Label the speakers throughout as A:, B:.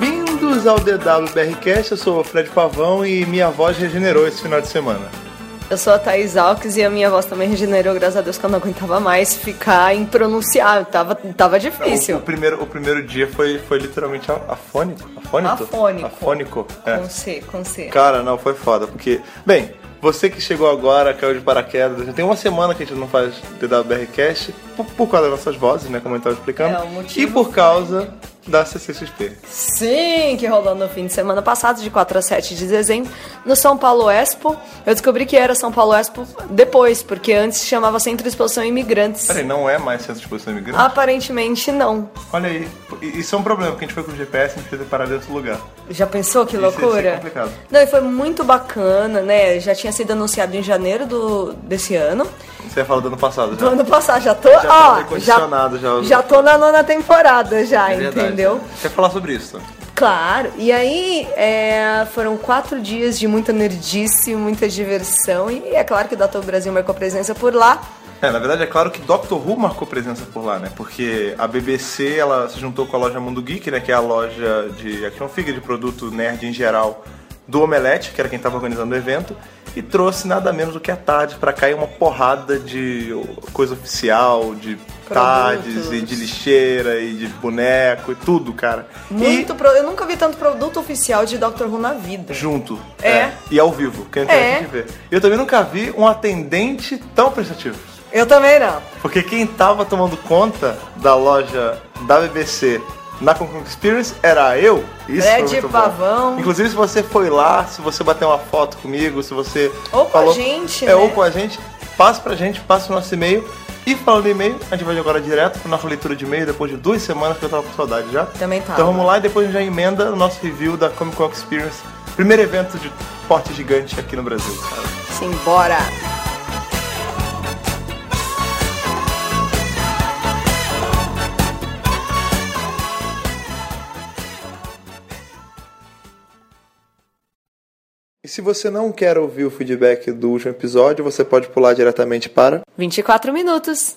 A: bem-vindos ao DW BRCast. Eu sou o Fred Pavão e minha voz regenerou esse final de semana.
B: Eu sou a Thaís Alques e a minha voz também regenerou, graças a Deus, que eu não aguentava mais ficar impronunciável. Tava, tava
A: O,
B: difícil.
A: o primeiro, o primeiro dia foi, foi literalmente a- afônico. Afônico?
B: Afônico.
A: Afônico. É.
B: Com C, com C.
A: Cara, não, foi foda, porque. Bem, você que chegou agora, caiu de paraquedas, já tem uma semana que a gente não faz DWBRCast, por, por causa das nossas vozes, né? Como eu tava explicando.
B: É, o motivo
A: e por causa da CCXP.
B: Sim, que rolou no fim de semana passado, de 4 a 7 de dezembro, no São Paulo Expo. Eu descobri que era São Paulo Expo depois, porque antes se chamava Centro de Exposição Imigrantes.
A: Peraí, não é mais centro de exposição imigrante?
B: Ah. Aparentemente não.
A: Olha aí, e- isso é um problema, porque a gente foi com o GPS e a gente precisa parar dentro do lugar.
B: Já pensou que
A: Isso é- isso é
B: loucura?
A: complicado.
B: Não, e foi muito bacana, né? Já tinha sido anunciado em janeiro do, desse ano.
A: Você ia falar do ano passado
B: Do
A: já.
B: ano passado, já tô,
A: tá
B: ó,
A: condicionado, já-
B: já tô na nona temporada já,
A: É verdade.
B: entendeu?
A: Você ia falar sobre isso.
B: Claro. E aí é, foram quatro dias de muita nerdice, muita diversão e é claro que o Dr. Brasil marcou presença por lá.
A: É, na verdade é claro que Doctor Who marcou presença por lá, né? Porque a BBC, ela se juntou com a loja Mundo Geek, né? Que é a loja de action figure, de produto nerd em geral, do Omelete, que era quem tava organizando o evento. E trouxe nada menos do que a tarde pra cá e uma porrada de coisa oficial, de tardes e de lixeira e de boneco e tudo, cara.
B: Muito pro- Eu nunca vi tanto produto oficial de Dr. Who na vida.
A: E junto.
B: É.
A: E ao vivo, que é interessante
B: É.
A: ver. Eu também nunca vi um atendente tão prestativo.
B: Eu também não.
A: Porque quem tava tomando conta da loja da BBC na Concon Experience era eu. Isso foi
B: Fred
A: muito bom.
B: Pavão.
A: Inclusive, se você foi lá, se você bateu uma foto comigo, se você.
B: Ou com a
A: falou,
B: gente,
A: É,
B: né?
A: ou com a gente, passa pra gente, passa o nosso e-mail. E falando em e-mail, a gente vai agora direto pra nossa leitura de e-mail depois de duas semanas que eu tava com saudade já.
B: Também tava.
A: Então vamos lá e depois a gente já emenda o nosso review da Comic Con Experience, primeiro evento de porte gigante aqui no Brasil.
B: Simbora!
A: E se você não quer ouvir o feedback do último episódio, você pode pular diretamente para.
B: 24 minutos.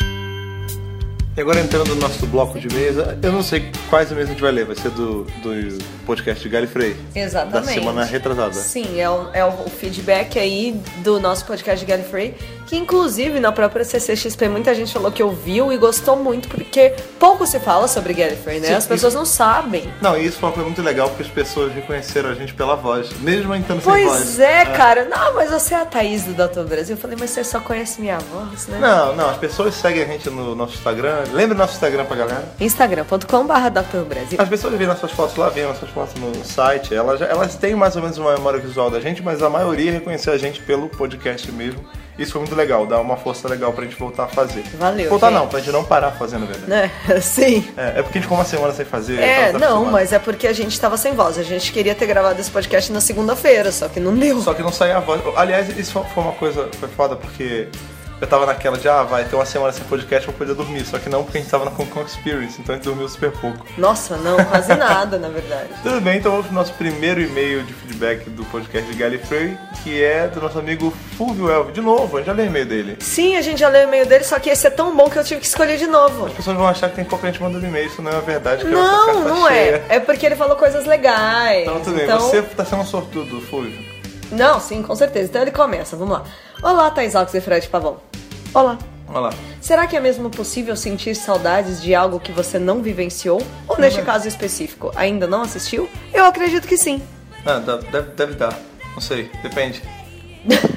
A: E agora entrando no nosso bloco de mesa, eu não sei quais e-mails a gente vai ler, vai ser do, do podcast de Galifrey.
B: Exatamente.
A: Da semana retrasada.
B: Sim, é o, é o feedback aí do nosso podcast de Gary Free, que inclusive na própria CCXP muita gente falou que ouviu e gostou muito, porque pouco se fala sobre Gary Free, né?
A: Sim,
B: As pessoas não sabem.
A: Não, e isso foi uma coisa muito legal, porque as pessoas reconheceram a gente pela voz, mesmo entrando sem voz.
B: Pois é, cara. Não, mas você é a Thaís do Dr. Brasil. Eu falei, mas você só conhece minha voz, né?
A: Ah, Não, não, as pessoas seguem a gente no nosso Instagram. Lembra o nosso Instagram pra galera?
B: Instagram.com.br Dr. Brasil.
A: As pessoas veem nossas fotos lá, veem nossas fotos no site. Elas, já- elas têm mais ou menos uma memória visual da gente, mas a maioria reconheceu a gente pelo podcast mesmo. Isso foi muito legal, dá uma força legal pra gente voltar a fazer.
B: Valeu,
A: Voltar
B: gente.
A: não, pra gente não parar fazendo, verdade.
B: Né? Sim.
A: É, é porque a gente ficou uma semana sem fazer.
B: É,
A: então tá
B: não,
A: acostumado.
B: mas é porque a gente tava sem voz. A gente queria ter gravado esse podcast na segunda-feira, só que não deu.
A: Só que não saía a voz. Aliás, isso foi- foi uma coisa, foi foda, porque eu tava naquela de, ah, vai ter uma semana sem podcast, eu vou poder dormir. Só que não, porque a gente tava na Concon Experience, então a gente dormiu super pouco.
B: Nossa, não, quase nada, na verdade.
A: Tudo bem, então vamos pro nosso primeiro e-mail de feedback do podcast de Gallifrey, que é do nosso amigo Fulvio Elvio. De novo, a gente já leu o e-mail dele.
B: Sim, a gente já leu o e-mail dele, só que esse é tão bom que eu tive que escolher de novo.
A: As pessoas vão achar que tem pouca gente mandando e-mail, isso não é verdade, que a nossa
B: Não,
A: casa tá
B: não
A: cheia.
B: é. É porque ele falou coisas legais.
A: Então tudo bem,
B: Então-
A: você tá sendo um sortudo, Fulvio.
B: Não, sim, com certeza. Então ele começa, vamos lá. Olá, Thais Alves e Fred Pavão. Olá.
A: Olha lá.
B: Será que é mesmo possível sentir saudades de algo que você não vivenciou? Ou
A: Uhum.
B: neste caso específico, ainda não assistiu? Eu acredito que sim.
A: Ah, dá- deve, deve dar. Não sei, depende.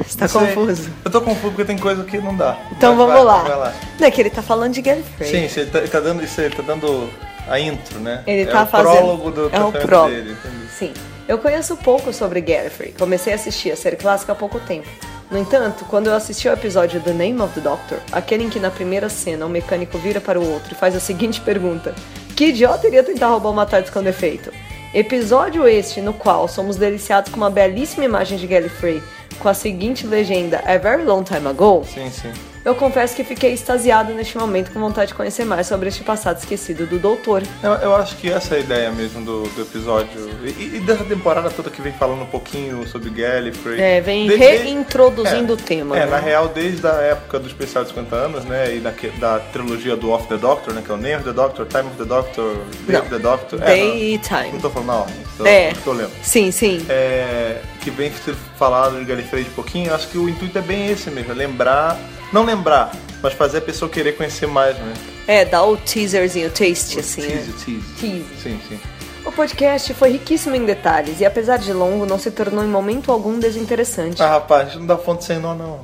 B: Está
A: Não sei.
B: Tá confuso.
A: Eu tô confuso porque tem coisa que não dá.
B: Então
A: Mas
B: vamos
A: é vai,
B: lá.
A: Vai lá.
B: Não é que ele tá falando de Game Freak.
A: Sim, você tá, ele tá dando isso, aí, ele tá dando a intro, né?
B: Ele
A: é
B: tá
A: o
B: fazendo.
A: prólogo do
B: é o
A: tratamento
B: prólogo.
A: dele. entendi.
B: Sim. Eu conheço pouco sobre Gallifrey. Comecei a assistir a série clássica há pouco tempo. No entanto, quando eu assisti ao episódio The Name of the Doctor, aquele em que na primeira cena um mecânico vira para o outro e faz a seguinte pergunta: Que idiota iria tentar roubar uma tarde com defeito? Episódio este no qual somos deliciados com uma belíssima imagem de Gallifrey com a seguinte legenda: A very long time ago.
A: Sim, sim.
B: Eu confesso que fiquei extasiado neste momento com vontade de conhecer mais sobre este passado esquecido do doutor.
A: Eu, eu acho que essa é a ideia mesmo do, do episódio. E, e dessa temporada toda que vem falando um pouquinho sobre Gallifrey.
B: É, vem
A: Desde-
B: reintroduzindo
A: é,
B: o tema.
A: É,
B: né?
A: na real, desde a época do especial de 50 anos, né? E da, da trilogia do Off the Doctor, né? Que é o Name of the Doctor, Time of the Doctor, Day
B: Não.
A: of the Doctor.
B: Day
A: é,
B: e Time.
A: Não, não tô falando na ordem, tô,
B: É.
A: tô lendo.
B: Sim, sim.
A: É, que vem ser falado de Gallifrey de pouquinho, eu acho que o intuito é bem esse mesmo, é lembrar, não lembrar, mas fazer a pessoa querer conhecer mais, né?
B: É, dá o teaserzinho, o taste, assim. né?
A: tease, tease.
B: Tease.
A: Sim, sim.
B: O podcast foi riquíssimo em detalhes e, apesar de longo, não se tornou em momento algum desinteressante.
A: Ah, rapaz, não dá fonte sem nó, não.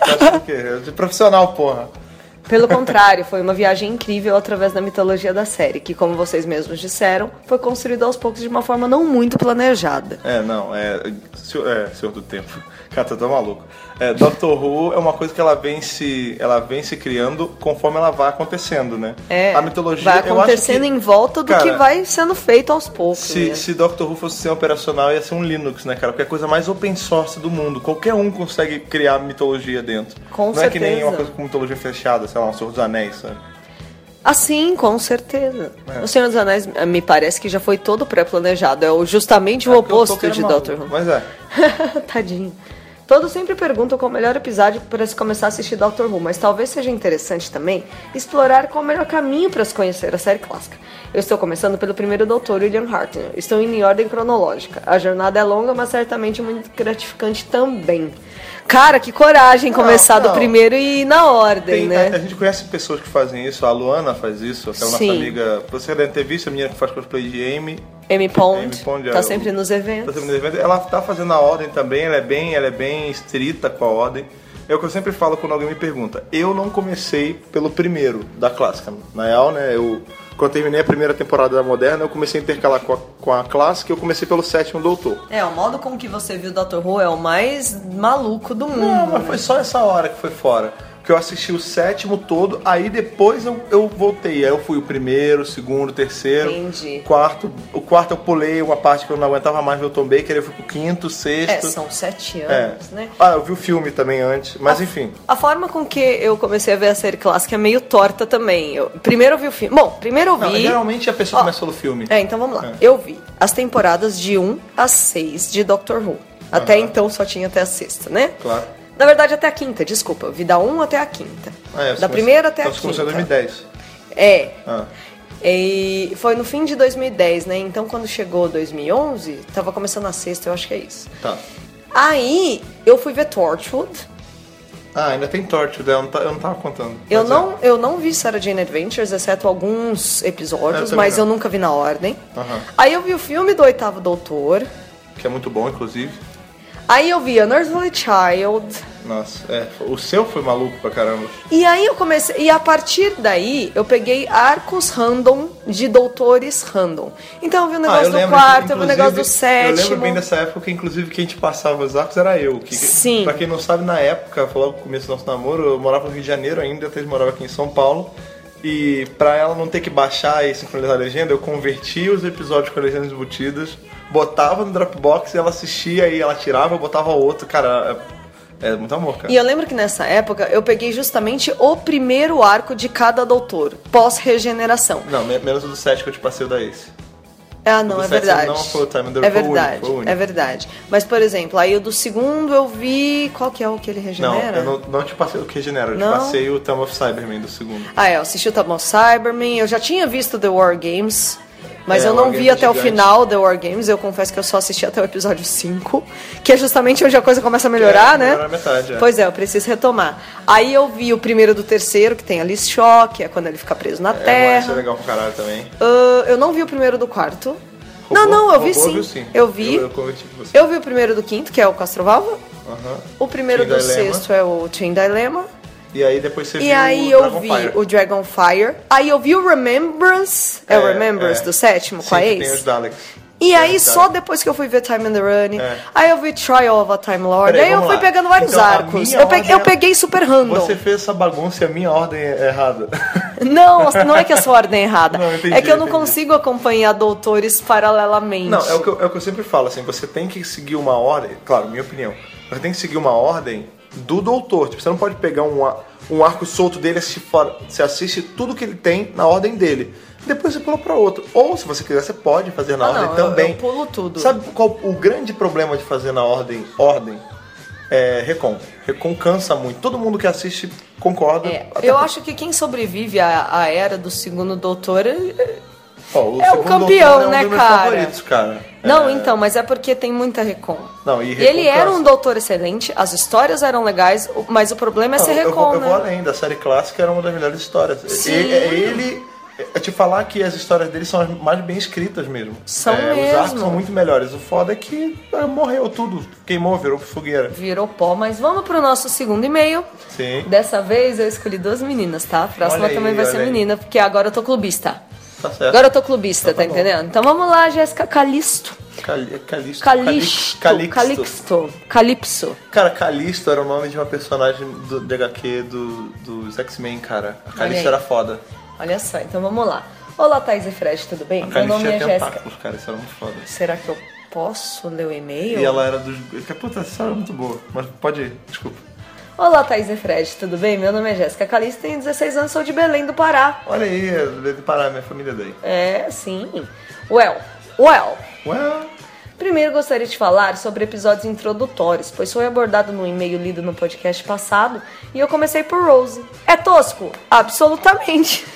A: Acho que é de profissional, porra.
B: Pelo contrário, foi uma viagem incrível através da mitologia da série, que, como vocês mesmos disseram, foi construída aos poucos de uma forma não muito planejada.
A: É, não, é. Senhor, é, senhor do tempo. Cara, tá tão maluco. É, Doctor Who é uma coisa que ela vem se. Ela vem se criando conforme ela vai acontecendo, né?
B: É,
A: A mitologia
B: vai
A: eu acho que-
B: acontecendo em volta do que
A: Cara,
B: vai sendo feito aos poucos. né?
A: Se, se Doctor Who fosse sistema operacional, ia ser um Linux, né, cara? Porque é a coisa mais open source do mundo. Qualquer um consegue criar mitologia dentro.
B: Com
A: Não é que nem
B: certeza.
A: uma coisa com mitologia fechada, sei lá, um Senhor dos Anéis, sabe?
B: Assim, com certeza.
A: É.
B: O Senhor dos Anéis eh, me parece que já foi todo pré-planejado. É o- justamente o
A: É porque o
B: oposto
A: Tolkien
B: de
A: é maluco,
B: Doctor Who.
A: Mas é.
B: Tadinho. Todos sempre perguntam qual o melhor episódio para se começar a assistir Doctor Who, mas talvez seja interessante também explorar qual o melhor caminho para se conhecer a série clássica. Eu estou começando pelo primeiro Doutor, William Hartnell. Estou indo em ordem cronológica. A jornada é longa, mas certamente muito gratificante também. Cara, que coragem começar do
A: não.
B: primeiro e ir na
A: Tem-
B: ordem, né?
A: a, a gente conhece pessoas que fazem isso, a Luana faz isso, aquela
B: Sim.
A: nossa amiga. Você deve ter visto a menina que faz cosplay de Amy.
B: Amy Pond,
A: Amy Pond é
B: tá
A: o-
B: sempre nos
A: Tá
B: eventos.
A: sempre no evento. Ela tá fazendo a ordem também, ela é bem, ela é bem estrita com a ordem. É o que eu sempre falo quando alguém me pergunta. Eu não comecei pelo primeiro da clássica. Na real, né? Eu, quando terminei a primeira temporada da moderna, eu comecei a intercalar com a, com a clássica e eu comecei pelo sétimo doutor.
B: É, o modo com que você viu Dr. Who é o mais maluco do mundo.
A: Não,
B: né?
A: mas foi só essa hora que foi fora. Que eu assisti o sétimo todo, aí depois eu, eu voltei. Aí eu fui o primeiro, o segundo, o terceiro,
B: Entendi.
A: o quarto. O quarto eu pei uma parte que eu não aguentava mais, eu tombei, que aí eu fui pro quinto, sexto.
B: É, são sete anos, né? Ah,
A: Ah, eu vi o filme também antes, mas enfim.
B: A forma com que eu comecei a ver a série clássica é meio torta também. Eu, primeiro eu vi o filme. Bom, primeiro eu vi.
A: Não, geralmente a pessoa
B: Ó,
A: começa pelo filme.
B: É, então vamos lá.
A: É.
B: Eu vi as temporadas de 1 a 6 de Doctor Who. Até então só tinha até a sexta, né?
A: Claro.
B: Na verdade, até a quinta, desculpa. Eu vi da 1 até a quinta.
A: Ah, é, você
B: da
A: começou-
B: primeira até
A: então
B: a
A: você
B: quinta.
A: começou em 2010.
B: É.
A: Ah.
B: E foi no fim de 2010, né? Então quando chegou 2011, tava começando a sexta, eu acho que é isso.
A: Tá.
B: Aí eu fui ver Torchwood.
A: Ah, ainda tem Torture, eu, não ta- eu não tava contando.
B: Eu
A: Mas
B: não, eu não vi Sarah Jane Adventures, exceto alguns
A: É, eu
B: episódios,
A: também
B: mas
A: não.
B: eu nunca vi na ordem.
A: Aham.
B: Aí eu vi o filme do Oitavo Doutor.
A: é, Que é muito bom, inclusive.
B: Aí eu vi Unearthly Child.
A: Nossa, é, o seu foi maluco pra caramba.
B: E aí eu comecei. E a partir daí eu peguei arcos random de doutores random. Então eu vi o negócio do
A: Ah, lembro,
B: quarto, eu vi o
A: inclusive,
B: negócio do
A: Eu
B: sétimo.
A: lembro bem dessa época que, inclusive, quem te passava os arcos era eu. Que,
B: Sim.
A: Pra quem não sabe, na época, foi logo no começo do nosso namoro, eu morava no Rio de Janeiro ainda, a Thais morava aqui em São Paulo. E pra ela não ter que baixar e sincronizar a legenda, eu convertia os episódios com legendas embutidas, botava no Dropbox e ela assistia e ela tirava, eu botava outro. Cara, é, é muito amor, cara.
B: E eu lembro que nessa época eu peguei justamente o primeiro arco de cada doutor, pós-regeneração.
A: Não, me- menos o do 7 que eu te passei o da Ace.
B: Ah, não,
A: do
B: é
A: Sexo
B: verdade.
A: não foi o Time Under,
B: é
A: foi o único,
B: verdade,
A: foi o único.
B: é verdade. Mas, por exemplo, aí o do segundo eu vi. Qual que é o que ele
A: Não,
B: regenera?
A: eu não, não te passei o que genera, eu
B: Não?
A: te passei o Thumb of Cyberman do segundo.
B: Ah, é, eu assisti o Tabon Cyberman, eu já tinha visto The War Games, mas
A: É,
B: eu
A: o
B: não
A: War
B: vi
A: Games é
B: até o
A: gigante.
B: final The War Games, eu confesso que eu só assisti até o episódio 5, que é justamente onde a coisa começa a melhorar,
A: É,
B: né?
A: melhora a metade, é.
B: Pois é, eu preciso retomar. Aí eu vi o primeiro do terceiro, que tem a Liz Shaw, que é quando ele fica preso na
A: É, mas isso é
B: Terra.
A: legal pra caralho também.
B: Ah, eu não vi o primeiro do quarto.
A: Robô-
B: não, não, eu vi
A: robô
B: sim.
A: viu
B: Eu vi.
A: Eu, eu converti com você.
B: Eu vi o primeiro do quinto, que é o Castrovalva.
A: Aham.
B: O primeiro
A: Teen
B: do
A: Dilemma.
B: sexto é o Teen Dilemma.
A: E aí depois você
B: E
A: viu
B: aí
A: o
B: eu
A: Dragon
B: vi
A: Fire. É,
B: o Dragon Fire. Aí eu vi o Remembrance. É, o
A: É,
B: Remembrance
A: é.
B: do sétimo com
A: Sim,
B: a
A: que Tem os
B: Ace.
A: Daleks.
B: E
A: Tem
B: aí
A: os
B: só
A: Daleks.
B: depois que eu fui ver Time and the Running.
A: É.
B: Aí eu vi Trial of a Time Lord.
A: Peraí,
B: aí eu
A: vamos
B: fui
A: lá.
B: pegando vários
A: Então, a
B: arcos.
A: minha
B: Eu peguei, eu
A: ordem é-
B: peguei super random.
A: Você fez essa bagunça e a minha ordem é errada.
B: Não, não é que a sua ordem é errada.
A: Não, entendi,
B: é que eu não
A: entendi.
B: consigo acompanhar doutores paralelamente.
A: Não, é o, que eu, é o que eu sempre falo, assim, você tem que seguir uma ordem, claro, minha opinião, você tem que seguir uma ordem do doutor, tipo, você não pode pegar um, a- um arco solto dele, assiste fora- você assiste tudo que ele tem na ordem dele. Depois você pula pra outro. Ou, se você quiser, você pode fazer na
B: Ah,
A: ordem
B: não, eu-
A: também.
B: eu pulo tudo.
A: Sabe qual o grande problema de fazer na ordem? Ordem. É Recon. Recon cansa muito. Todo mundo que assiste concorda.
B: É,
A: Até
B: eu
A: porque-
B: acho que quem sobrevive à, à era do segundo doutor. é-
A: Ó,
B: é o
A: segundo doutor
B: campeão,
A: é um
B: né,
A: dos meus
B: cara?
A: favoritos, cara.
B: Não,
A: É,
B: então, mas é porque tem muita recon.
A: Não, e
B: E ele
A: Recon
B: era
A: cansa.
B: um doutor excelente, as histórias eram legais, o- mas o problema é
A: Não,
B: ser
A: eu,
B: recon,
A: vou, eu
B: né?
A: vou além, da série clássica era uma das melhores histórias.
B: Sim.
A: Ele, é ele- é te falar que as histórias dele são as mais bem escritas mesmo.
B: São
A: é, Os
B: mesmo.
A: arcos são muito melhores. O foda é que é, morreu tudo, queimou, virou fogueira.
B: Virou pó, mas vamos pro nosso segundo e-mail.
A: Sim.
B: Dessa vez eu escolhi duas meninas, tá? A próxima
A: Olha aí,
B: também vai
A: olha
B: ser
A: aí.
B: menina, porque agora eu tô clubista.
A: Tá certo.
B: Agora eu tô clubista,
A: Então tá
B: tá
A: bom.
B: entendendo? Então vamos lá, Jéssica Calisto.
A: Cali- Calixto.
B: Calixto.
A: Calixto.
B: Calixto. Calipso.
A: Cara, Calixto era o nome de uma personagem do, de HQ do, dos X-Men, cara. A Calixto
B: aí.
A: era foda.
B: Olha só, então vamos lá. Olá, Thaís e Fred, tudo bem?
A: A
B: Meu
A: Calixto
B: nome
A: tinha
B: é Jéssica.
A: tentáculos, cara. Isso era muito foda.
B: Será que eu posso ler o e-mail?
A: E ela era dos... Puta, essa história é muito boa. Mas pode ir, desculpa.
B: Olá, Thaís e Fred, tudo bem? Meu nome é Jéssica Calista, tenho 16 anos, sou de Belém do Pará.
A: Olha aí, eu devo parar minha família daí.
B: É, sim. Well, well.
A: Well,
B: Primeiro gostaria de falar sobre episódios introdutórios, pois foi abordado no e-mail lido no podcast passado e eu comecei por Rose. É tosco? Absolutamente.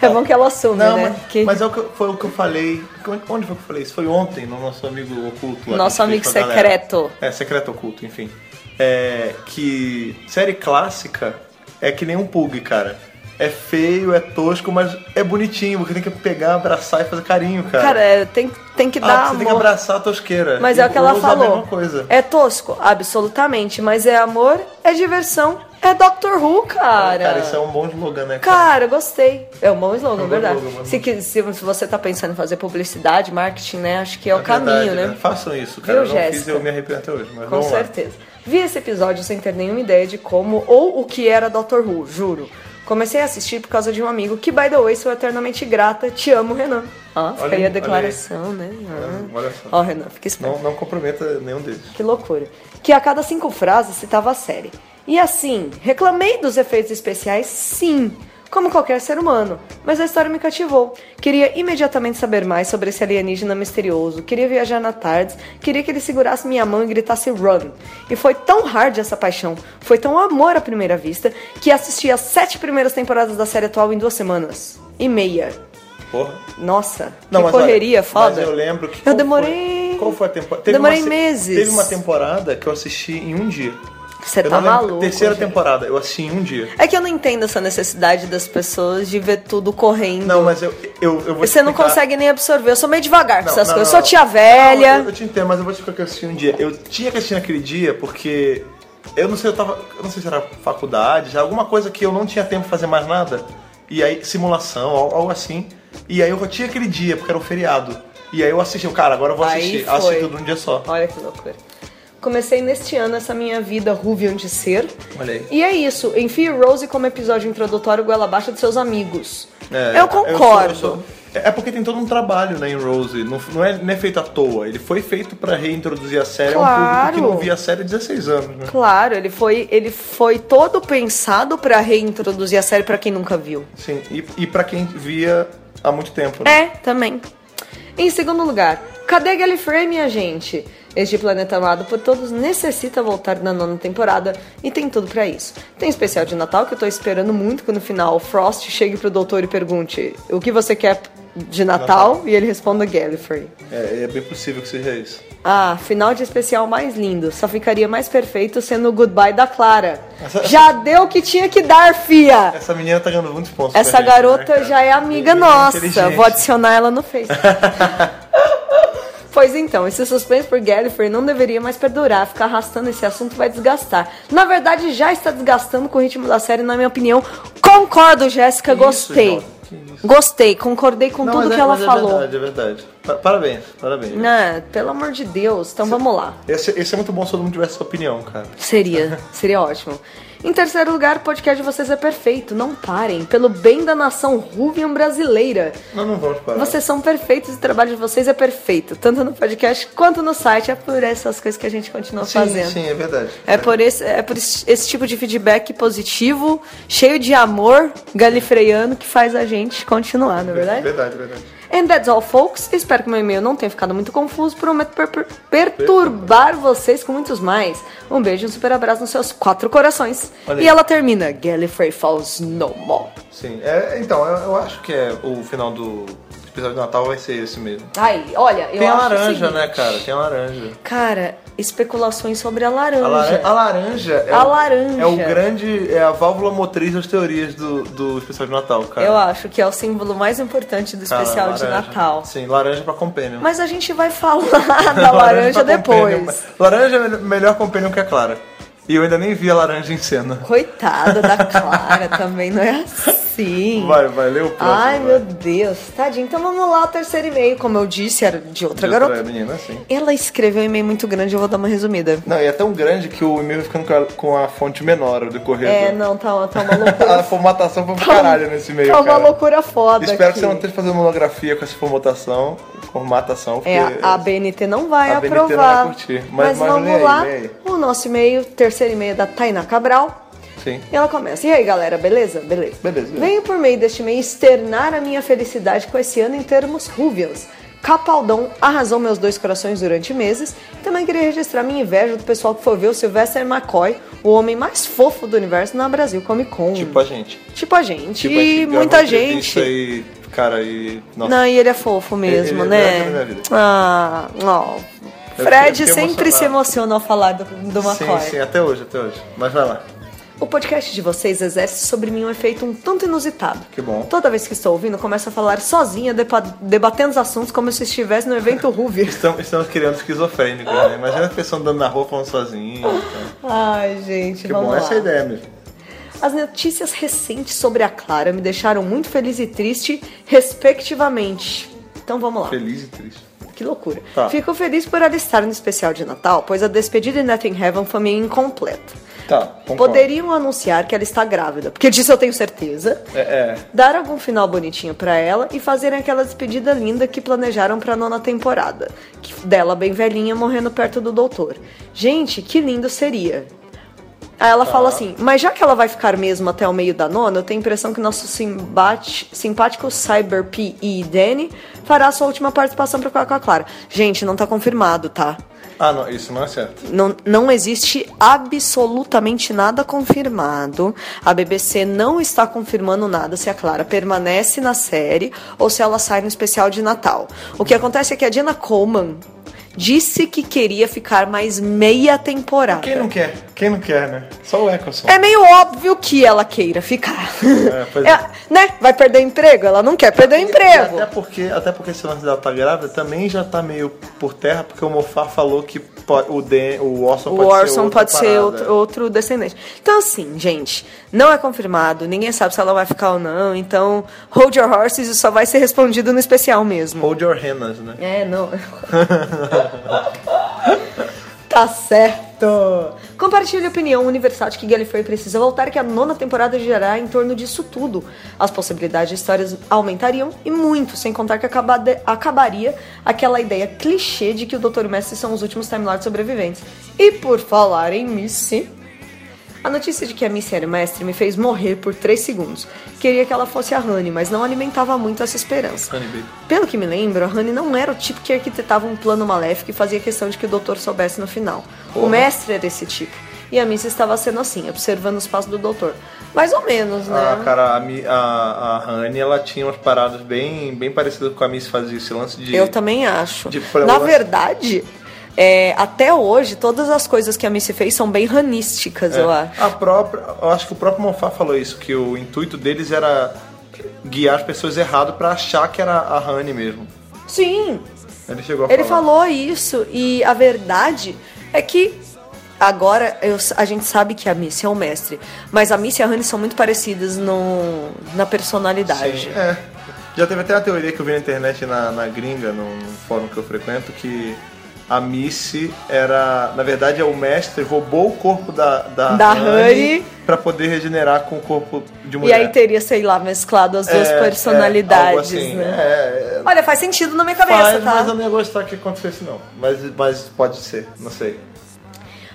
B: É bom que ela assume,
A: não,
B: né?
A: mas,
B: Que-
A: mas é o que eu- foi o que eu falei. Como é que- Onde foi que eu falei isso? Foi ontem no nosso amigo oculto. lá que
B: Nosso
A: a gente
B: amigo
A: fez com a galera.
B: secreto.
A: É, secreto oculto, enfim. É, que série clássica é que nem um pug, cara. É feio, é tosco, mas é bonitinho. Você tem que pegar, abraçar e fazer carinho, cara.
B: Cara, é, tem, tem que
A: ah,
B: dar
A: você tem que
B: amor.
A: abraçar a tosqueira.
B: Mas
A: E
B: é o que ela
A: usa
B: falou.
A: a mesma coisa.
B: É tosco? Absolutamente. Mas é amor, é diversão, é Doctor Who, cara.
A: Cara, isso é um bom slogan, né? cara?
B: Cara, gostei. É um bom slogan,
A: É um bom
B: verdade.
A: slogan, mas-
B: Se, que- se você tá pensando em fazer publicidade, marketing, né? Acho que é o
A: verdade,
B: caminho, né?
A: Façam isso, cara.
B: Viu,
A: eu não fiz e
B: Jéssica?
A: eu me arrependo até hoje, mas
B: Com
A: vamos lá.
B: certeza. Vi esse episódio sem ter nenhuma ideia de como ou o que era Doctor Who, juro. Comecei a assistir por causa de um amigo que, by the way, sou eternamente grata. Te amo, Renan. Ah,
A: Olha
B: fica
A: aí,
B: aí
A: olha
B: a
A: aí.
B: declaração, né? Ah.
A: Olha só.
B: Ó, Renan, fica esperto.
A: Não, não comprometa nenhum deles.
B: Que loucura. Que a cada cinco frases citava a série. E assim, reclamei dos efeitos especiais, sim, como qualquer ser humano, mas a história me cativou. Queria imediatamente saber mais sobre esse alienígena misterioso, queria viajar na tarde, queria que ele segurasse minha mão e gritasse run. E foi tão hard essa paixão, foi tão amor à primeira vista, que assisti as sete primeiras temporadas da série atual em duas semanas e meia.
A: Porra.
B: Nossa,
A: Não,
B: que
A: mas
B: correria,
A: olha,
B: foda.
A: Mas eu lembro que.
B: Eu
A: qual
B: demorei.
A: foi- qual foi a temporada?
B: demorei
A: uma se-
B: meses.
A: Teve uma temporada que eu assisti em um dia.
B: Você
A: Eu
B: tá
A: não lembro-
B: maluco.
A: Terceira
B: gente.
A: temporada, eu assisti em um dia.
B: É que eu não entendo essa necessidade das pessoas de ver tudo correndo.
A: Não, mas eu, eu, eu vou te
B: Você não
A: explicar.
B: consegue nem absorver. Eu sou meio devagar com
A: Não,
B: essas
A: não,
B: coisas.
A: não,
B: eu sou tia
A: não.
B: velha.
A: Não, eu, eu te entendo, mas eu vou te explicar que eu assisti um dia. Eu tinha que assistir naquele dia porque eu não sei, eu tava. Eu não sei se era faculdade, já alguma coisa que eu não tinha tempo de fazer mais nada. E aí, simulação, al- algo assim. E aí eu tinha aquele dia, porque era um feriado. E aí eu assisti, eu, cara, agora eu vou
B: Aí
A: assistir.
B: foi.
A: Assisti tudo num dia só.
B: Olha que loucura. Comecei neste ano essa minha vida Ruvian de ser.
A: Olha aí.
B: E é isso. Enfie Rose como episódio introdutório goela abaixo de seus amigos.
A: É,
B: eu concordo.
A: eu sou- eu sou- É é porque tem todo um trabalho né, em Rose, não, não é, não é feito à toa. Ele foi feito pra reintroduzir a série a um
B: Claro.
A: público que não via a série há 16 anos, né?
B: Claro, ele foi, ele foi todo pensado pra reintroduzir a série pra quem nunca viu.
A: Sim, e, e pra quem via há muito tempo, né?
B: É, também. Em segundo lugar, cadê Gallifrey, minha gente? Este planeta amado por todos necessita voltar na nona temporada e tem tudo pra isso. Tem especial de Natal que eu tô esperando muito que no final o Frost chegue pro doutor e pergunte o que você quer de Natal, e ele responda Gallifrey.
A: É, é bem possível que seja isso.
B: Ah, final de especial mais lindo. Só ficaria mais perfeito sendo o goodbye da Clara.
A: Essa-
B: Já deu o que tinha que dar, fia!
A: Essa menina tá ganhando muitos pontos.
B: Essa
A: pra gente, né,
B: garota
A: cara?
B: já é amiga
A: Menina
B: nossa.
A: inteligente.
B: Vou adicionar ela no Face. pois então, esse suspense por Gallifrey não deveria mais perdurar. Ficar arrastando esse assunto vai desgastar. Na verdade, já está desgastando com o ritmo da série, na minha opinião. Concordo,
A: Que
B: Jéssica,
A: isso,
B: gostei.
A: Jota, que isso.
B: Gostei, concordei com
A: Não,
B: tudo
A: mas
B: que
A: é-
B: ela
A: mas É
B: falou.
A: verdade, é verdade. Pa- Parabéns, parabéns.
B: Né, pelo amor de Deus, então vamos lá.
A: Esse, esse é muito bom se todo mundo tivesse sua opinião, cara.
B: Seria, seria ótimo. Em terceiro lugar, o podcast de vocês é perfeito. Não parem. Pelo bem da nação Rubian brasileira.
A: Nós não vamos parar.
B: Vocês são perfeitos e o trabalho de vocês é perfeito. Tanto no podcast quanto no site. É por essas coisas que a gente continua
A: sim,
B: fazendo.
A: sim, é verdade.
B: É por, esse, é por esse, esse tipo de feedback positivo, cheio de amor galifreiano que faz a gente continuar, não é verdade?
A: Verdade, verdade.
B: And that's all, folks. Espero que meu e-mail não tenha ficado muito confuso. Prometo per- per- perturbar vocês com muitos mais. Um beijo e um super abraço nos seus quatro corações.
A: Olha
B: e
A: aí.
B: ela termina. Gallifrey Falls No More.
A: Sim. É, então, eu, eu acho que é o final do episódio de Natal vai ser esse mesmo.
B: Ai, olha, eu
A: Tem a
B: acho o
A: laranja,
B: seguinte.
A: né, cara? Tem a laranja.
B: Cara, especulações sobre a laranja.
A: A, laran- a laranja é,
B: A
A: o,
B: laranja.
A: é o grande. É a válvula motriz das teorias do, do especial de Natal, cara.
B: Eu acho que é o símbolo mais importante do
A: Cara,
B: especial de
A: Ah, laranja.
B: Natal.
A: Sim, laranja pra companion.
B: Mas a gente vai falar da laranja
A: pra companion.
B: depois.
A: Laranja é melhor- melhor companion que a Clara. E eu ainda nem vi a laranja em cena.
B: Coitada da Clara também, não é assim.
A: Vai, vai, lê o próximo.
B: Ai,
A: vai.
B: meu Deus. Tadinho. Então vamos lá, o terceiro e-mail. Como eu disse, era de outra
A: De outra
B: garota.
A: menina, sim.
B: Ela escreveu um e-mail muito grande, eu vou dar uma resumida.
A: Não, e é tão grande que o e-mail vai ficando com a, com a fonte menor ao decorrer.
B: É,
A: do-
B: não, tá, tá uma loucura.
A: A formatação foi pro caralho nesse e-mail,
B: tá uma
A: cara.
B: loucura foda
A: Espero que
B: aqui.
A: você não esteja fazendo monografia com essa formatação, formatação, porque...
B: É, a BNT não vai
A: A BNT não vai
B: aprovar.
A: curtir. Mas-
B: Mas,
A: mas
B: vamos
A: lê aí,
B: lá.
A: lê aí.
B: O nosso e-mail, terceiro e-mail é da Tainá Cabral.
A: Sim.
B: E ela começa. E aí, galera, beleza? Beleza.
A: Beleza, beleza.
B: Venho por meio deste e-mail externar a minha felicidade com esse ano em termos rubians. Capaldão arrasou meus dois corações durante meses. Também queria registrar minha inveja do pessoal que foi ver o Sylvester McCoy, o homem mais fofo do universo na Brasil Comic Con.
A: Tipo a gente.
B: Tipo a gente.
A: Tipo, a
B: e
A: gente
B: muita
A: gravou entrevista
B: gente.
A: E, cara, e... Nossa,
B: Não, e ele é fofo mesmo,
A: ele é
B: né?
A: grande na vida.
B: Ah, ó.
A: Eu fiquei-
B: Fred
A: eu fiquei
B: sempre se emociona ao falar do, do McCoy.
A: sim, sim, até hoje, até hoje. Mas vai lá.
B: O podcast de vocês exerce sobre mim um efeito um tanto inusitado.
A: Que bom.
B: Toda vez que estou ouvindo, começo a falar sozinha, depa- debatendo os assuntos como se estivesse no evento Ruby.
A: Estamos, estamos criando esquizofrênicos, né? Imagina a pessoa andando na rua falando sozinha. então.
B: Ai, gente,
A: Que
B: vamos
A: bom,
B: lá.
A: essa é a ideia mesmo.
B: As notícias recentes sobre a Clara me deixaram muito feliz e triste, respectivamente. Então vamos lá.
A: Feliz e triste.
B: Que loucura.
A: Tá.
B: Fico feliz por ela estar no especial de Natal, pois a despedida em Nothing Heaven foi meio incompleta.
A: Tá, concordo.
B: Poderiam anunciar que ela está grávida, porque disso eu tenho certeza.
A: É, é.
B: Dar algum final bonitinho pra ela e fazerem aquela despedida linda que planejaram pra nona temporada. que- Dela bem velhinha morrendo perto do doutor. Gente, que lindo seria. Aí ela fala assim, mas já que ela vai ficar mesmo até o meio da nona, eu tenho a impressão que nosso simbate- simpático Cyber PE Danny fará a sua última participação pra ficar com a Clara. Gente, não tá confirmado, tá?
A: Ah, não, isso não é certo.
B: Não, não existe absolutamente nada confirmado. A BBC não está confirmando nada se a Clara permanece na série ou se ela sai no especial de Natal. O que acontece é que a Jenna Coleman disse que queria ficar mais meia temporada.
A: Quem não quer? Quem não quer, né? Só o Eccleston.
B: É meio óbvio que ela queira ficar.
A: É, pois é.
B: né? Vai perder o emprego? Ela não quer perder o emprego.
A: Até porque, até porque esse lance dela tá grávida também já tá meio por terra, porque o Mofá falou que po- o, Dan, o Orson
B: O
A: pode ser
B: Orson
A: outra
B: pode ser
A: parada.
B: outro, outro descendente. Então, assim, gente, não é confirmado, ninguém sabe se ela vai ficar ou não, então hold your horses e só vai ser respondido no especial mesmo.
A: Hold your Renas, né?
B: É, não. tá certo. Compartilhe a opinião universal de que Gallifrey precisa voltar e que a nona temporada girará em torno disso tudo. As possibilidades de histórias aumentariam e muito, sem contar que acabada- acabaria aquela ideia clichê de que o Dr. Mestre são os últimos Time Lords sobreviventes. E por falar em Missy... A notícia de que a Missy era o mestre me fez morrer por 3 segundos. Queria que ela fosse a Honey, mas não alimentava muito essa esperança.
A: Honey Baby.
B: Pelo que me lembro, a Honey não era o tipo que arquitetava um plano maléfico e fazia questão de que o doutor soubesse no final. O
A: Porra.
B: mestre era esse tipo. E a Miss estava sendo assim, observando os passos do doutor. Mais ou menos, né?
A: Ah, cara, a, Mi- a, a Honey, ela tinha umas paradas bem, bem parecidas com a Miss fazia, esse lance de...
B: Eu também acho.
A: de problema-
B: Na verdade, é, até hoje, todas as coisas que a Missy fez são bem ranísticas,
A: É.
B: eu acho.
A: A própria, eu acho que o próprio Mofá falou isso, que o intuito deles era guiar as pessoas errado pra achar que era a Honey mesmo.
B: Sim,
A: Ele chegou a
B: Ele
A: falar.
B: falou isso e a verdade é que agora eu- a gente sabe que a Missy é o mestre, mas a Missy e a Honey são muito parecidas no, na personalidade.
A: Sim, é. Já teve até uma teoria que eu vi na internet, na, na gringa, num fórum que eu frequento, que a Missy era, na verdade, é o mestre roubou o corpo da da,
B: Da Honey.
A: Honey pra poder regenerar com o corpo de
B: E
A: mulher.
B: aí teria, sei lá, mesclado as duas
A: É, é, algo
B: personalidades,
A: assim,
B: né?
A: É, é,
B: Olha, faz sentido na minha cabeça,
A: faz,
B: tá?
A: mas eu não ia gostar que acontecesse não. Mas, mas pode ser, não sei.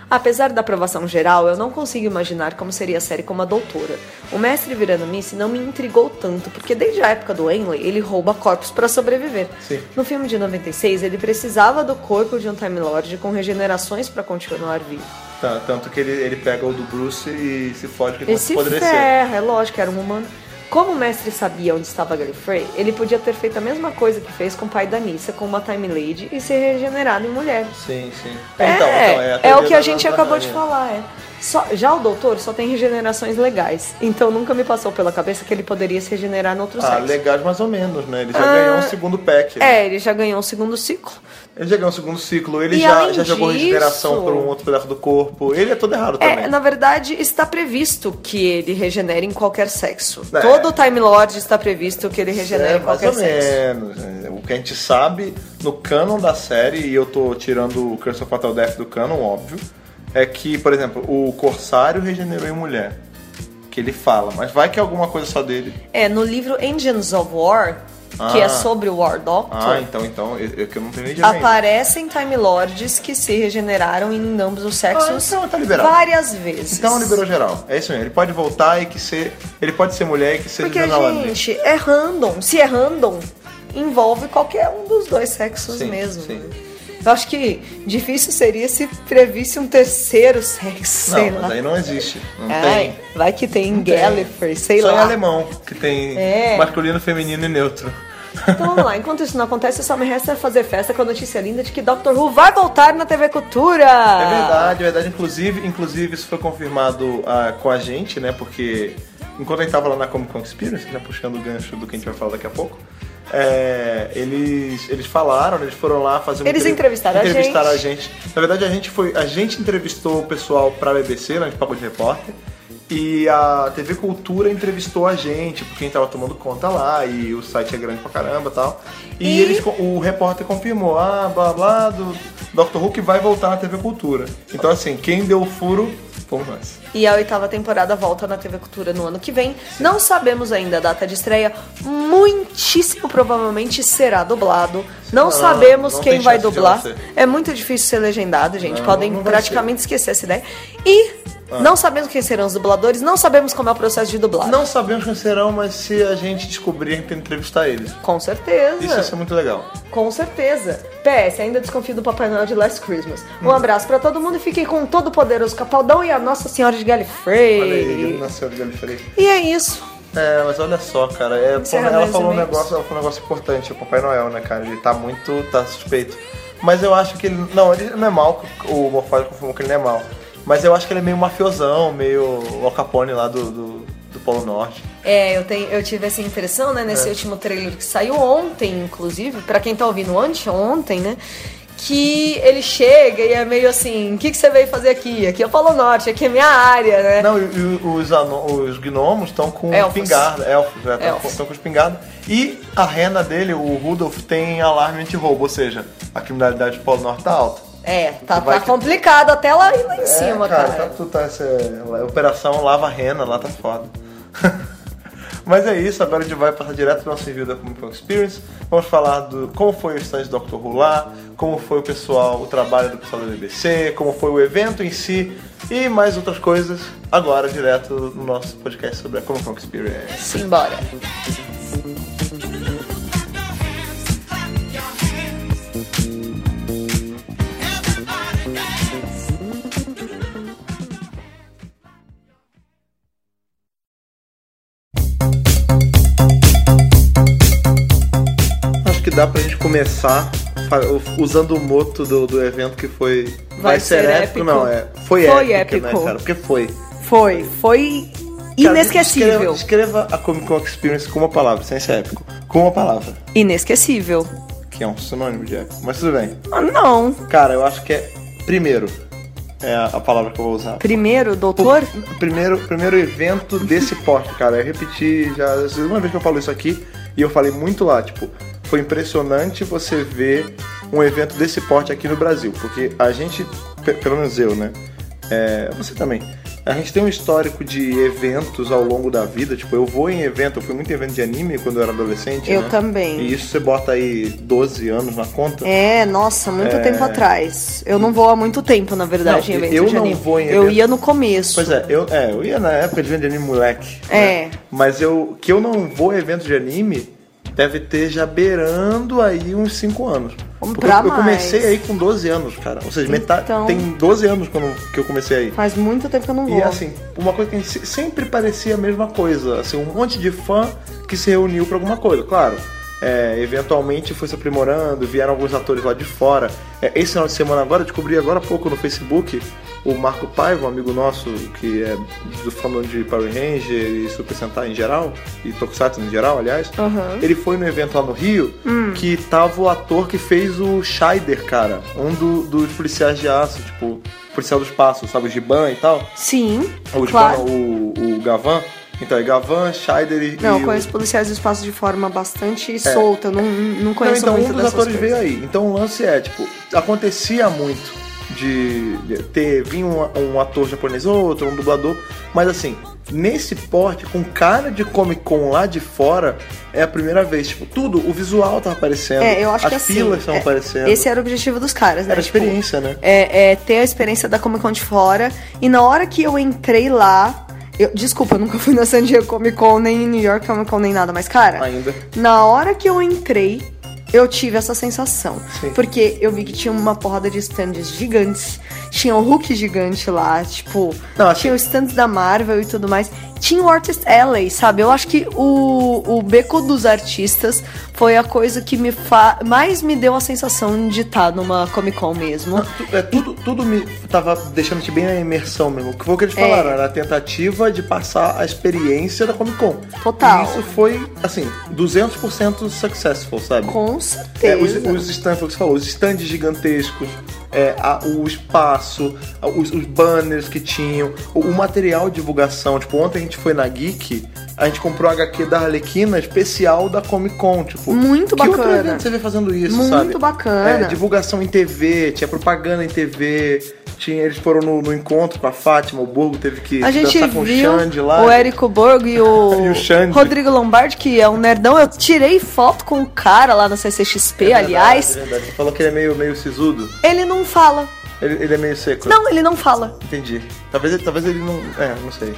B: Apesar da aprovação geral, eu não consigo imaginar como seria a série como a doutora. O mestre virando Missy não me intrigou tanto, porque desde a época do Enley, ele rouba corpos pra sobreviver.
A: Sim.
B: No filme de 96, ele precisava do corpo de um Time Lord com regenerações pra continuar vivo.
A: Tá, tanto que ele, ele pega o do Bruce e se fode que ele não
B: Ele
A: se
B: se
A: apodrecer.
B: ferra, é lógico, era um humano. Como o mestre sabia onde estava Gallifrey, ele podia ter feito a mesma coisa que fez com o pai da Nissa, com uma Time Lady, e se regenerado em mulher.
A: Sim, sim.
B: É,
A: Então, então,
B: é,
A: teoria
B: o que a
A: da-
B: gente
A: da-
B: acabou
A: da-
B: de falar, é. Só, já o doutor só tem regenerações legais, então nunca me passou pela cabeça que ele poderia se regenerar em outro
A: Ah,
B: sexo.
A: legais mais ou menos, né? Ele já ganhou um segundo pack.
B: Ah, É, ele já ganhou um segundo ciclo.
A: Ele já ganhou um segundo ciclo, ele
B: E
A: já,
B: além
A: já jogou
B: disso-
A: regeneração por um outro pedaço do corpo. Ele é todo errado também.
B: É, na verdade, está previsto que ele regenere em qualquer sexo.
A: É.
B: Todo Time Lord está previsto que ele regenere
A: É,
B: em
A: mais
B: qualquer
A: ou
B: sexo.
A: menos. né? O que a gente sabe no canon da série, e eu tô tirando o Curse of Fatal Death do canon, óbvio, é que, por exemplo, o Corsário regenerou em mulher. Que ele fala, mas vai que é alguma coisa só dele.
B: É, no livro Engines of War, que
A: Ah.
B: é sobre o War Doctor,
A: Ah, então, então, eu, eu que eu não tenho nem ideia ainda.
B: aparecem Time Lords que se regeneraram em ambos os sexos
A: Ah, então tá liberado.
B: várias vezes.
A: Então liberou geral. É isso mesmo. Ele pode voltar e que ser. Ele pode ser mulher e que seja
B: Porque,
A: Joana Lander.
B: gente, é random. Se é random, envolve qualquer um dos dois sexos
A: Sim,
B: mesmo. né?
A: sim.
B: Eu acho que difícil seria se previsse um terceiro sexo,
A: Não,
B: sei
A: mas
B: lá.
A: aí não existe. Não
B: Ai,
A: tem.
B: vai que tem em Gallifrey, sei
A: Só
B: lá.
A: em alemão, que tem
B: É.
A: masculino, feminino e neutro.
B: Então vamos lá, enquanto isso não acontece, só me resta fazer festa com a notícia linda de que Doctor Who vai voltar na TV Cultura!
A: É verdade, é verdade. Inclusive, inclusive isso foi confirmado ah, com a gente, né? Porque enquanto a gente tava lá na Comic Con Experience, já puxando o gancho do que a gente vai falar daqui a pouco, é, eles, eles falaram, eles foram lá fazer uma
B: Eles
A: entrev-
B: entrevistaram a
A: entrevistaram a gente. Na verdade, a gente foi, a gente entrevistou o pessoal pra BBC, né? A gente pagou de repórter. E a TV Cultura entrevistou a gente, porque a gente tava tomando conta lá, e o site é grande pra caramba e tal. E,
B: E-
A: eles, co- o repórter confirmou, ah, blá blá, do Dr. Who que vai voltar na TV Cultura. Então assim, quem deu o furo, foi nós.
B: E a oitava temporada volta na TV Cultura no ano que vem. Não sabemos ainda a data de estreia. Muitíssimo provavelmente será dublado. Não,
A: Não,
B: sabemos
A: Ah, não
B: quem
A: tem
B: vai
A: chance de
B: dublar.
A: não ser.
B: É muito difícil ser legendado, gente.
A: Não,
B: Podem
A: não vai Ah.
B: praticamente esquecer essa ideia. E não sabemos quem serão os dubladores. Não sabemos como é o processo de dublagem.
A: Não sabemos quem serão, mas se a gente descobrir, a gente tem que entrevistar eles.
B: Com certeza.
A: Isso ia ser muito legal.
B: Com certeza. PS, ainda desconfio do Papai Noel de Last Christmas.
A: Hum.
B: Um abraço pra todo mundo e fiquem com todo o poderoso Capaldão e a Nossa Senhora de
A: Olha aí, ele
B: Gallifrey.
A: nasceu de Galifrey.
B: E é isso.
A: É, mas olha só, cara. é, pô,
B: Encerrando
A: ela
B: os
A: falou um
B: e-mails.
A: negócio, ela falou um negócio importante, o Papai Noel, né, cara? Ele tá muito. tá suspeito. Mas eu acho que ele. Não, ele não é mal, o Morfólio confirmou que ele não é mal. Mas eu acho que ele é meio mafiosão, meio Al Capone lá do, do, do Polo Norte.
B: É, eu, tenho, eu tive essa impressão, né,
A: É.
B: nesse último trailer que saiu ontem, inclusive, pra quem tá ouvindo ontem, ontem, né? Que ele chega e é meio assim, o que, que você veio fazer aqui? Aqui é o Polo Norte, aqui é minha área, né?
A: Não, e, e os, ano- os gnomos estão com
B: Elfos.
A: espingarda. Elfos, é, estão com,
B: Elfos.
A: tão com espingarda. E a renda dele, o Rudolph, tem alarme anti-roubo, ou seja, a criminalidade do Polo Norte tá alta.
B: É, tá,
A: Vai
B: tá
A: que-
B: complicado até lá, lá em
A: É,
B: cima, cara.
A: Tá, tu tá essa operação Lava Rena, lá tá foda. Mas é isso, agora a gente vai passar direto pro nosso review da Comic Con Experience. Vamos falar do como foi o stand do Doctor Who lá, como foi o pessoal, o trabalho do pessoal da BBC, como foi o evento em si e mais outras coisas agora direto no nosso podcast sobre a Comic Con Experience.
B: Simbora.
A: Acho que dá pra gente começar fa- usando o moto do, do evento que foi. Vai,
B: ser épico.
A: Não, é. Foi,
B: Foi
A: épico. né,
B: épico.
A: cara? Porque foi.
B: Foi, foi
A: Cara,
B: inesquecível.
A: Escreva, escreva a Comic Con Experience com uma palavra, sem ser épico. Com uma palavra,
B: Inesquecível.
A: que é um sinônimo de épico, mas tudo bem.
B: Ah, não.
A: Cara, eu acho que é primeiro é a, a palavra que eu vou usar.
B: Primeiro, doutor.
A: Primeiro, primeiro evento desse porte, cara. Eu repeti já. é a segunda vez que eu falo isso aqui e eu falei muito lá, tipo, foi impressionante você ver um evento desse porte aqui no Brasil, porque a gente, pe- pelo menos eu, né? É, você também. A gente tem um histórico de eventos ao longo da vida, tipo, eu vou em evento, eu fui muito em evento de anime quando eu era adolescente.
B: Eu
A: né?
B: também.
A: E isso você bota aí 12 anos na conta.
B: É, nossa, muito tempo atrás. Eu não vou há muito tempo, na verdade,
A: Não,
B: em evento
A: eu
B: de
A: não
B: anime.
A: vou em
B: eu
A: evento.
B: ia no começo.
A: Pois é, eu, é, eu ia na época de evento de anime moleque.
B: É.
A: né? Mas eu que eu não vou a evento de anime deve ter já beirando aí uns 5 anos.
B: Vamos
A: Porque
B: pra
A: eu, eu comecei
B: mais.
A: aí com 12 anos, cara. Ou seja, metade,
B: Então.
A: tem 12 anos quando, que eu comecei aí.
B: Faz muito tempo que eu não vou.
A: E assim, uma coisa que se- sempre parecia a mesma coisa, assim, um monte de fã que se reuniu pra alguma coisa, claro. é, eventualmente foi se aprimorando, vieram alguns atores lá de fora. É, esse final de semana agora, eu descobri agora há pouco no Facebook o Marco Paiva, um amigo nosso que é do fandom de Power Ranger e Super Sentai em geral, e Tokusatsu em geral, aliás.
B: Aham. Hum.
A: Ele foi no evento lá no Rio que tava o ator que fez o Scheider, cara, um do- dos policiais de aço, tipo, policial do espaço, sabe, o Giban e tal.
B: Sim,
A: O, de
B: claro.
A: Gavan, o, o Gavan. Então, é Gavan, Scheider e. e
B: Não, eu
A: o- Então,
B: conheço policiais do espaço de forma bastante solta. eu Não, não
A: É. Não,
B: conheço
A: então
B: muito
A: um dos
B: dessas
A: atores
B: coisas.
A: veio aí. Então o lance é, tipo, acontecia muito de de ter vir um, um ator japonês ou outro, um dublador, mas assim, nesse porte, com cara de Comic Con lá de fora, é a primeira vez. Tipo, tudo, o visual tá aparecendo,
B: É, eu acho
A: as
B: que assim.
A: pilas estão
B: é,
A: aparecendo.
B: Esse era o objetivo dos caras, né?
A: Era a
B: Tipo,
A: experiência, né?
B: é, é ter a experiência da Comic Con de fora. E na hora que eu entrei lá. Eu, desculpa, eu nunca fui na San Diego Comic Con, nem em New York Comic Con, nem nada, mas, cara.
A: Ainda.
B: Na hora que eu entrei, eu tive essa sensação.
A: Sim.
B: Porque eu vi que tinha uma porrada de stands gigantes. Tinha o Hulk gigante lá, tipo.
A: Não, assim-
B: Tinha o stand da Marvel e tudo mais. Tinha o Artist Alley, sabe? Eu acho que o, o Beco dos Artistas foi a coisa que me fa mais me deu a sensação de estar numa Comic Con mesmo.
A: Tu- É, tudo, tudo me tava deixando te bem na imersão mesmo. O que foi o que eles falaram?
B: É.
A: Era a tentativa de passar a experiência da Comic Con.
B: Total.
A: E isso foi, assim, 200% successful, sabe?
B: Com
A: É, os,
B: certeza.
A: os stands, foi o que você falou, os stands gigantescos, é, a- o espaço, a- os, os banners que tinham, o, o material de divulgação. Tipo, ontem a gente foi na Geek, a gente comprou a HQ da Arlequina especial da Comic Con, tipo.
B: Muito
A: que outro
B: bacana.
A: evento você vê fazendo isso,
B: Muito
A: sabe?
B: bacana.
A: É, divulgação em TV, tinha propaganda em TV, tinha, eles foram no, no encontro com a Fátima, o Burgo teve que
B: A gente
A: dançar com
B: viu
A: o Xande lá.
B: o Érico Borgo e o,
A: E o Xande.
B: Rodrigo Lombardi, que é um nerdão. Eu tirei foto com o cara lá na CCXP,
A: É verdade,
B: aliás.
A: é verdade. Você falou que ele é meio, meio sisudo,
B: Ele não fala.
A: ele, ele é meio seco.
B: Não, ele não fala.
A: Entendi. Talvez, ele- talvez ele não. É, não sei.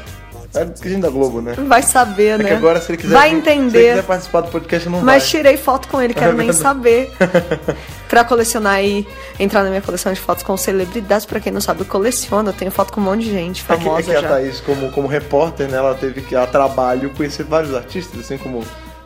A: É gente da Globo, né?
B: Vai saber,
A: É
B: né?
A: que agora, se ele quiser,
B: Vai
A: vir- Se ele
B: entender.
A: quiser participar do podcast, não
B: Mas
A: vai.
B: tirei foto com ele, quero
A: É
B: nem
A: verdade.
B: saber. pra colecionar e entrar na minha coleção de fotos com celebridades. Pra quem não sabe, eu coleciono. Eu tenho foto com um monte de gente
A: É que, é
B: famosa
A: que a
B: já.
A: Thaís, como, como repórter, né, ela teve que, a trabalho, conhecer vários artistas, assim como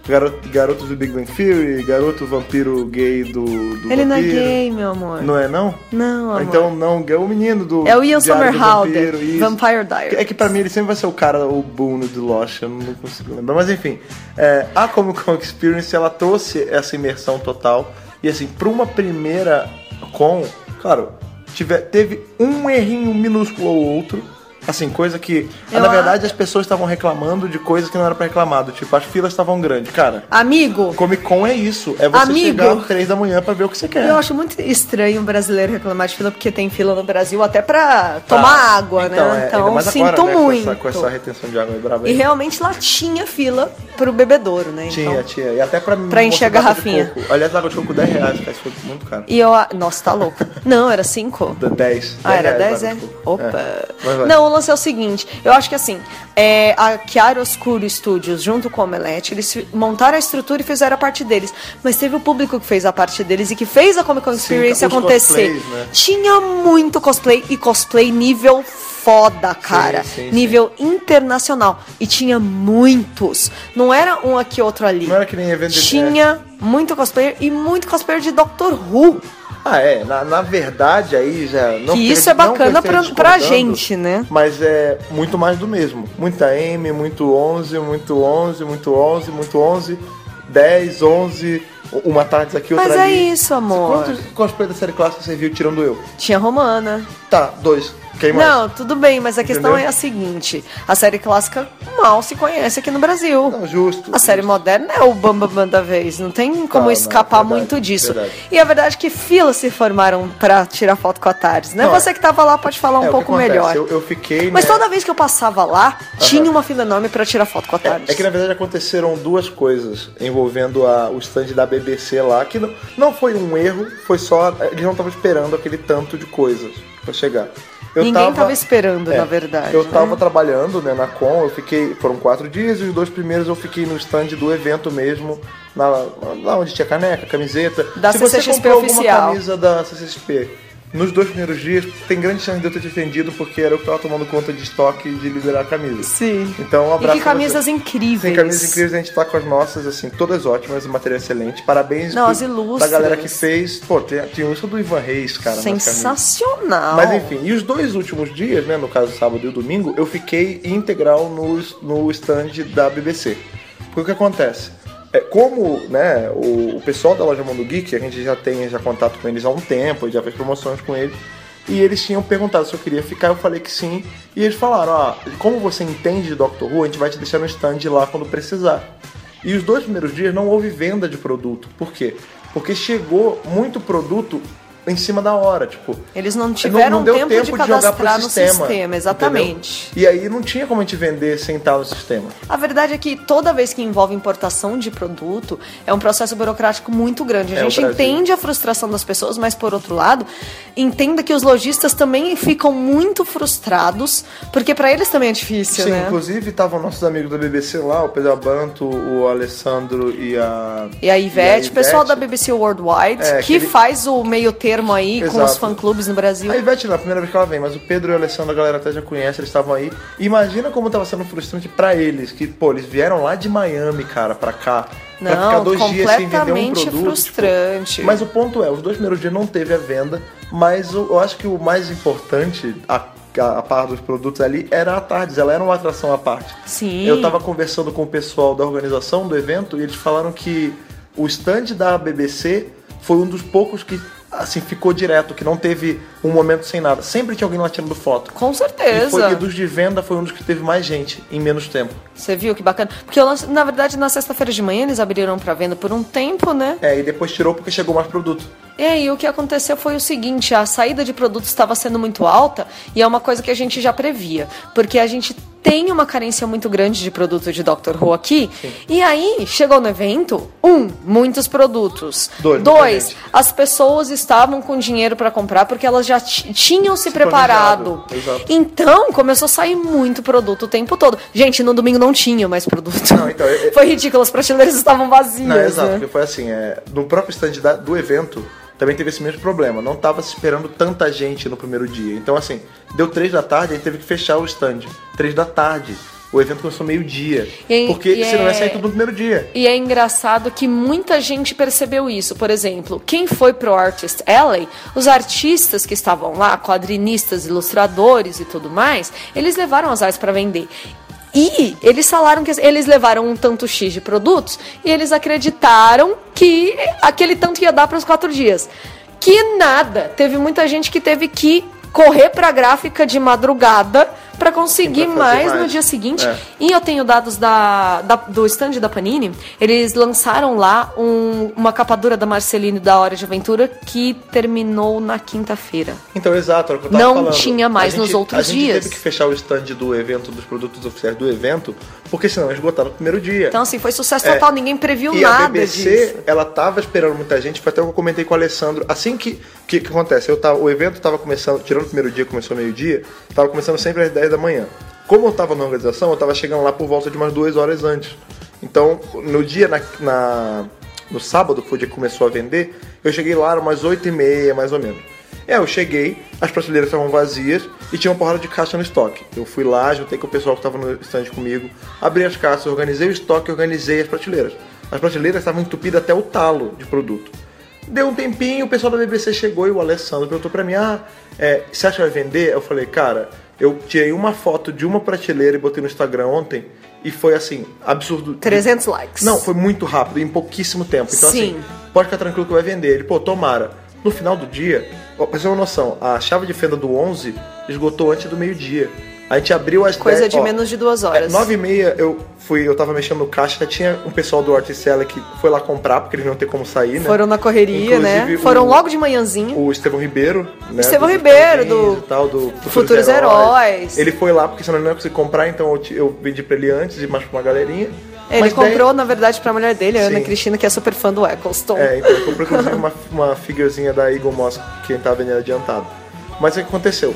A: garoto, garoto do Big Bang Theory, garoto vampiro gay do, do
B: Ele não é
A: Vampiro.
B: gay, meu amor.
A: Não é, não?
B: Não, amor.
A: Então, não, é o menino do
B: é o Ian
A: Diário do
B: Somerhalder,
A: Vampiro, isso.
B: Vampire Diaries.
A: É que pra mim ele sempre vai ser o cara, o Bruno de Lost, eu não consigo lembrar. Mas enfim, é, a Comic Con Experience ela trouxe essa imersão total. E assim, pra uma primeira con, claro, tiver, teve um errinho minúsculo ou outro. Assim, coisa que.
B: Eu
A: na
B: a-
A: verdade, as pessoas estavam reclamando de coisas que não era pra reclamar. do Tipo, as filas estavam grandes. Cara,
B: Amigo,
A: Comic Con é isso. É você
B: Amigo.
A: chegar às três da manhã pra ver o que você quer.
B: Eu acho muito estranho o brasileiro reclamar de fila, porque tem fila no Brasil até pra tomar
A: Tá.
B: água,
A: Então,
B: né?
A: é,
B: Então
A: ainda mais
B: sinto
A: agora, né, com
B: muito.
A: essa- Com essa, retenção de água aí brava.
B: E
A: aí.
B: realmente lá tinha fila pro bebedouro, né?
A: Tinha,
B: Então-
A: tinha. E até pra mim.
B: Pra encher a garrafinha.
A: Aliás, água de coco 10 reais, cara. Isso foi muito caro.
B: E eu. a- Nossa, tá louco. Não, era cinco?
A: Da 10.
B: Ah, era 10,
A: reais a
B: é?
A: água de coco.
B: Opa!
A: É. Mas vai.
B: Não, o lance é o seguinte: eu acho que assim, é, a Chiaroscuro Studios, junto com o Omelete, eles fi- montaram a estrutura e fizeram a parte deles. Mas teve o público que fez a parte deles e que fez a Comic Con Experience
A: os
B: acontecer.
A: cosplays, né?
B: Tinha muito cosplay e cosplay nível foda, cara.
A: sim, sim.
B: nível internacional. E tinha muitos. Não era um aqui, outro ali.
A: Não era que nem evento de-
B: Tinha muito cosplayer e muito cosplayer de Doctor Who.
A: Ah, é. Na, na verdade, aí já. Não
B: Que
A: queria-
B: isso é
A: não
B: bacana
A: queria estar
B: pra- pra
A: discordando,
B: gente, né?
A: Mas é muito mais do mesmo. Muita M, muito 11, muito 11, muito 11, muito 11, 10, 11. Uma tarde aqui, outra
B: Mas é
A: ali.
B: isso, amor.
A: Quantos cosplay da série clássica você viu tirando eu?
B: Tinha Romana.
A: Tá, dois. Quem mais?
B: Não, tudo bem, mas a questão
A: Entendeu?
B: é a seguinte: a série clássica mal se conhece aqui no Brasil.
A: Não, justo,
B: A série
A: justo.
B: moderna é o bamba bam da vez, não tem como
A: Não, não,
B: escapar
A: verdade,
B: muito disso.
A: verdade.
B: E a verdade é que filas se formaram pra tirar foto com a Tars, né?
A: Não,
B: Você que tava lá pode falar um
A: É, o que
B: pouco
A: acontece,
B: melhor.
A: Eu, eu fiquei.
B: Mas
A: né,
B: toda vez que eu passava lá, tinha uma fila enorme pra tirar foto com a Tars.
A: É, é que na verdade aconteceram duas coisas envolvendo a- o stand da BBC lá, que não, não foi um erro, foi só. Eles não estavam esperando aquele tanto de coisas pra chegar. Eu é,
B: Ninguém tava esperando, na verdade,
A: Eu
B: né?
A: tava trabalhando né, na Com, eu fiquei. Foram quatro dias, e os dois primeiros eu fiquei no stand do evento mesmo, na, lá onde tinha caneca, camiseta.
B: Da
A: Se você
B: CCXP
A: comprou alguma
B: oficial.
A: camisa da CCXP. Nos dois primeiros dias, tem grande chance de eu ter te entendido, porque era eu que tava tomando conta de estoque e de liberar camisas.
B: Sim.
A: Então, um
B: E
A: abraço
B: que
A: pra você.
B: camisas incríveis.
A: Tem camisas incríveis, a gente tá com as nossas, assim, todas ótimas, o material é excelente. Parabéns
B: Não,
A: pro-
B: as ilustres.
A: pra galera que fez. Pô, tem, tem uso do Ivan Reis, cara. nas camisas.
B: Sensacional.
A: Mas enfim, e os dois últimos dias, né, no caso sábado e domingo, eu fiquei integral no, no stand da BBC. Porque o que acontece? É, como né, o, o pessoal da loja Mundo Geek, a gente já tem já contato com eles há um tempo, já fez promoções com eles, e eles tinham perguntado se eu queria ficar, eu falei que sim, e eles falaram, ó, como você entende de Doctor Who, a gente vai te deixar no stand lá quando precisar. E os dois primeiros dias não houve venda de produto. Por quê? Porque chegou muito produto em cima da hora, tipo.
B: Eles não
A: não-
B: tiveram
A: não deu
B: tempo,
A: tempo
B: de
A: de jogar pro
B: cadastrar no
A: sistema,
B: sistema,
A: entendeu?
B: exatamente.
A: E aí não tinha como a gente vender sem estar no sistema.
B: A verdade é que toda vez que envolve importação de produto, é um processo burocrático muito grande.
A: É,
B: A
A: o
B: gente
A: Brasil.
B: entende a frustração das pessoas, mas por outro lado, entenda que os lojistas também ficam muito frustrados, porque pra eles também é difícil,
A: Sim,
B: né?
A: inclusive estavam nossos amigos da BBC lá, o Pedro Abanto, o Alessandro e a.
B: E a Ivete,
A: o
B: o pessoal da BBC Worldwide,
A: É,
B: que
A: aquele-
B: faz o meio termo aí com os
A: Exato.
B: fã-clubes no Brasil.
A: A Ivete não é a primeira vez que ela vem, mas o Pedro e o Alessandro, a galera até já conhece, eles estavam aí. Imagina como tava sendo frustrante pra eles, que, pô, eles vieram lá de Miami, cara, pra cá. pra
B: Não,
A: ficar dois dias sem vender um
B: completamente
A: produto. tipo,
B: frustrante.
A: mas o ponto é, os dois primeiros dias não teve a venda, mas o- eu acho que o mais importante, a, a, a par dos produtos ali, era a tardes, ela era uma atração à parte.
B: Sim.
A: Eu tava conversando com o pessoal da organização do evento e eles falaram que o stand da BBC foi um dos poucos que assim ficou direto, que não teve um momento sem nada. Sempre tinha alguém lá tirando foto.
B: Com
A: E, foi, e
B: certeza.
A: dos de venda foi um dos que teve mais gente em menos tempo.
B: Você viu que bacana? Porque eu lanço- na verdade na sexta-feira de manhã eles abriram pra venda por um tempo, né?
A: É, e depois tirou porque chegou mais produto.
B: É, E aí, o que aconteceu foi o seguinte: a saída de produtos estava sendo muito alta e é uma coisa que a gente já previa, porque a gente tem uma carência muito grande de produto de Dr. Who aqui. E aí, chegou no evento, um, muitos produtos.
A: Dois, muita
B: Dois
A: gente.
B: as pessoas estavam com dinheiro para comprar porque elas já ti- tinham se, preparado.
A: planejado, exato.
B: Então, começou a sair muito produto o tempo todo. Gente, no domingo não tinha mais produto.
A: Não, então, é- é-
B: Foi ridículo, as prateleiras estavam vazias.
A: Não, exato,
B: né?
A: porque foi assim, é, no próprio stand da- do evento também teve esse mesmo problema. Não tava se esperando tanta gente no primeiro dia. Então, assim, deu três da tarde, aí teve que fechar o stand. Três da tarde. O evento começou meio-dia.
B: E-
A: Porque
B: e
A: senão
B: é-
A: ia sair tudo no primeiro dia.
B: E é engraçado que muita gente percebeu isso. Por exemplo, quem foi pro Artist Alley, os artistas que estavam lá, quadrinistas, ilustradores e tudo mais, eles levaram as artes para vender. E eles falaram que eles levaram um tanto X de produtos e eles acreditaram que aquele tanto ia dar para os quatro dias. Que nada! Teve muita gente que teve que correr para a gráfica de madrugada para conseguir
A: fazer
B: mais, no
A: mais.
B: dia seguinte.
A: É.
B: E eu tenho dados da, da- do stand da Panini. Eles lançaram lá um- uma capa dura da Marceline da Hora de Aventura que terminou na quinta-feira.
A: Então, exato, era o que eu tava
B: Não
A: falando.
B: tinha mais
A: A gente-
B: nos outros
A: a gente
B: dias.
A: teve que fechar o stand do evento, dos produtos oficiais do evento, porque senão ia esgotar no primeiro dia.
B: Então, assim, foi sucesso
A: É.
B: total, ninguém previu
A: e
B: nada
A: a BBC,
B: disso.
A: ela tava esperando muita gente, foi até o que eu comentei com o Alessandro. Assim que que, que acontece, eu tava, o evento tava começando, tirando o primeiro dia, começou meio-dia, tava começando sempre às 10 da manhã. Como eu tava na organização, eu tava chegando lá por volta de umas duas horas antes. Então, no dia, na, na- no sábado, que foi o dia que começou a vender, eu cheguei lá, era umas 8 e meia, mais ou menos. É, eu cheguei, as prateleiras estavam vazias e tinha uma porrada de caixa no estoque. Eu fui lá, juntei com o pessoal que estava no stand comigo, abri as caixas, organizei o estoque, organizei as prateleiras. As prateleiras estavam entupidas até o talo de produto. Deu um tempinho, o pessoal da BBC chegou e o Alessandro perguntou pra mim: Ah, é, você acha que vai vender? Eu falei: Cara, eu tirei uma foto de uma prateleira e botei no Instagram ontem e foi assim, absurdo.
B: 300 likes.
A: Não, foi muito rápido, em pouquíssimo tempo. Então,
B: Sim.
A: assim, pode ficar tranquilo que vai vender. Ele, pô, tomara. No final do dia, ó, pra você ter uma noção, a chave de fenda do 11 esgotou antes do meio-dia. A gente abriu às
B: Coisa
A: 10,
B: de
A: ó,
B: menos de duas
A: é,
B: horas.
A: Nove e meia eu fui, eu tava mexendo no caixa, tinha um pessoal do Articella que foi lá comprar, porque eles não ter como sair, né?
B: Foram na correria, né?
A: Inclusive,
B: Foram
A: o-
B: logo de manhãzinha.
A: O Estevão Ribeiro, né?
B: Estevão
A: do
B: Ribeiro,
A: Titãozinhos
B: do
A: e tal, do
B: Futuros Heróis.
A: Ele foi lá, porque senão ele não ia conseguir comprar, então eu, te- eu vendi pra ele antes e mais pra uma galerinha.
B: Ele
A: Mas daí-
B: comprou, na verdade, pra mulher dele, a Ana
A: Sim.
B: Cristina, que é super fã do Eccleston.
A: É, então eu comprei inclusive uma, uma figurinha da Eagle Moss que ele tava vendendo adiantado. Mas o que aconteceu?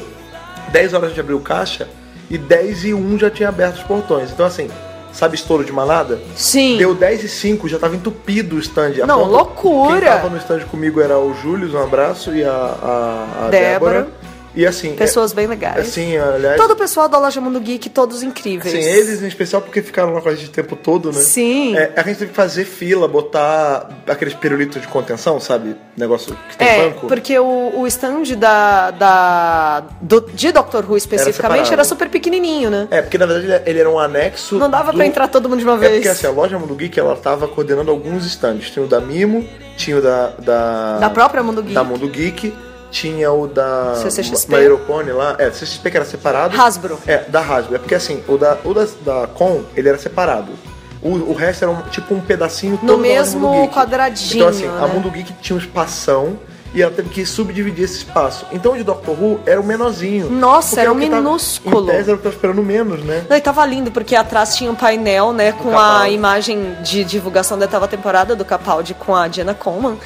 A: 10 horas de abrir o caixa e 10 e 1 já tinha aberto os portões. Então assim, sabe estouro de manada?
B: Sim.
A: Deu 10 e 5, já tava entupido o stand. A
B: Não, loucura!
A: Quem tava no stand comigo era o Júlio, um abraço, e a, a, a
B: Débora.
A: Débora. E assim...
B: Pessoas bem
A: é,
B: legais.
A: assim, aliás...
B: Todo o pessoal da Loja Mundo Geek, todos incríveis.
A: Sim, eles em especial porque ficaram lá com a gente o tempo todo, né?
B: Sim.
A: É, a gente teve que fazer fila, botar aqueles pirulitos de contenção, sabe? Negócio que tem
B: É,
A: banco.
B: porque o, o stand da, da, do- de Doctor Who especificamente era,
A: separado.
B: super pequenininho, né?
A: É, porque na verdade ele- ele era um anexo.
B: Não dava
A: do...
B: pra entrar todo mundo de uma
A: É
B: vez.
A: porque assim, a loja Mundo Geek ela tava coordenando alguns stands. Tinha o da Mimo, tinha o da. Da,
B: Da própria Mundo Geek.
A: da Mundo Geek, tinha o da.
B: CCXP.
A: Ma- Mairocone lá. É, CCXP que era separado.
B: Hasbro.
A: É, da Hasbro. É porque assim, o da, o da, da Com, ele era separado. O, o resto era um- tipo um pedacinho todo da loja
B: mesmo
A: Mundo Geek.
B: quadradinho,
A: Então assim, a
B: né?
A: Mundo Geek tinha um espação e ela teve que subdividir esse espaço. Então o de Doctor Who era o menorzinho.
B: Nossa,
A: Porque é
B: era um
A: o que tava-
B: minúsculo.
A: Em tese era o que eu tava esperando menos, né?
B: Não, e tava lindo, porque atrás tinha um painel, né, com a
A: Capaldi.
B: imagem de divulgação da oitava temporada do Capaldi com a Jenna Coleman.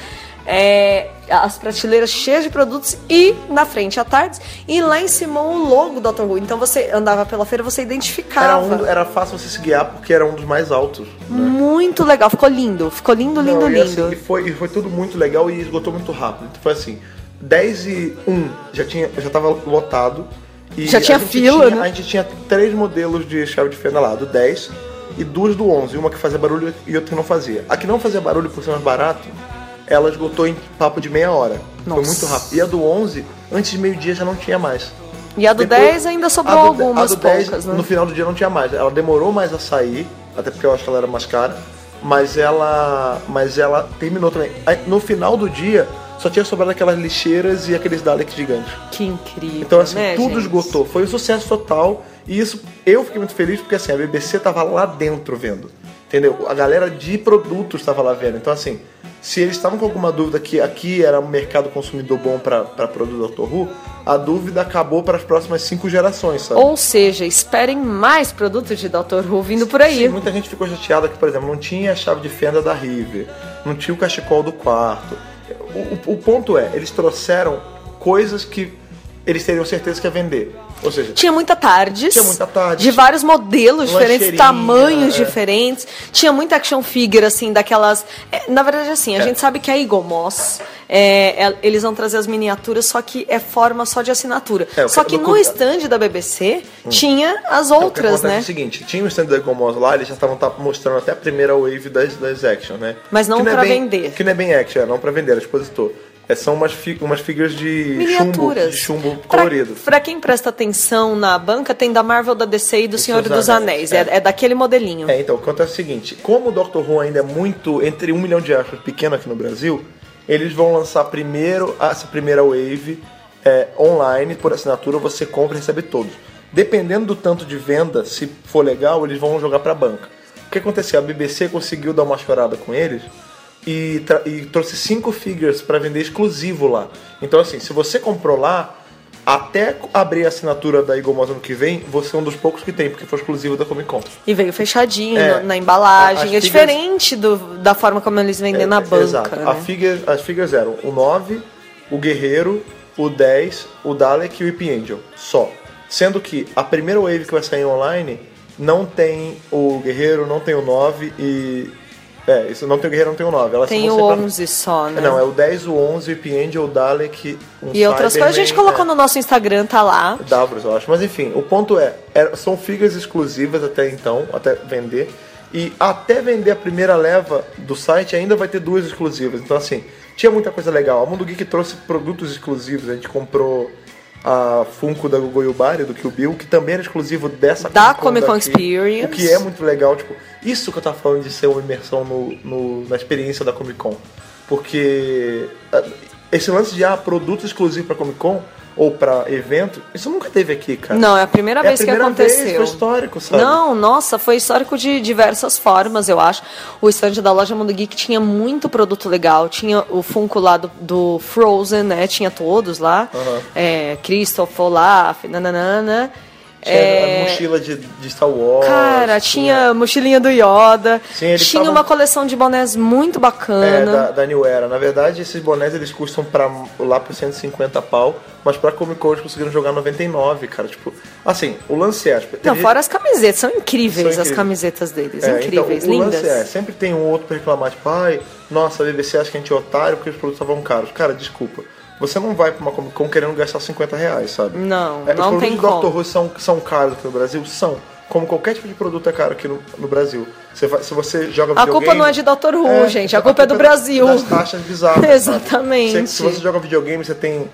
B: É, as prateleiras cheias de produtos e na frente à tarde. E lá em cima o logo do Dr. Who. Então você andava pela feira, você
A: Era,
B: identificava.
A: um, era fácil você se guiar porque era um dos mais altos.
B: Muito legal, ficou lindo, ficou lindo, lindo,
A: Não, e assim,
B: lindo.
A: e, foi, e foi tudo muito legal e esgotou muito rápido. Então, Foi assim, 10 e 1 já, tinha, já tava lotado. E
B: Já
A: a
B: tinha
A: gente
B: fila,
A: tinha-
B: né?
A: A gente tinha três modelos de chave de fenda lá, do 10 e duas do 11. Uma que fazia barulho e outra que não fazia. A que não fazia barulho por ser mais barato, ela esgotou em papo de meia hora.
B: Nossa.
A: Foi muito rápido. E a do 11, antes de meio-dia já não tinha mais.
B: E a do
A: Depois-
B: 10 ainda sobrou
A: a do de-
B: algumas
A: a do 10,
B: poucas, né?
A: No final do dia não tinha mais. Ela demorou mais a sair, até porque eu acho que ela era mais cara. Mas ela. Mas ela terminou também. Aí, No final do dia, só tinha sobrado aquelas lixeiras e aqueles Daleks gigantes.
B: Que incrível.
A: Então, assim,
B: né,
A: tudo
B: gente?
A: esgotou. Foi um sucesso total. E isso, eu fiquei muito feliz porque, assim, a BBC tava lá dentro vendo. Entendeu? A galera de produtos estava lá vendo. Então, assim, se eles estavam com alguma dúvida que aqui era um mercado consumidor bom para produto do Dr. Who, a dúvida acabou para as próximas cinco gerações, sabe?
B: Ou seja, esperem mais produtos de Dr. Who vindo por aí.
A: Sim, muita gente ficou chateada que, por exemplo, não tinha a chave de fenda da River, não tinha o cachecol do quarto. O, o- o ponto é, eles trouxeram coisas que eles teriam certeza que ia vender. Ou seja,
B: Tinha muita tardes.
A: Tinha muita tardes.
B: De vários modelos diferentes,
A: Lancheirinha,
B: tamanhos
A: é.
B: diferentes. Tinha muita action figure, assim, daquelas. é, na verdade, assim, a gente sabe que a Eagle Moss. é, é, eles vão trazer as miniaturas, só que é forma só de assinatura.
A: É, o que-
B: só que
A: no
B: no
A: cu-
B: stand da BBC tinha as
A: o que
B: outras,
A: acontece é
B: né?
A: o seguinte, tinha o stand da Gomos lá, eles já estavam tá mostrando até a primeira wave das, das action, né?
B: Mas não
A: Que é
B: pra
A: bem-
B: vender.
A: Que não é bem action, é não pra vender, é expositor. É, são umas, fi- umas figuras de chumbo,
B: miniaturas.
A: de chumbo
B: Pra-
A: colorido.
B: Pra quem presta atenção na banca, tem da Marvel, da DC e do Senhor
A: Senhor
B: dos
A: dos
B: Anéis.
A: Anéis,
B: É, é daquele modelinho.
A: É, então, o que acontece é o seguinte: como o Dr. Who ainda é muito, entre um milhão de aspas, pequeno aqui no Brasil, eles vão lançar primeiro essa primeira wave é, online, por assinatura, você compra e recebe todos. Dependendo do tanto de venda, se for legal, eles vão jogar pra banca. O que aconteceu? A BBC conseguiu dar uma chorada com eles e, tra- e trouxe cinco figures pra vender exclusivo lá. Então, assim, se você comprou lá. Até abrir a assinatura da Eagle Moss ano que vem, você é um dos poucos que tem, porque foi exclusivo da Comic Con.
B: E veio fechadinho
A: É.
B: no- na embalagem.
A: As
B: é
A: figuras-
B: diferente do- da forma como eles vendem na banca.
A: É, Exato.
B: né?
A: A figure, as figures eram o 9, o Guerreiro, o 10, o Dalek e o Ip Angel. Só. Sendo que a primeira wave que vai sair online não tem o Guerreiro, não tem o 9 e. É, isso não tem o Guerreiro, não tem o 9. Elas
B: Tem
A: vão
B: o
A: ser pra-
B: 11 só, né?
A: Não, é o 10, o 11, o Ip Angel, o Dalek, um é.
B: E outras coisas a gente colocou
A: no
B: no nosso Instagram, tá lá.
A: Davros, eu acho. Mas enfim, o ponto é, era- são figuras exclusivas até então, até vender. E até vender a primeira leva do site ainda vai ter duas exclusivas. Então assim, tinha muita coisa legal. A Mundo Geek trouxe produtos exclusivos. A gente comprou a Funko da Gogo Yubari, do Kill Bill, que também era exclusivo dessa
B: Da Comic
A: Comic-Con
B: Con
A: daqui,
B: Experience.
A: O que é muito legal, tipo, isso que eu tava falando de ser uma imersão no, no- na experiência da Comic Con. Porque ah, esse lance de ah, produto exclusivo pra Comic Con ou pra evento, isso nunca teve aqui, cara.
B: Não, é a primeira
A: é a
B: vez
A: primeira
B: que aconteceu.
A: Vez, foi histórico, sabe?
B: Não, nossa, foi histórico de diversas formas, eu acho. O stand da loja Mundo Geek tinha muito produto legal. Tinha o Funko lá do, do Frozen, né? Tinha todos lá.
A: Aham.
B: É, Christoph, Olaf, nananana.
A: Tinha
B: É,
A: a mochila de, de Star Wars.
B: Cara, tinha mochilinha do Yoda.
A: Sim, eles
B: tinha
A: estavam-
B: uma coleção de bonés muito
A: É,
B: bacana.
A: da, da New Era. Na verdade, esses bonés eles custam pra, lá por 150 pau, mas pra Comic Con eles conseguiram jogar 99, cara. Tipo, assim, o lance é. tipo,
B: Não,
A: teve-
B: fora as camisetas, são incríveis,
A: São incríveis.
B: as camisetas deles,
A: É,
B: incríveis,
A: então, o
B: lindas.
A: lance é, sempre tem um outro pra reclamar, tipo, ai, nossa, a BBC acha que a gente é otário porque os produtos estavam caros. Cara, desculpa. Você não vai pra uma Comic Con querendo gastar 50 reais, sabe?
B: Não,
A: É,
B: não
A: os
B: tem
A: produtos do Dr.
B: como.
A: Who são, são caros aqui no Brasil? São. Como qualquer tipo de produto é caro aqui no, no Brasil. Você vai- se você joga
B: A culpa
A: videogame-
B: não é de Dr. Who,
A: É,
B: gente, a culpa, é do
A: da-
B: Brasil.
A: Das taxas bizarras.
B: Exatamente.
A: sabe? Você- se você joga videogame, você tem...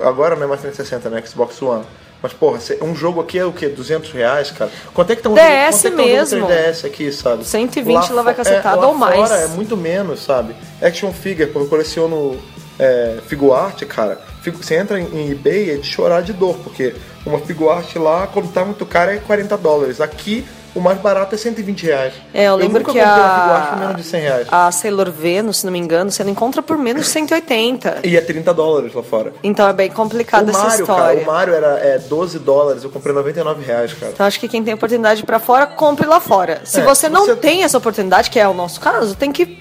A: Agora não é mais 360, né? Xbox One. Mas, porra, você- um jogo aqui é o quê? 200 reais, cara? Quanto é que tá um jogo-
B: DS
A: quanto é que tá um jogo
B: mesmo.
A: 3DS? PS aqui, sabe?
B: 120 lá vai
A: fo-
B: cacetada
A: é, lá
B: ou mais.
A: fora é muito menos, sabe? Action figure, porque eu coleciono é, figuarte, cara. Fico, você entra em, em eBay é de chorar de dor, porque uma figuarte lá, quando tá muito cara, é 40 dólares. Aqui, o mais barato é 120 reais.
B: É, eu lembro
A: nunca
B: que
A: comprei
B: a-
A: uma figuarte por menos de 100 reais.
B: A Sailor Venus, se não me engano, você não encontra por menos de 180.
A: E é 30 dólares lá fora.
B: Então é bem complicada
A: o
B: essa
A: Mario, cara,
B: história.
A: o Mario era é, 12 dólares, eu comprei 99 reais, cara.
B: Então acho que quem tem oportunidade pra fora, compre lá fora. Se
A: É,
B: você
A: se
B: não
A: você-
B: tem essa oportunidade, que é o nosso caso, tem que,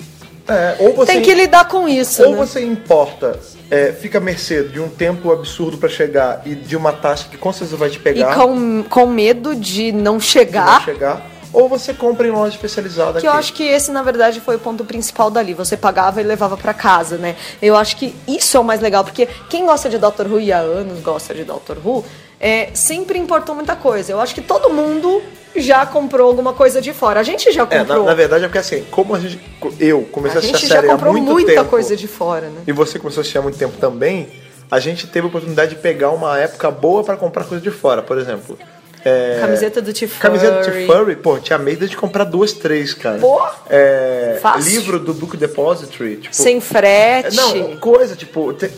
A: É, ou você
B: tem que lidar com isso.
A: Ou
B: né?
A: você importa, é, fica à mercê de um tempo absurdo pra chegar e de uma taxa que com certeza vai te
B: E
A: pegar,
B: com, com medo de não
A: que vai
B: chegar,
A: chegar, ou você compra em loja especializada.
B: Que eu
A: aqui.
B: acho que esse, na verdade, foi o ponto principal dali. Você pagava e levava pra casa, né? Eu acho que isso é o mais legal, porque quem gosta de Doctor Who e há anos gosta de Doctor Who, é, sempre importou muita coisa. Eu acho que todo mundo já comprou alguma coisa de fora. A gente já
A: É, na,
B: comprou.
A: na verdade é porque assim, como a gente, eu comecei
B: a
A: a assistir
B: gente
A: a
B: já
A: série há
B: comprou
A: muito
B: muita
A: tempo,
B: coisa de fora, né?
A: e você começou a assistir há muito tempo também, a gente teve a oportunidade de pegar uma época boa pra comprar coisa de fora, por exemplo. é,
B: Camiseta do Tiff
A: Camiseta de
B: Furry.
A: furry, pô, tinha medo de comprar duas, três, cara.
B: Pô,
A: É,
B: fácil.
A: livro do Book Depository, tipo,
B: Sem
A: É,
B: frete.
A: Não, coisa, tipo, te,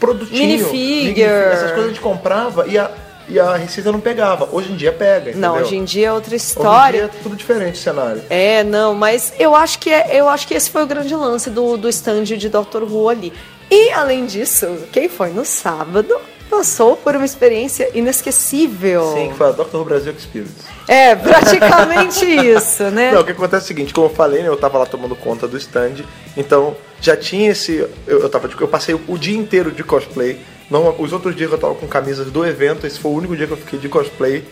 A: produtinho.
B: Minifigure.
A: minifig- Essas coisas a gente comprava e a, e a receita não pegava. Hoje em dia pega, entendeu?
B: Não, hoje em dia é
A: Hoje
B: outra
A: em
B: história.
A: dia é tudo diferente o cenário.
B: É, não, mas eu acho que é- eu acho que esse foi o grande lance do, do stand de Dr. Who ali. E além disso, quem foi no sábado passou por uma experiência inesquecível.
A: Sim, que foi a Doctor Who Brasil Experience.
B: É, praticamente isso, né?
A: Não, o que acontece é o seguinte, como eu falei, né, eu tava lá tomando conta do stand, então já tinha esse. Eu, eu, tava, de- eu passei o dia inteiro de cosplay. Não, os outros dias eu tava com camisas do evento, esse foi o único dia que eu fiquei de cosplay.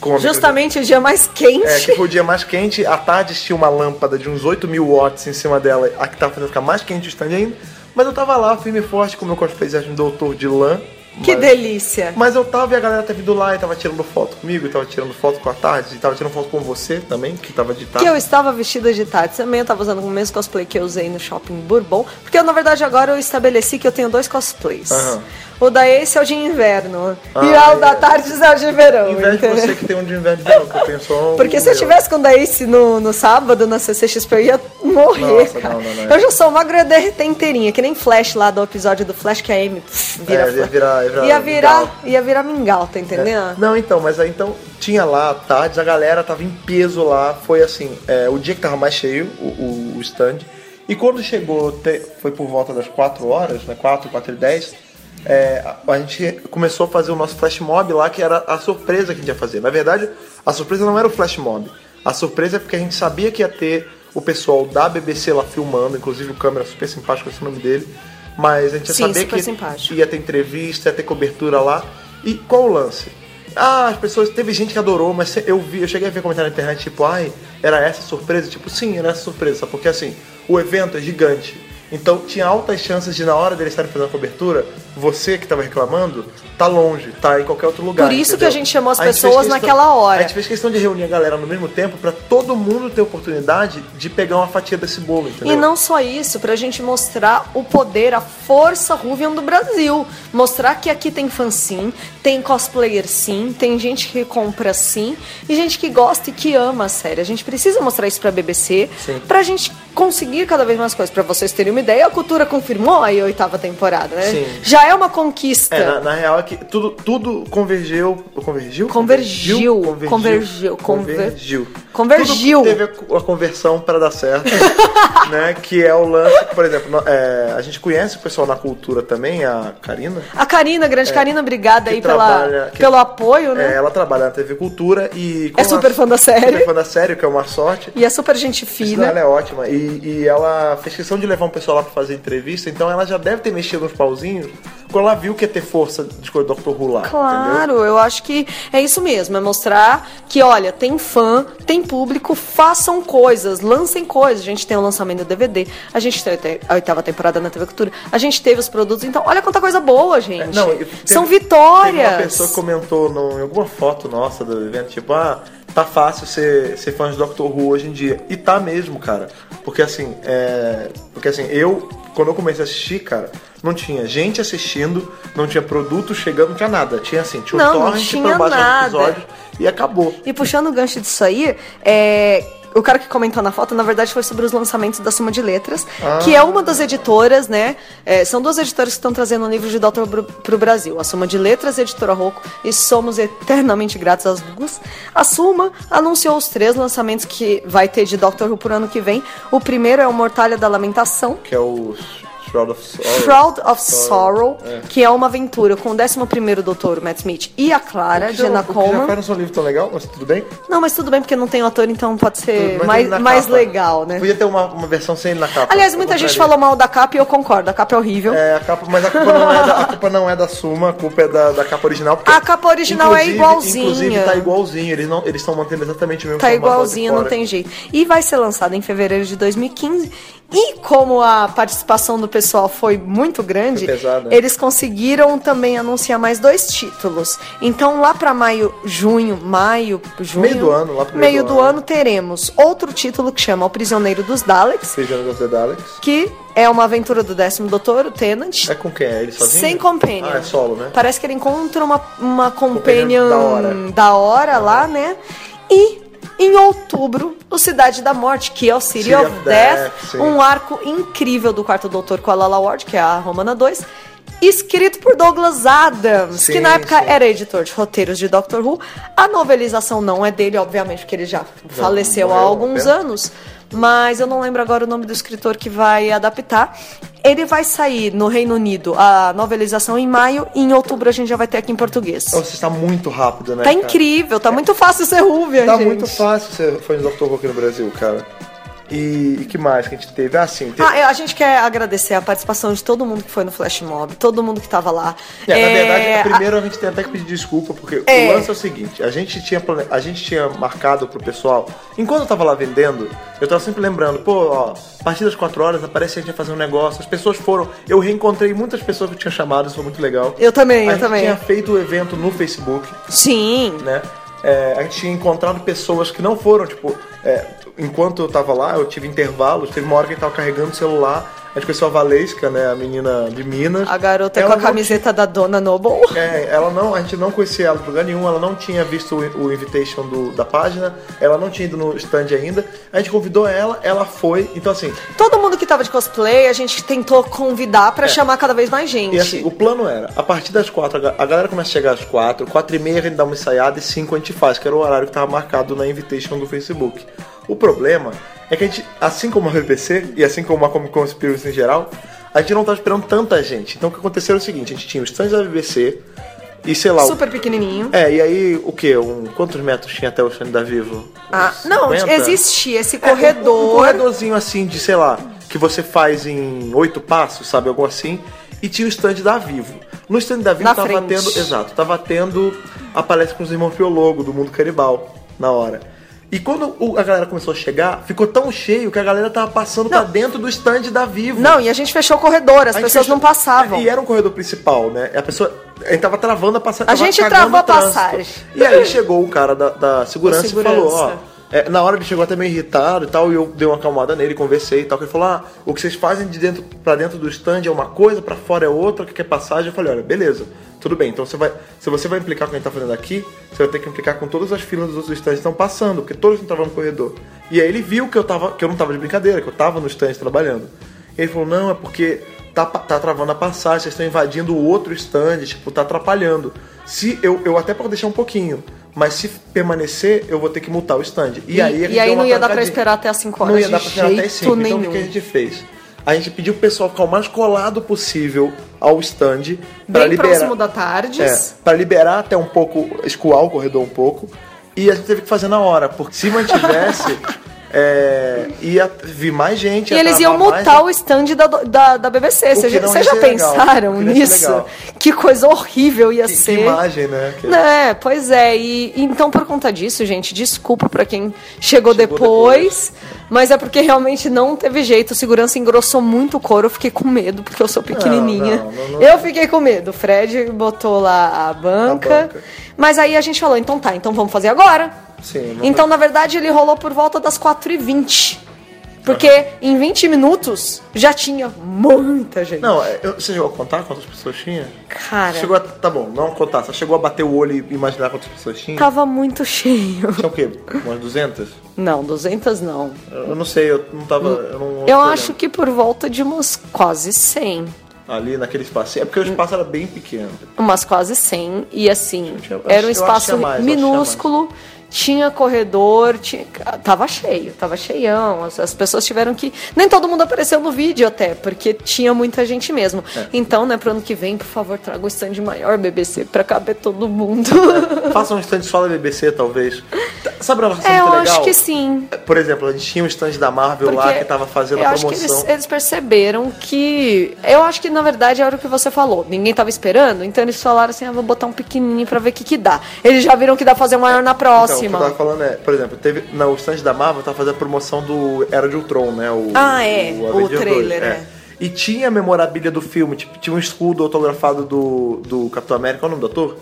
A: Com a minha-
B: Justamente o dia mais quente.
A: É, que foi o dia mais quente. À tarde tinha uma lâmpada de uns 8 mil watts em cima dela, a que tava fazendo ficar mais quente o stand ainda. Mas eu tava lá, firme e forte, com o meu cosplay de um doutor de lã.
B: Que
A: mas...
B: delícia.
A: Mas eu tava e a galera tava vindo lá e tava tirando foto comigo, e tava tirando foto com a tarde, e tava tirando foto com você também, que tava de
B: Que
A: tarde.
B: eu estava vestida de Tati também, eu estava usando o mesmo cosplay que eu usei no shopping Bourbon, porque eu, na verdade agora eu estabeleci que eu tenho dois cosplays.
A: Aham.
B: O da Ace é o de inverno e
A: Ah,
B: o da
A: é.
B: Tardes é o de verão.
A: Em vez de
B: entendeu?
A: você que tem um de inverno de verão, que eu tenho só um.
B: Porque se eu tivesse com o Daice no, no sábado, na CCXP, eu ia morrer,
A: Nossa,
B: cara.
A: não, não, não.
B: Eu já sou magra derreter inteirinha, que nem Flash lá do episódio do Flash que a Amy pff, vira,
A: É, ia virar- ia virar
B: ia virar,
A: mingau.
B: ia virar mingau, tá entendendo?
A: Não, então, mas aí então tinha lá à tarde, a galera tava em peso lá. Foi assim, é, o dia que tava mais cheio, o, o, o stand. E quando chegou, te- foi por volta das 4 horas, né? 4, 4 e 10. é, a, a gente começou a fazer o nosso flash mob lá, que era a surpresa que a gente ia fazer. Na verdade, a surpresa não era o flash mob. A surpresa é porque a gente sabia que ia ter o pessoal da BBC lá filmando, inclusive o câmera super simpático, esse é o nome dele. Mas a gente ia
B: Sim,
A: saber
B: super
A: que
B: simpático.
A: ia ter entrevista, ia ter cobertura lá. E qual o lance? Ah, as pessoas. Teve gente que adorou, mas se- eu vi, eu cheguei a ver comentário na internet, tipo, ai, era essa a surpresa? Tipo, sim, era essa a surpresa, sabe? porque assim, o evento é gigante. Então tinha altas chances de na hora deles estarem fazendo a cobertura, você que tava reclamando, tá longe, tá em qualquer outro lugar.
B: Por isso
A: entendeu?
B: que a gente chamou as
A: A gente fez
B: pessoas
A: questão-
B: naquela hora.
A: A gente fez questão de reunir a galera no mesmo tempo pra todo mundo ter oportunidade de pegar uma fatia desse bolo, entendeu?
B: E não só isso, pra gente mostrar o poder, a força Ruvian do Brasil. Mostrar que aqui tem fã sim, tem cosplayer sim, tem gente que compra sim, e gente que gosta e que ama a série. A gente precisa mostrar isso pra BBC,
A: Sim.
B: pra gente conseguir cada vez mais coisas. Pra vocês terem uma ideia, a cultura confirmou aí a oitava temporada, né?
A: Sim.
B: Já é uma conquista.
A: É, na, na real é que tudo, tudo convergeu. Convergiu?
B: Convergiu,
A: Convergiu.
B: convergiu,
A: Convergiu.
B: convergiu.
A: Tudo teve a co- a conversão pra dar certo, né? Que é o lance, por exemplo, no- é, a gente conhece o pessoal na cultura também, a Karina.
B: A Karina, grande Karina,
A: É,
B: obrigada
A: que
B: aí pela,
A: trabalha- que-
B: pelo apoio,
A: É,
B: né?
A: ela trabalha na TV Cultura e.
B: É super fã da série.
A: Super fã da série, o que é uma sorte.
B: E é super gente
A: Isso, Ela
B: fina.
A: é ótima. E, e ela fez questão de levar um pessoal lá pra fazer entrevista, então ela já deve ter mexido nos pauzinhos quando ela viu que ia ter força de coisa do Dr. Who lá. entendeu?
B: Claro, eu acho que é isso mesmo, é mostrar que, olha, tem fã, tem público, façam coisas, lancem coisas. A gente tem o lançamento do DVD, a gente tem a oite- a oitava temporada na TV Cultura, a gente teve os produtos, então olha quanta coisa boa, gente.
A: É, Não, e teve-
B: São
A: Teve uma
B: vitórias.
A: pessoa que comentou no- em alguma foto nossa do evento, tipo, ah, tá fácil ser, ser fã de Doctor Who hoje em dia. E tá mesmo, cara. Porque assim, é, porque assim, eu, quando eu comecei a assistir, cara, não tinha gente assistindo, não tinha produto chegando, não tinha nada. Tinha assim, tinha
B: Não,
A: um
B: não
A: torrent
B: tinha
A: pra baixar
B: nada.
A: os episódios e acabou.
B: E puxando o gancho disso aí, é, O cara que comentou na foto, na verdade, foi sobre os lançamentos da Suma de Letras,
A: Ah.
B: que é uma das editoras, né? É, são duas editoras que estão trazendo um livro de Doutor pro, pro Brasil. A Suma de Letras e a Editora Rocco, e somos eternamente gratos às duas. A Suma anunciou os três lançamentos que vai ter de Doctor Who pro ano que vem. O primeiro é o Mortalha da Lamentação,
A: Que é o Shroud of Sorrow.
B: Shroud of Sorrow,
A: É.
B: que é uma aventura com o 11º doutor, Matt Smith, e a Clara,
A: Que já-
B: Jenna
A: o que
B: Coleman.
A: Já faz não ser um livro tão legal, mas tudo bem.
B: Não, mas tudo bem, porque não tem o ator, então pode ser
A: Mas
B: mais,
A: ele na
B: mais
A: capa.
B: legal, né?
A: Podia ter uma, uma versão sem ele na capa.
B: Aliás,
A: Eu
B: muita gente
A: compraria.
B: falou mal da capa e eu concordo, a capa é horrível.
A: É, a capa, mas a culpa não é da, a culpa não é da Suma, a culpa é da, da capa original. porque-
B: A capa original é
A: inclusive-
B: igualzinha.
A: Inclusive, tá igualzinho. Eles não, eles estão mantendo exatamente o mesmo
B: Tá
A: formato lá de
B: igualzinho, não
A: fora.
B: tem jeito. E vai ser lançado em fevereiro de 2015. E como a participação do pessoal foi muito grande,
A: Foi pesada.
B: eles conseguiram também anunciar mais dois títulos. Então lá pra maio, junho, maio, junho,
A: Meio do ano, lá pro meio
B: meio
A: do
B: do
A: ano.
B: ano teremos outro título que chama O Prisioneiro dos Daleks,
A: Seja no of the Daleks.
B: que é uma aventura do décimo doutor, o Tenant.
A: É com quem? É ele sozinho?
B: Sem companion. Tá.
A: Ah, é solo, né?
B: Parece que ele encontra uma, uma companion
A: da hora.
B: da hora lá, né? E em outubro, o Cidade da Morte, que é o City,
A: City
B: of,
A: of
B: Death,
A: Death, sim.
B: um arco incrível do quarto doutor com a Lala Ward, que é a Romana 2. Escrito por Douglas Adams,
A: Sim,
B: que na época
A: sim.
B: era editor de roteiros de Doctor Who. A novelização não é dele, obviamente, porque ele já, faleceu há
A: morreu,
B: alguns
A: né?
B: anos, mas eu não lembro agora o nome do escritor que vai adaptar. Ele vai sair no Reino Unido a novelização em maio e em outubro a gente já vai ter aqui em português.
A: Nossa, está Então, muito rápido, né?
B: tá
A: cara?
B: incrível, tá muito fácil ser Rúvia,
A: Tá
B: gente.
A: muito fácil ser fã de Dr. Who aqui no Brasil, cara. E, e que mais que a gente teve? Ah, sim. Teve...
B: Ah, é, a gente quer agradecer a participação de todo mundo que foi no Flash Mob, todo mundo que tava lá.
A: É, na
B: É,
A: verdade, primeiro a gente tem até que pedir desculpa, porque
B: É.
A: o lance é o seguinte, a gente tinha plane- a gente tinha marcado pro pessoal, enquanto eu tava lá vendendo, eu tava sempre lembrando, pô, ó, a partir das 4 horas aparece a gente ia fazer um negócio, as pessoas foram, eu reencontrei muitas pessoas que eu tinha chamado, isso foi muito legal.
B: Eu também,
A: a
B: eu
A: gente
B: também.
A: tinha feito o evento no Facebook,
B: Sim.
A: né? É, a gente tinha encontrado pessoas que não foram, tipo, é, enquanto eu tava lá, eu tive intervalos, teve uma hora que ele tava carregando o celular, a gente conheceu a Valesca, né, a menina de Minas.
B: A garota
A: Ela
B: com a
A: não
B: camiseta da Dona Noble.
A: é, ela não, a gente não conhecia ela de lugar nenhum, ela não tinha visto o, o invitation do- da página, ela não tinha ido no stand ainda. A gente convidou ela, ela foi, então assim,
B: Todo mundo que tava de cosplay, a gente tentou convidar pra chamar cada vez mais gente.
A: É. e assim, o plano era, a partir das quatro, a ga- a galera começa a chegar às quatro, quatro e meia a gente dá uma ensaiada e cinco a gente faz, que era o horário que tava marcado na invitation do Facebook. O problema é que a gente, assim como a BBC e assim como a Comic Con Experience em geral, a gente não tava esperando tanta gente. Então o que aconteceu era o seguinte, a gente tinha o stand da BBC e sei lá, o
B: Super pequenininho.
A: É, e aí, o quê? Um, quantos metros tinha até o stand da Vivo?
B: Ah,
A: Uns
B: não,
A: 50?
B: existe esse
A: É, um- Um,
B: corredor.
A: corredorzinho assim de, sei lá, que você faz em oito passos, sabe? Algo assim. E tinha o stand da Vivo. No stand da Vivo
B: Na
A: tava
B: frente.
A: tendo. Exato, tava tendo a palestra com os irmãos Piologo do mundo canibal na hora. E quando o- a galera começou a chegar, ficou tão cheio que a galera tava passando pra dentro do stand da Vivo.
B: Não, e a gente fechou o corredor, as
A: A gente
B: pessoas
A: fechou-
B: não passavam.
A: E era um corredor principal, né? A pessoa. A gente tava travando a passagem.
B: A gente travou a passagem.
A: E aí chegou o um cara da, da segurança,
B: O segurança.
A: e falou: ó, É, na hora ele chegou até meio irritado e tal, e eu dei uma acalmada nele, conversei e tal, que ele falou, ah, o que vocês fazem de dentro para dentro do stand é uma coisa, para fora é outra, o que é passagem? Eu falei, olha, beleza, tudo bem, então você vai, se você vai implicar com o que a gente tá fazendo aqui, você vai ter que implicar com todas as filas dos outros stands que estão passando, porque todos estavam no corredor. E aí ele viu que eu, tava, que eu não tava de brincadeira, que eu tava no stand trabalhando. Ele falou, não, é porque tá, pa- tá travando a passagem, vocês estão invadindo o outro stand, tipo, tá atrapalhando. Se eu, eu até posso deixar um pouquinho, mas se permanecer, eu vou ter que multar o stand. E, aí, a gente
B: e aí
A: deu uma
B: não ia dar pra
A: trancadinha.
B: esperar até as 5 horas.
A: Não ia
B: de
A: dar pra tirar até
B: jeito
A: 5. Então o que
B: nenhum.
A: que a gente fez? A gente pediu o pessoal ficar o mais colado possível ao stand para
B: Bem
A: liberar.
B: próximo da tarde.
A: para liberar até um pouco, escoar o corredor um pouco. E a gente teve que fazer na hora, porque se mantivesse, é, ia vir mais gente.
B: E
A: ia
B: eles
A: travar
B: iam
A: mais,
B: multar o stand da, da, da BBC.
A: O
B: Vocês
A: que não
B: vocês
A: ia
B: já
A: ser legal.
B: pensaram
A: O que não ia ser
B: nisso?
A: legal.
B: Que coisa horrível ia
A: que, que
B: ser.
A: imagem, né? Que-
B: É, pois é. E então por conta disso, gente, desculpa pra quem chegou,
A: Chegou
B: depois, mas é porque realmente não teve jeito. O segurança engrossou muito o couro, eu fiquei com medo porque eu sou pequenininha.
A: não, não, não.
B: Eu fiquei com medo. O Fred botou lá a banca,
A: A banca.
B: mas aí a gente falou, então tá, então vamos fazer agora.
A: Sim, não-
B: Então, na verdade, ele rolou por volta das 4h20. Porque em 20 minutos já tinha muita gente.
A: Não, é, eu- você chegou a contar quantas pessoas tinha?
B: Cara,
A: Chegou a, tá bom, não contar, só chegou a bater o olho e imaginar quantas pessoas tinha?
B: tava muito cheio.
A: Tinha o quê? Umas 200?
B: Não, 200 não.
A: Eu não sei, eu não tava. Eu, não,
B: Hum, Eu
A: tô
B: acho
A: olhando.
B: que por volta de umas quase 100.
A: Ali naquele espaço. É porque o
B: Hum.
A: espaço era bem pequeno.
B: Umas quase 100. E assim,
A: Gente, eu acho-
B: era
A: eu
B: um
A: acho que
B: espaço
A: é mais, eu acho que é
B: minúsculo, tinha corredor, tinha... tava cheio, tava cheião. As, as pessoas tiveram que. Nem todo mundo apareceu no vídeo até, porque tinha muita gente mesmo.
A: É.
B: Então, né, pro ano que vem, por favor, traga o stand maior BBC pra caber todo mundo.
A: Faça um stand só da BBC, talvez. Tá- Sabe uma relação
B: É, eu
A: muito legal?
B: acho que sim.
A: Por exemplo, a gente tinha um stand da Marvel lá
B: Porque
A: que tava fazendo
B: eu
A: a
B: acho que
A: promoção.
B: eles, eles perceberam que. Eu acho que na verdade era o que você falou. Ninguém tava esperando, então eles falaram assim: ah, vou botar um pequenininho pra ver o que, que dá. Eles já viram que dá pra fazer o maior na
A: Então, o que eu
B: próxima.
A: tava falando é, por exemplo, teve no stand da Marvel tava fazendo a promoção do Era de Ultron, né? O,
B: Ah, é, o
A: Avengers
B: trailer, é.
A: E tinha a memorabilia do filme, tipo, tinha um escudo autografado do, do Capitão América, qual é o nome do ator?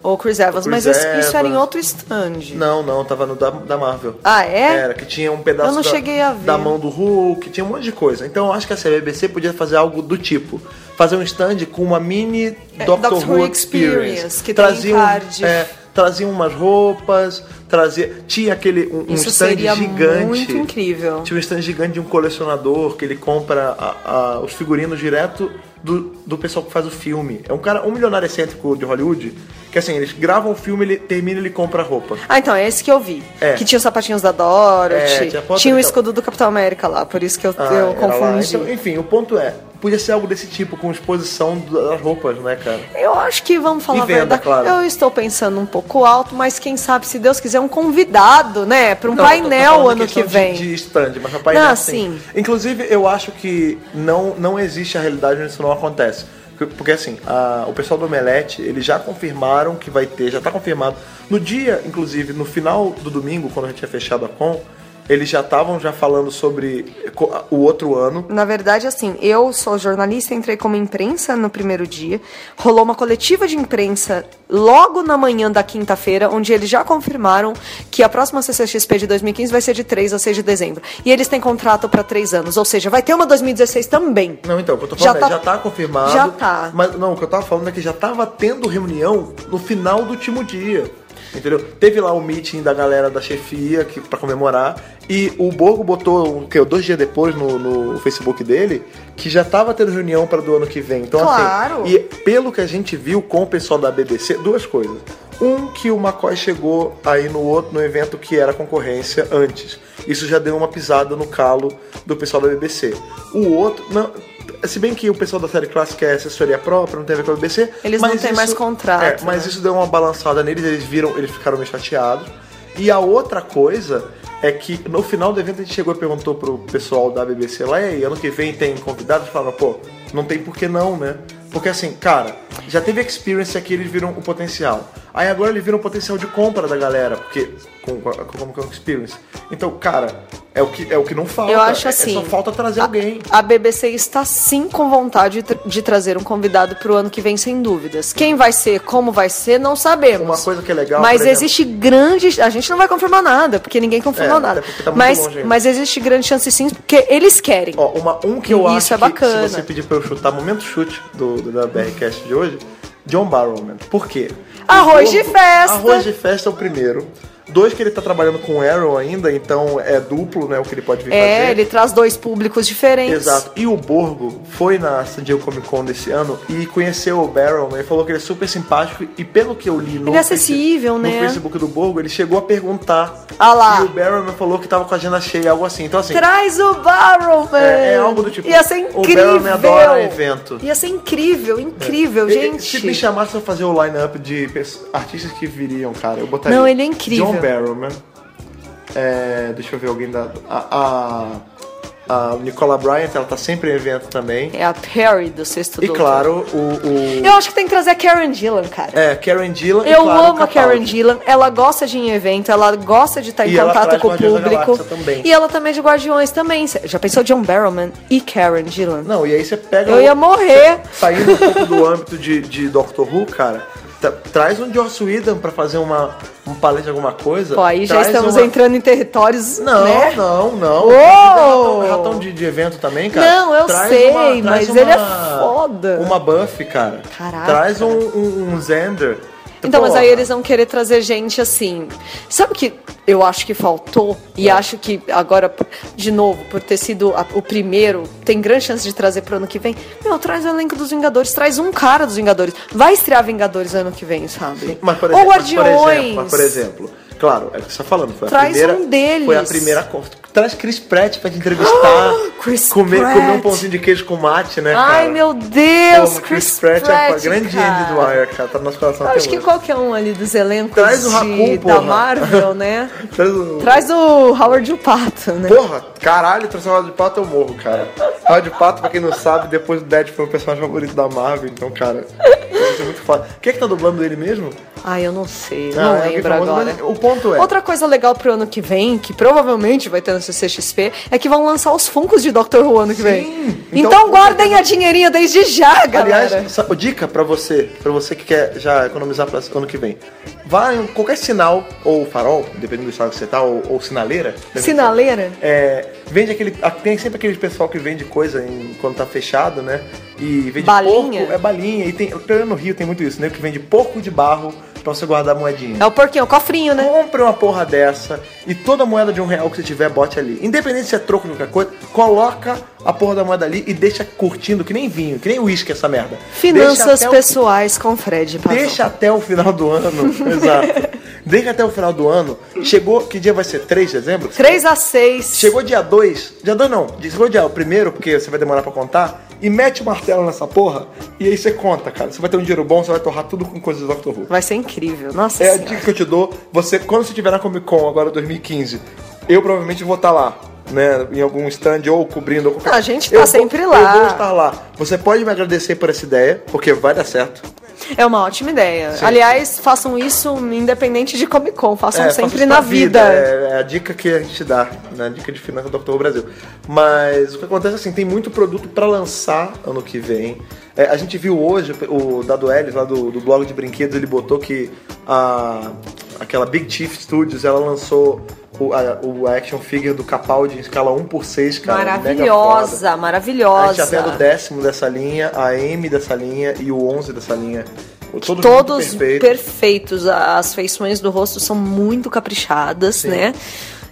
B: Ou Chris Evans,
A: Chris
B: mas isso- isso era em
A: Evans.
B: outro stand.
A: Não, não, tava no da, da Marvel.
B: Ah, é?
A: Era, que tinha um pedaço
B: Eu não
A: da,
B: cheguei a ver.
A: da mão do Hulk, tinha um monte de coisa. Então eu acho que a CBBC podia fazer algo do tipo. Fazer um stand com uma mini
B: É,
A: Doctor,
B: Doctor
A: Who
B: Who
A: Experience.
B: Experience, que tem
A: trazia, um-
B: card.
A: é, trazia umas roupas, trazia. Tinha aquele um, um
B: Isso
A: stand
B: seria
A: gigante.
B: muito incrível.
A: Tinha um stand gigante de um colecionador que ele compra a- a- os figurinos direto do, do pessoal que faz o filme. É um cara, um milionário excêntrico de Hollywood, que assim, eles gravam o filme, ele termina e ele compra a roupa.
B: Ah, então, é esse que eu vi.
A: É.
B: Que tinha os sapatinhos da Dorothy,
A: É, tinha foto
B: tinha o
A: do-
B: escudo do Capitão América lá, por isso que eu,
A: Ah,
B: eu
A: era lá.
B: confundi.
A: Então, enfim, o ponto é, podia ser algo desse tipo, com exposição das roupas, né, cara?
B: Eu acho que vamos falar
A: E venda,
B: a verdade.
A: claro.
B: Eu estou pensando um pouco alto, mas quem sabe, se Deus quiser, um convidado, né? Para um
A: Não, eu tô- tô
B: painel
A: falando
B: ano que
A: questão de-
B: vem.
A: De, stand, mas pra painel
B: Não,
A: sim.
B: sim.
A: Inclusive, eu acho que não, não existe a realidade onde isso não acontece. Porque, porque, assim, a- o pessoal do Omelete, eles já confirmaram que vai ter, já tá confirmado. No dia, inclusive, no final do domingo, quando a gente tinha fechado a com, eles já estavam já falando sobre co- o outro ano.
B: Na verdade, assim, eu sou jornalista, entrei como imprensa no primeiro dia. Rolou uma coletiva de imprensa logo na manhã da quinta-feira, onde eles já confirmaram que a próxima CCXP de 2015 vai ser de 3 a 6 de dezembro. E eles têm contrato para três anos, ou seja, vai ter uma 2016 também.
A: Não, então, o que eu tô
B: Já
A: falando já é, já
B: tá-
A: tá confirmado.
B: já tá.
A: Mas não, o que eu tava falando é que já tava tendo reunião no final do último dia. Entendeu? Teve lá o meeting da galera da chefia que, pra comemorar. E o Borgo botou, um, o que, dois dias depois no, no Facebook dele, que já tava tendo reunião pra do ano que vem. Então,
B: Claro.
A: assim. E pelo que a gente viu com o pessoal da BBC, duas coisas. Um, que o Macoy chegou aí no outro no evento que era concorrência antes. Isso já deu uma pisada no calo do pessoal da BBC. O outro, não, se bem que o pessoal da série clássica é assessoria própria, não tem a ver com a BBC.
B: Eles não
A: mas
B: têm mais contrato,
A: É, mas
B: né?
A: isso deu uma balançada neles, eles viram, eles ficaram meio chateados. E a outra coisa é que no final do evento a gente chegou e perguntou pro pessoal da BBC lá, e aí, ano que vem tem convidados? Falaram, pô, não tem por que não, né? Porque assim, cara, já teve experience aqui, eles viram o potencial. Aí agora ele vira um potencial de compra da galera, porque com, com, com, com um experience. Então, cara, é o que é o que não falta.
B: Eu acho
A: É-
B: assim,
A: É só falta trazer
B: a-
A: alguém.
B: A BBC está sim com vontade de tra- de trazer um convidado para o ano que vem, sem dúvidas. Quem vai ser, como vai ser, não sabemos.
A: Uma coisa que é legal,
B: Mas
A: por exemplo-
B: existe grande. A gente não vai confirmar nada, porque ninguém confirmou
A: É,
B: nada.
A: até porque tá muito
B: mas,
A: longe ainda.
B: mas existe grande chance sim, porque eles querem.
A: Ó, uma, um que eu acho
B: Isso é
A: que
B: bacana.
A: se você pedir pra eu chutar, momento chute do, do- da BRCast de hoje, John Barrowman. Por quê?
B: Arroz de
A: Gordo-
B: festa.
A: Arroz de festa é o primeiro. Dois que ele tá trabalhando com Arrow ainda, então é duplo, né, o que ele pode vir
B: é,
A: fazer.
B: ele traz dois públicos diferentes.
A: Exato. E o Borgo foi na San Diego Comic Con desse ano e conheceu o Barrowman e falou que ele é super simpático e pelo que eu li no,
B: Ele é acessível,
A: Face-
B: né?
A: no Facebook do Borgo, ele chegou a perguntar.
B: Ah lá.
A: E o Barrowman falou que tava com a agenda cheia, algo assim. Então assim,
B: Traz o Barrowman!
A: É, é algo do tipo,
B: Ia ser
A: o
B: incrível!
A: Barrowman adora evento.
B: Ia ser incrível, incrível,
A: Ele-
B: gente.
A: É, Se me chamasse pra fazer o line-up de pers- artistas que viriam, cara, eu botaria.
B: Não, ele é
A: John
B: incrível.
A: Barrowman. É, deixa eu ver alguém da. A, a, a Nicola Bryant, ela tá sempre em evento também.
B: É a Perry do Sexto
A: E
B: Doutor.
A: claro, o. o-
B: Eu acho que tem que trazer a Karen Dillon, cara.
A: é, Karen Dillon e
B: Eu
A: claro,
B: amo
A: o
B: a Karen
A: Capaldi.
B: Dillon, ela gosta de ir em evento, ela gosta de estar em
A: E ela
B: contato
A: traz
B: com o
A: Guardiões da
B: público.
A: Galáxia também.
B: E ela também é de Guardiões também. Cê Já pensou John Barrowman e Karen Dillon?
A: Não, e aí você pega.
B: Eu
A: o-
B: ia morrer.
A: Saindo um pouco do âmbito de, de Doctor Who, cara. tra- Traz um Joss Whedon pra fazer uma, um palestra, alguma coisa.
B: Pô, aí já
A: Traz
B: estamos
A: uma-
B: entrando em territórios,
A: Não,
B: né?
A: não, não. um Ratão,
B: Uou!
A: ratão de, de evento também, cara.
B: Não, eu
A: Traz
B: sei,
A: traz
B: mas ele é foda.
A: Uma buff, cara.
B: Caraca.
A: Traz um, um, um Xander.
B: Então, mas
A: Porra.
B: aí eles vão querer trazer gente assim. Sabe o que eu acho que faltou? E acho que agora, de novo, por ter sido a- o primeiro, tem grande chance de trazer pro ano que vem. Meu, traz o elenco dos Vingadores, traz um cara dos Vingadores. Vai estrear Vingadores ano que vem, sabe?
A: Mas, por exemplo,
B: Ou
A: mas, por
B: Guardiões.
A: exemplo, mas, por exemplo, claro, é o que você tá falando. Foi
B: Traz
A: a primeira,
B: um deles.
A: Foi a primeira. co- Traz Chris Pratt pra te entrevistar.
B: Chris
A: comer,
B: Pratt.
A: comer um pãozinho de queijo com mate, né, cara?
B: Ai, meu Deus,
A: Como
B: Chris,
A: Pratt, é a
B: Pratt,
A: grande
B: cara.
A: Andy Dwyer, cara. Tá no nosso coração
B: Eu
A: até
B: acho que
A: hoje.
B: qualquer um ali dos elencos
A: Traz o
B: de-
A: Raccoon,
B: da
A: porra.
B: Marvel, né?
A: Traz o...
B: Traz o Howard o Pato, né?
A: Porra, caralho, trazer o Rádio Pato eu morro, cara. Rádio Pato, pra quem não sabe, depois do Deadpool foi o personagem favorito da Marvel, então, cara, isso é muito foda. Quem é que tá dublando ele mesmo?
B: Ai, eu não sei,
A: Ah,
B: não
A: é alguém
B: lembro
A: famoso,
B: agora.
A: mas o ponto é-
B: Outra coisa legal pro ano que vem, que provavelmente vai ter no CCXP, é que vão lançar os Funkos de Doctor Who ano que vem. Então,
A: então-
B: guardem a dinheirinha desde já, galera.
A: Aliás, sa- dica pra você, pra você que quer já economizar pra ano que vem. Vá em qualquer sinal, ou farol, dependendo do estado que você tá, ou, ou sinaleira. dependendo-
B: Sinaleira?
A: É, vende aquele. a- Tem sempre aquele pessoal que vende coisa em- quando tá fechado, né? E vende
B: Balinha?
A: porco. É balinha. E tem. pelo menos No Rio tem muito isso, né? Que vende porco de barro pra você guardar moedinha.
B: É o porquinho, o cofrinho, né?
A: Compre uma porra dessa e toda moeda de um real que você tiver, bote ali. Independente se é troco ou qualquer coisa, coloca a porra da moeda ali e deixa curtindo, que nem vinho, que nem uísque essa merda.
B: Finanças
A: Deixa até o-
B: pessoais com Fred Pazão.
A: Deixa até o final do ano. Exato. Deixa até o final do ano. Chegou. Que dia vai ser? 3 de dezembro?
B: 3 a 6.
A: Chegou dia 2, dia 2 não, chegou dia 1 primeiro, porque você vai demorar pra contar, e mete o martelo nessa porra, e aí você conta, cara. Você vai ter um dinheiro bom, você vai torrar tudo com coisas do Doctor Who.
B: Vai ser incrível. Nossa
A: É a
B: senhora.
A: dica que eu te dou, você, quando você estiver na Comic Con agora 2015, eu provavelmente vou estar lá, né, em algum stand ou cobrindo ou qualquer
B: A gente tá
A: Eu vou-
B: sempre lá.
A: Eu vou estar lá. Você pode me agradecer por essa ideia, porque vai dar certo.
B: É uma ótima ideia.
A: Sim.
B: Aliás, façam isso independente de Comic Con. Façam
A: É, faça
B: sempre
A: isso
B: na
A: pra
B: vida.
A: É, é a dica que a gente dá, né? A dica de finanças do Dr. Who Brasil. Mas o que acontece é assim, tem muito produto pra lançar ano que vem. É, a gente viu hoje, o Dado Ellis, lá do, do blog de brinquedos, ele botou que a, aquela Big Chief Studios, ela lançou o, a, o action figure do Capaldi em escala 1 por 6 cara. mega foda.
B: maravilhosa,
A: A gente já
B: maravilhosa.
A: tem o décimo dessa linha, a M dessa linha e o 11 dessa linha. Todos,
B: todos
A: muito perfeitos.
B: perfeitos. a- As feições do rosto são muito caprichadas, né?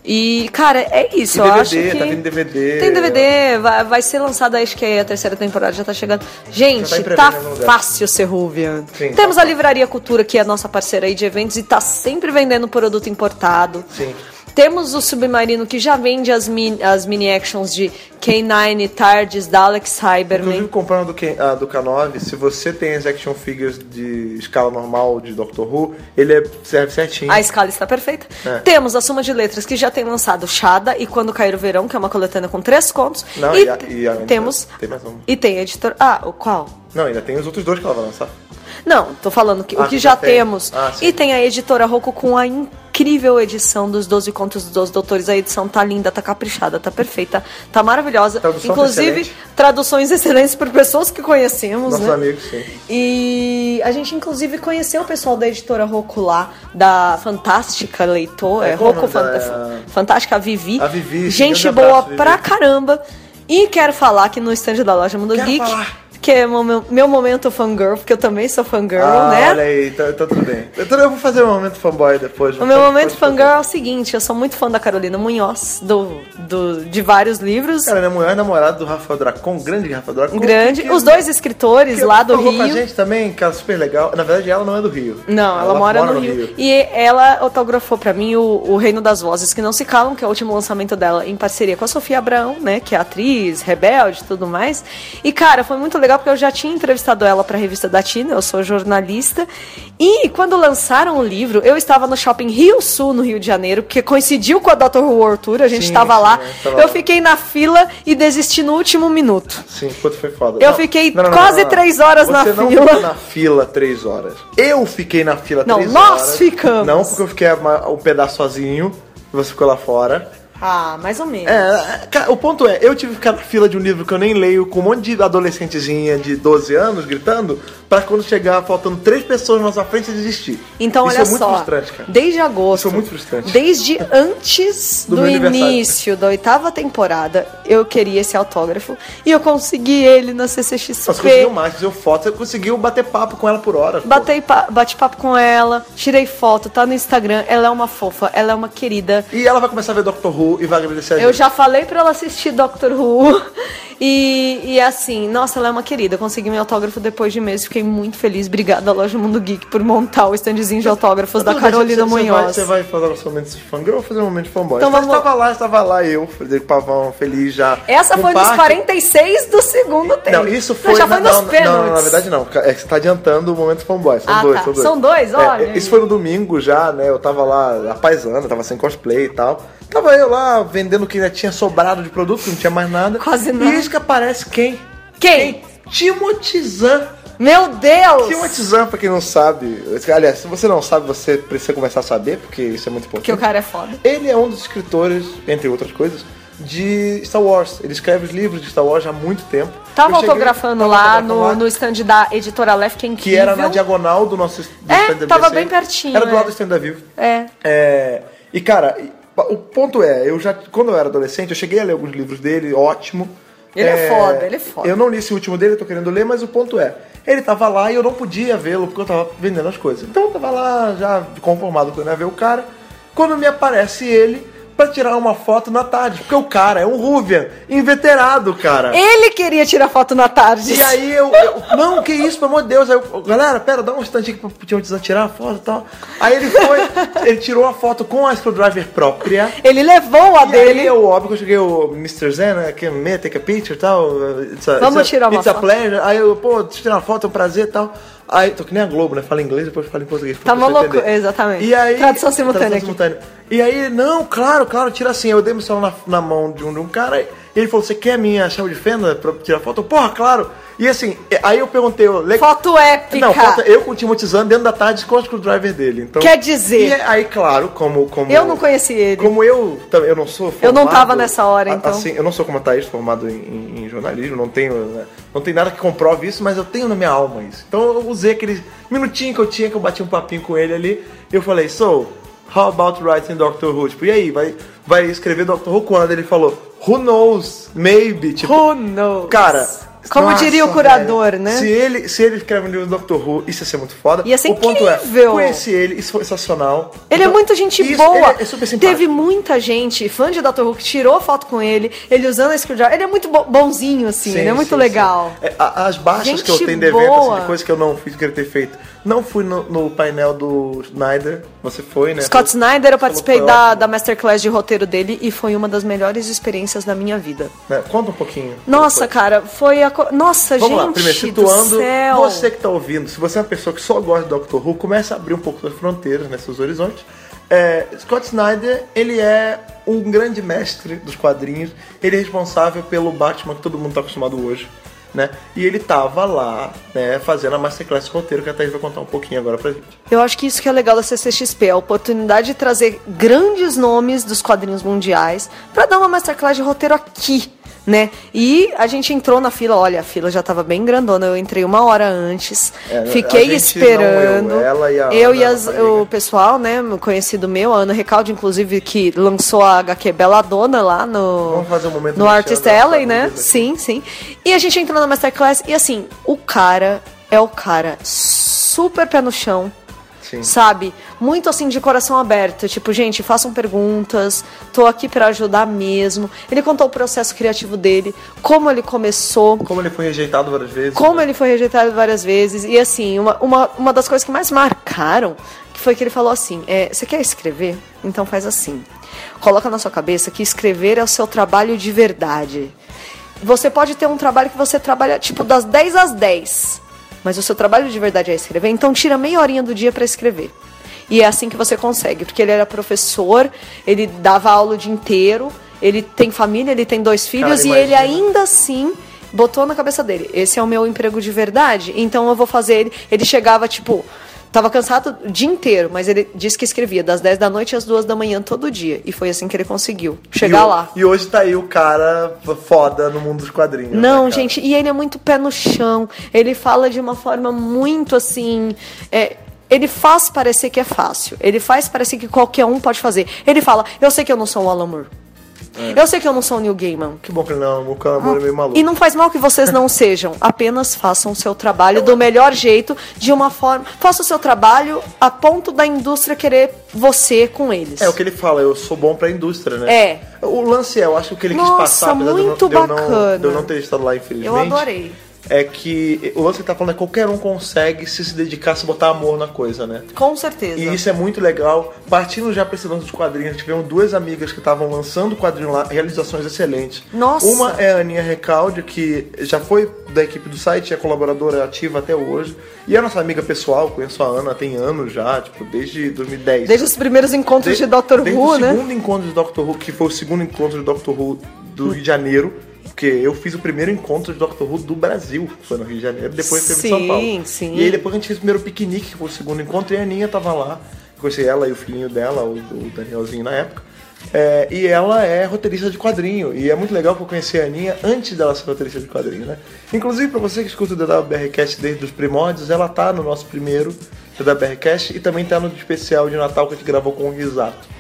B: E, cara, é isso.
A: E
B: eu
A: DVD,
B: acho que.
A: tá vindo DVD.
B: Tem DVD, vai, vai ser lançada, acho que é a terceira temporada já tá chegando. Gente,
A: Já tá em
B: tá,
A: pré-venda em algum lugar.
B: fácil ser Ruvian.
A: Sim,
B: Temos
A: tá
B: a Livraria Cultura, que é a nossa parceira aí de eventos e tá sempre vendendo produto importado.
A: Sim.
B: Temos o Submarino que já vende as, min as mini-actions de K9, Tardes, Dalek,
A: Inclusive,
B: Cyberman.
A: comprando do, Ken- ah, do K9, se você tem as action figures de escala normal de Doctor Who, ele é- serve certinho.
B: A escala está perfeita.
A: É.
B: Temos a Soma de Letras que já tem lançado Chada e Quando Cair o Verão, que é uma coletânea com três contos.
A: Não,
B: e,
A: e a- e a-
B: temos.
A: tem mais um.
B: E tem a editora. Ah, o qual?
A: Não, ainda tem os outros dois que ela vai lançar.
B: Não, tô falando que,
A: Ah,
B: o que
A: que
B: já
A: já tem.
B: temos.
A: Ah, sim.
B: e tem a editora Rocco com a incrível edição dos 12 Contos dos 12 Doutores. A edição tá linda, tá caprichada, tá perfeita, tá maravilhosa.
A: Tradução tá
B: Inclusive,
A: excelente.
B: traduções excelentes por pessoas que conhecemos,
A: Nossos
B: né?
A: amigos, sim.
B: E a gente, inclusive, conheceu o pessoal da editora Rocco lá, da fantástica leitora,
A: É,
B: é,
A: como
B: Rocco
A: é o nome
B: Fanta-
A: dela?
B: Fantástica Vivi.
A: A Vivi,
B: Gente
A: grande
B: boa
A: abraço, Vivi.
B: pra caramba. E quero falar que no stand da loja Mundo
A: Quero
B: Geek,
A: falar.
B: que é meu, meu- meu momento fangirl, porque eu também sou fangirl,
A: ah,
B: né?
A: olha aí, tá, tá tudo bem. Eu, tô- eu vou fazer um momento fanboy depois.
B: O meu
A: pode-
B: momento
A: pode fazer.
B: fangirl é o seguinte, eu sou muito fã da Carolina Munhoz, do, do, de vários livros.
A: Cara, minha mulher é namorada do Rafael Dracon, grande Rafael Dracon.
B: grande.
A: que-
B: Os dois escritores
A: que
B: lá do
A: falou
B: Rio.
A: com a gente também, cara, super legal. Na verdade, ela não é do Rio.
B: Não, ela, mora, no, Rio. E ela autografou pra mim o, o Reino das Vozes que não se calam, que é o último lançamento dela em parceria com a Sofia Abraão, né, que é atriz, rebelde, tudo mais. E cara, foi muito legal porque eu já tinha entrevistado ela pra revista da Tina, eu sou jornalista. E quando lançaram o livro, eu estava no shopping Rio Sul, no Rio de Janeiro, porque coincidiu com a Dr. Who Arthur, a gente
A: Sim,
B: estava
A: sim,
B: lá.
A: eu tava
B: eu
A: lá.
B: fiquei na fila e desisti no último minuto.
A: Sim, quanto foi foda.
B: Eu fiquei quase três horas
A: Você
B: na
A: não
B: fila.
A: ficou na fila três horas. Eu fiquei na fila
B: Não,
A: três
B: nós
A: horas.
B: ficamos.
A: Não, porque eu fiquei uma- um pedaço sozinho e você ficou lá fora.
B: Ah, mais ou menos.
A: É, cara, o ponto é, eu tive que ficar na fila de um livro que eu nem leio, com um monte de adolescentezinha de 12 anos gritando, pra quando chegar faltando três pessoas na nossa frente desistir.
B: Então,
A: Isso
B: olha
A: é muito
B: só.
A: frustrante, cara.
B: Desde agosto.
A: Isso é muito frustrante.
B: Desde antes do,
A: Do meu aniversário.
B: início da oitava temporada, eu queria esse autógrafo. E eu consegui ele na
A: Nós
B: CCXP.
A: conseguimos mais, conseguiu foto, você conseguiu bater papo com ela por horas. pô.
B: Batei pa- bate papo com ela, tirei foto, tá no Instagram. Ela é uma fofa, ela é uma querida.
A: E ela vai começar a ver Doctor Who e vai agradecer a
B: Eu
A: gente.
B: já falei pra ela assistir Doctor Who. E, e assim, nossa, ela é uma querida. Eu consegui meu autógrafo depois de meses. Fiquei muito feliz. Obrigada à Loja Mundo Geek por montar o standzinho de autógrafos da
A: Tudo bem,
B: Carolina
A: você- você vai-
B: Munhoz.
A: Você vai fazer o seu momento de fangirl ou fazer um momento de fanboy?
B: Então
A: Então
B: vamos-
A: Estava lá, estava lá eu, Frederico Pavão, feliz já.
B: Essa
A: com
B: foi nos
A: parte-
B: 46 do segundo tempo.
A: Não, isso foi.
B: já
A: na-
B: foi
A: não,
B: nos
A: não,
B: pênaltis.
A: Não, na verdade não. É que você tá adiantando o momento fanboy. São
B: Ah,
A: dois,
B: tá.
A: são dois.
B: São dois?
A: É,
B: Olha
A: é,
B: aí.
A: isso foi no domingo já, né? Eu tava lá, a paisana, tava sem cosplay e tal. Tava eu lá vendendo o que ainda tinha sobrado de produto, não tinha mais nada.
B: Quase nada.
A: E eis que aparece quem?
B: Quem?
A: Timotizan.
B: Meu Deus!
A: Timotizan, é um pra quem não sabe. Aliás, se você não sabe, você precisa começar a saber, porque isso é muito importante.
B: Porque o cara é foda.
A: Ele é um dos escritores, entre outras coisas, de Star Wars. Ele escreve os livros de Star Wars há muito tempo.
B: Tava
A: Eu cheguei-
B: autografando
A: tava
B: lá
A: autografando
B: no,
A: lá,
B: no stand da editora Left, que é
A: Que era na
B: incrível.
A: diagonal do nosso do
B: É,
A: stand da
B: tava
A: BBC.
B: bem pertinho,
A: Era do lado
B: é.
A: do stand da Vivo.
B: É.
A: É, e cara, e- o ponto é, eu já quando eu era adolescente, eu cheguei a ler alguns livros dele, ótimo.
B: Ele é foda, ele é foda.
A: Eu não li esse último dele, eu tô querendo ler, mas o ponto é, ele tava lá e eu não podia vê-lo porque eu tava vendendo as coisas. Então eu tava lá já conformado que eu não ia ver o cara. Quando me aparece ele pra tirar uma foto na tarde, porque o cara é um Ruvian, inveterado, cara.
B: Ele queria tirar foto na tarde.
A: E aí eu, eu- Não, que isso, pelo amor de Deus. Aí eu, galera, pera, dá um instante aqui pra Tio Tizan tirar a foto e tal. Aí ele foi, ele tirou a foto com a Screwdriver própria.
B: Ele levou a
A: E
B: dele.
A: aí, eu, óbvio que eu cheguei o Mr. Zen, né? Que me take a picture e tal. It's a,
B: Vamos
A: it's a-
B: tirar uma
A: it's a
B: foto.
A: pleasure. Aí eu, pô, deixa eu tirar uma foto, é um prazer e tal. Aí, tô que nem a Globo, né? Fala inglês, depois fala em português. pra
B: Tá
A: pessoa
B: uma
A: entender.
B: loucura, exatamente.
A: E aí,
B: Tradução simultânea aqui.
A: simultânea. E aí, não, claro, claro, tira assim. Eu dei meu celular na, na mão de um, de um cara e ele falou: Você quer a minha chave de fenda pra tirar foto? Eu, Porra, claro. E assim, aí eu perguntei: eu, le-
B: Foto épica.
A: Não, foto eu com o Timothy Zahn dentro da tarde com o screwdriver dele. Então,
B: Quer dizer-
A: E aí, claro, como. como
B: Eu não conheci ele.
A: Como eu também, eu não sou
B: Eu não
A: formado-
B: tava nessa hora,
A: a-
B: então.
A: Assim, eu não sou como a Thaís, formado em, em- em jornalismo, não tenho, né, não tem nada que comprove isso, mas eu tenho na minha alma isso. Então eu usei aquele minutinho que eu tinha, que eu bati um papinho com ele ali, e eu falei, so, how about writing Doctor Who? Tipo, e aí, vai, vai escrever Doctor Who quando? Ele falou, who knows, maybe, tipo...
B: Who knows?
A: Cara...
B: Como diria o curador,
A: velho,
B: né?
A: Se ele, se ele escreve um livro do Doctor Who, isso ia ser muito foda.
B: Ia ser
A: o ponto
B: incrível.
A: é, conheci ele, isso foi sensacional.
B: Ele é
A: Então,
B: muito gente
A: isso,
B: boa.
A: Ele é super simpático.
B: Teve muita gente, fã de Dr. Who, que tirou foto com ele, ele usando a screwdriver. Ele é muito bo- bonzinho, assim,
A: Sim,
B: ele é muito
A: sim,
B: legal.
A: sim. É, a- as baixas
B: Gente
A: que eu tenho de evento,
B: boa.
A: assim, de coisa que eu não fiz, queria ter feito, Não fui no, no painel do Snyder. Você foi, né?
B: Scott
A: Você-
B: Snyder,
A: você falou
B: eu
A: que
B: participei
A: foi
B: da, da Masterclass de roteiro dele e foi uma das melhores experiências da minha vida.
A: ótimo, né? Conta um pouquinho.
B: Nossa,
A: Como foi.
B: cara, foi a. co- Nossa,
A: Vamos
B: gente.
A: lá, primeiro,
B: do
A: situando
B: céu.
A: você que tá ouvindo, se você é uma pessoa que só gosta de Doctor Who, começa a abrir um pouco suas fronteiras, né, seus horizontes. É, Scott Snyder, ele é um grande mestre dos quadrinhos, ele é responsável pelo Batman que todo mundo tá acostumado hoje, né? E ele tava lá, né, fazendo a Masterclass de roteiro, que a Thaís vai contar um pouquinho agora pra gente.
B: Eu acho que isso que é legal da CCXP, a oportunidade de trazer grandes nomes dos quadrinhos mundiais pra dar uma masterclass de roteiro aqui, né? E a gente entrou na fila, olha, a fila já tava bem grandona, eu entrei uma hora antes,
A: É, a
B: fiquei
A: gente não,
B: esperando.
A: eu, ela e a
B: Eu
A: Ana,
B: e as-
A: rapariga.
B: o pessoal, né, conhecido meu, a Ana Recalde, inclusive, que lançou a HQ Belladonna lá no,
A: Vamos fazer um momento
B: no
A: mexendo
B: Artist
A: as
B: Alley, né?
A: famílias aqui.
B: Sim. Sim, sim. E a gente entrou na Masterclass e assim, o cara é o cara super pé no chão.
A: Sim.
B: Sabe? Muito assim de coração aberto. Tipo, gente, façam perguntas. Tô aqui pra ajudar mesmo. Ele contou o processo criativo dele, como ele começou.
A: Como ele foi rejeitado várias vezes.
B: Como
A: né?
B: ele foi rejeitado várias vezes. E assim, uma, uma, uma das coisas que mais marcaram que foi que ele falou assim: é, Você quer escrever? Então faz assim. Coloca na sua cabeça que escrever é o seu trabalho de verdade. Você pode ter um trabalho que você trabalha, tipo, das 10 às 10. Mas o seu trabalho de verdade é escrever, então tira meia horinha do dia para escrever. E é assim que você consegue, porque ele era professor, ele dava aula o dia inteiro, ele tem família, ele tem dois filhos e ele
A: imagina.
B: ainda ainda assim botou na cabeça dele, esse é o meu emprego de verdade, então eu vou fazer ele. Ele chegava, tipo, tava cansado o dia inteiro, mas ele disse que escrevia das 10 da noite às 2 da manhã todo dia. E foi assim que ele conseguiu
A: e,
B: chegar
A: o-
B: lá.
A: E hoje tá aí o cara foda no mundo dos quadrinhos. né,
B: Não,
A: cara?
B: gente, e ele é muito pé no chão. Ele fala de uma forma muito assim. é, ele faz parecer que é fácil. Ele faz parecer que qualquer um pode fazer. Ele fala: Eu sei que eu não sou o Alan Moore.
A: É.
B: Eu sei que eu não sou o Neil Gaiman.
A: Que bom que ele não, o Calamor é meio maluco.
B: Ah, E não faz mal que vocês não sejam. Apenas façam o seu trabalho do melhor jeito, de uma forma. Faça o seu trabalho a ponto da indústria querer você com eles.
A: É o que ele fala, eu sou bom pra indústria, né?
B: É.
A: O lance é, eu acho que o que ele quis
B: Nossa,
A: passar, apesar de eu não-
B: muito
A: de eu, não,
B: bacana.
A: de eu não ter estado lá, infelizmente.
B: Eu adorei.
A: É que o lance que ele tá falando é que qualquer um consegue se se dedicar, se botar amor na coisa, né?
B: Com certeza.
A: E isso é muito legal. Partindo já pra esse lance dos quadrinhos, tivemos duas amigas que estavam lançando quadrinho lá, realizações excelentes.
B: Nossa!
A: Uma é a Aninha Recalde, que já foi da equipe do site, é colaboradora ativa até hoje. E é nossa amiga pessoal, conheço a Ana tem anos já, tipo, desde 2010.
B: Desde os primeiros encontros de, Dr.
A: desde
B: Who,
A: o
B: né?
A: segundo encontro de Dr. Who, que foi o segundo encontro de Dr. Who do Rio de Janeiro. Porque eu fiz o primeiro encontro de Dr. Who do Brasil, que foi no Rio de Janeiro, depois teve em São
B: Sim,
A: Paulo.
B: sim.
A: E aí depois a gente fez o primeiro piquenique, que foi o segundo encontro, e a Aninha tava lá. Eu Conheci ela e o filhinho dela, o, o Danielzinho na época. É, e ela é roteirista de quadrinho. E é muito legal que eu conheci a Aninha antes dela ser roteirista de quadrinho, né? Inclusive, pra você que escuta o DWBRcast desde os primórdios, ela tá no nosso primeiro DWBRcast e também tá no especial de Natal que a gente gravou com o Risato.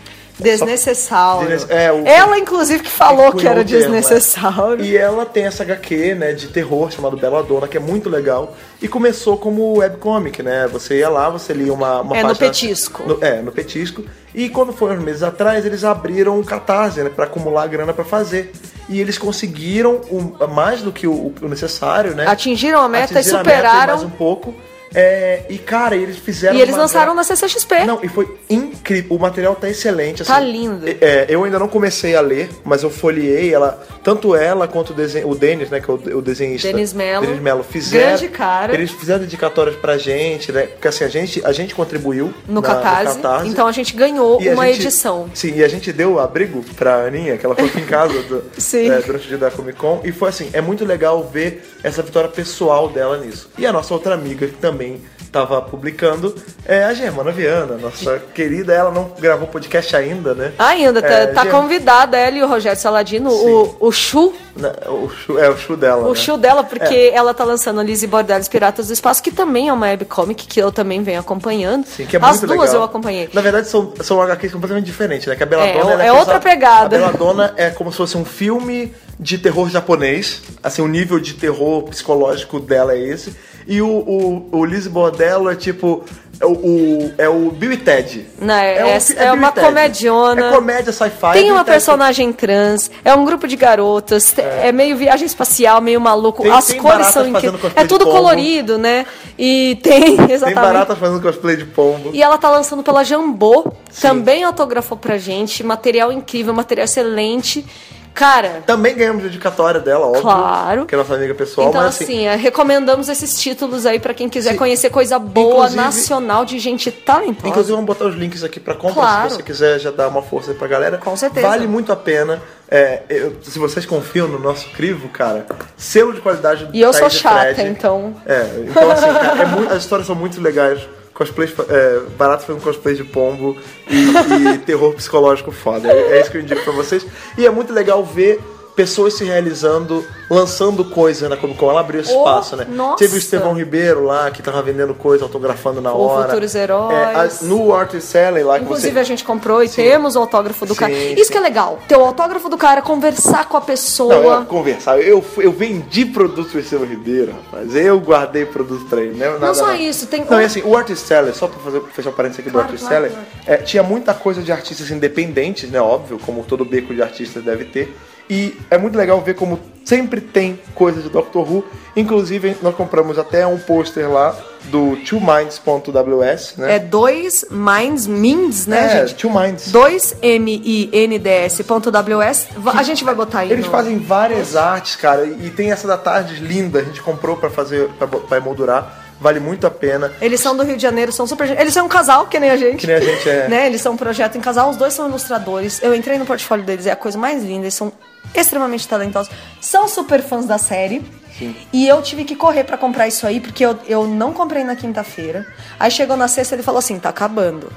B: Desnecessário.
A: Desnes- é, o-
B: Ela, inclusive, que falou que
A: Cunhou
B: era
A: o termo,
B: desnecessário.
A: é. um E ela tem essa HQ, né, de terror chamado Belladonna, que é muito legal. E começou como webcomic, né? Você ia lá, você lia uma, uma
B: É, no
A: página-
B: Petisco.
A: no- é, no petisco. E quando foi uns meses atrás, eles abriram o Catarse, né, pra acumular a grana pra fazer. E eles conseguiram o- mais do que o, o necessário, né?
B: Atingiram a meta
A: Atingiram
B: e
A: a meta
B: superaram.
A: mais um pouco. É, e, cara, eles fizeram...
B: E eles
A: uma
B: lançaram
A: gra-
B: na CCXP.
A: não, e foi incrível. O material tá excelente.
B: Tá
A: assim.
B: lindo.
A: É, eu ainda não comecei a ler, mas eu folhei ela. Tanto ela quanto o, desen- o Denis, né? Que é o, o desenhista.
B: Denis Mello.
A: Denis Mello. Fizeram,
B: Grande cara.
A: Eles fizeram dedicatórias pra gente, né? Porque assim, a gente, a gente contribuiu
B: No
A: na-
B: Catarse.
A: No Catarse.
B: Então a gente ganhou
A: E a
B: uma
A: gente-
B: edição.
A: Sim, e a gente deu abrigo pra Aninha, que ela foi aqui em casa do-
B: Sim.
A: é, durante o dia da Comic Con. E foi assim, é muito legal ver essa vitória pessoal dela nisso. E a nossa outra amiga, que também tava publicando, é a Germana Viana, nossa querida. Ela não gravou podcast ainda, né?
B: Ainda, tá,
A: É,
B: tá
A: gente-
B: convidada ela e o Rogério Saladino, o, o Chu,
A: Na- O show, é o show dela.
B: o
A: né?
B: show dela, porque ela tá lançando Lizzie Bordellis Piratas do Espaço, que também é uma webcomic que eu também venho acompanhando.
A: Sim, que é
B: As
A: muito
B: duas
A: legal.
B: eu acompanhei.
A: Na verdade, são, são HQs completamente diferentes, né? Que a
B: É,
A: Belladonna...
B: é
A: ela
B: outra pegada.
A: A Belladonna é como se fosse um filme de terror japonês. Assim, o nível de terror psicológico dela é esse. E o, o, o Liz Bordello é tipo... É o, o- é o Bill e Ted. um
B: Não, é-
A: o-
B: é- é
A: Bill
B: uma
A: e Ted.
B: comediona.
A: É comédia sci-fi. Bill
B: Tem
A: e
B: uma
A: Ted.
B: personagem trans, é um grupo de garotas, te- é, meio viagem espacial, meio maluco.
A: Tem-
B: As
A: tem
B: cores
A: baratas
B: são
A: fazendo
B: incríveis.
A: cosplay
B: É
A: de
B: tudo
A: pombo.
B: colorido, né? E tem,
A: Tem
B: exatamente.
A: barata fazendo cosplay de pombo.
B: E ela tá lançando pela Jambô, também autografou pra gente. Material incrível, material excelente. Cara,
A: Também ganhamos a dedicatória dela, óbvio.
B: Claro.
A: Que é nossa amiga pessoal,
B: então
A: mas assim.
B: assim, é, recomendamos esses títulos aí pra quem quiser
A: Sim.
B: conhecer coisa boa,
A: Inclusive-
B: nacional, de gente talentosa.
A: Inclusive, vamos botar os links aqui pra compra,
B: Claro.
A: se você quiser já dar uma força aí pra galera.
B: Com certeza.
A: Vale muito a pena. É, eu- se vocês confiam no nosso crivo, cara, selo de qualidade do
B: E eu
A: Thaís
B: sou chata,
A: Fred.
B: então.
A: É, então assim, cara, é muito- as histórias são muito legais. Cosplays, é, barato fazendo cosplay de pombo e, e terror psicológico foda. É, é isso que eu indico pra vocês. E é muito legal ver pessoas se realizando, lançando coisa na Comic Con. Ela abriu espaço, né?
B: Oh, nossa!
A: Teve o Estevão Ribeiro lá, que tava vendendo coisa, autografando na
B: O
A: hora.
B: Futuros Heróis.
A: as- é, no Artist Alley lá que
B: Inclusive,
A: você...
B: a gente comprou e temos o autógrafo do
A: Sim,
B: cara. Isso
A: sim.
B: que é legal. Ter o autógrafo do cara, conversar com a
A: Não,
B: pessoa.
A: eu conversar. Eu, fui- eu vendi produto pro Estevão Ribeiro, rapaz. Eu guardei produto pra ele. Não, é nada,
B: só isso, tem-
A: Não, e assim, o Artist Seller, só pra fazer, fechar o parênteses aqui
B: Claro,
A: do Artist
B: claro,
A: Seller, é, tinha muita coisa de artistas independentes, né? Óbvio, como todo beco de artistas deve ter. E é muito legal ver como sempre tem coisa de Doctor Who. Inclusive, nós compramos até um pôster lá do twominds.ws, né? É,
B: É dois minds, minds, né, gente?
A: Two Minds.
B: 2minds.ws. Va- A gente vai botar aí.
A: Eles
B: no-
A: fazem várias artes, cara, e tem essa da tarde linda, a gente comprou pra fazer, pra, bo- pra emoldurar, vale muito a pena.
B: Eles são do Rio de Janeiro, são super. Eles são um casal, que nem a gente.
A: Que nem a gente é.
B: né? Eles são um projeto em casal, os dois são ilustradores. Eu entrei no portfólio deles, é a coisa mais linda, eles são extremamente talentosos. São super fãs da série. E eu tive que correr pra comprar isso aí, porque eu, eu não comprei na quinta-feira. Aí chegou na sexta ele falou assim: tá acabando.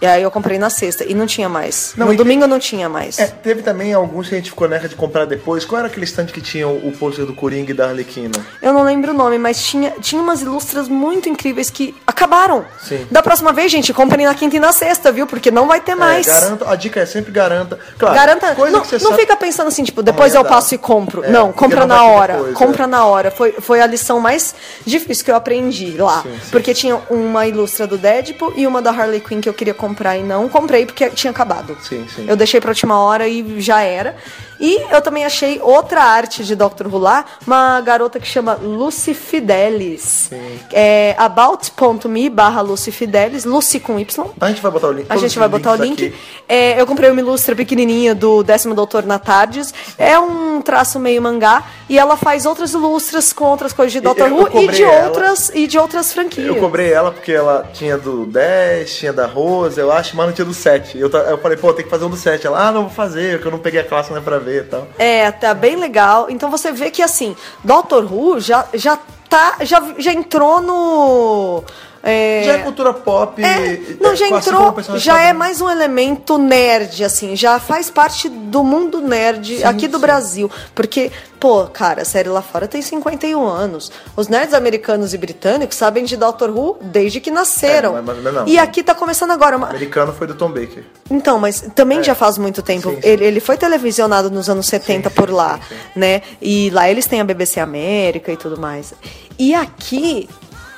B: E aí eu comprei na sexta e não tinha mais.
A: Não,
B: no
A: e-
B: domingo não tinha mais.
A: É, teve também alguns que a gente ficou nessa de comprar depois. Qual era aquele stand que tinha o o pôster do Coringa e da Arlequina?
B: Eu não lembro o nome, mas tinha, tinha umas ilustras muito incríveis que acabaram.
A: Sim.
B: Da próxima vez, gente, comprem na quinta e na sexta, viu? Porque não vai ter mais.
A: É, garanta, a dica é sempre garanta. Claro,
B: Garanta,
A: coisa
B: não,
A: que você
B: não
A: sabe-
B: fica pensando assim, tipo, depois
A: Amanhã
B: eu
A: dá.
B: passo e compro.
A: É,
B: não,
A: porque
B: compra
A: não
B: na
A: vai ter
B: hora.
A: depois,
B: compra
A: é.
B: na hora. Foi, foi a lição mais difícil que eu aprendi lá.
A: Sim, sim.
B: Porque tinha uma ilustra do Deadpool e uma da Harley Quinn que eu queria comprar e não comprei porque tinha acabado.
A: Sim, sim.
B: Eu deixei pra última hora e já era. E eu também achei outra arte de Dr. Who lá, uma garota que chama Lucy Fidelis. É about.me barra Lucy Fidelis, Lucy com Y.
A: A gente vai botar o link.
B: A
A: todos
B: gente
A: os
B: vai botar o
A: links
B: link.
A: aqui.
B: É, eu comprei uma ilustra pequenininha do Décimo Doutor na Tardes. É um traço meio mangá. E ela faz outras ilustras com outras coisas de Doctor
A: eu
B: Who e
A: cobrei
B: de,
A: ela.
B: outras, e de outras franquias.
A: Eu cobrei ela porque ela tinha do 10, tinha da Rosa, eu acho, mas não tinha do 7. Eu, ta- eu falei, pô, tem que fazer um do 7. Ela, ah, não vou fazer, porque eu não peguei a classe, não é pra ver e tal.
B: É, tá bem legal. Então você vê que, assim, Doctor Who já, já, tá, já, já entrou no... é,
A: Já é cultura pop.
B: É, não,
A: é, assim
B: já
A: como o
B: entrou,
A: personagem
B: já é
A: padrão.
B: mais um elemento nerd, assim, já faz parte do mundo nerd aqui do Brasil. Porque, pô, cara, a série lá fora tem 51 anos. Os nerds americanos e britânicos sabem de Doctor Who desde que nasceram.
A: É, mas- mas não.
B: E aqui tá começando agora. uma-
A: americano foi do Tom Baker.
B: Então, mas também já faz muito tempo.
A: É. Sim, sim.
B: Ele, ele foi televisionado nos anos 70 por lá, né? E lá eles têm a BBC América e tudo mais. E aqui,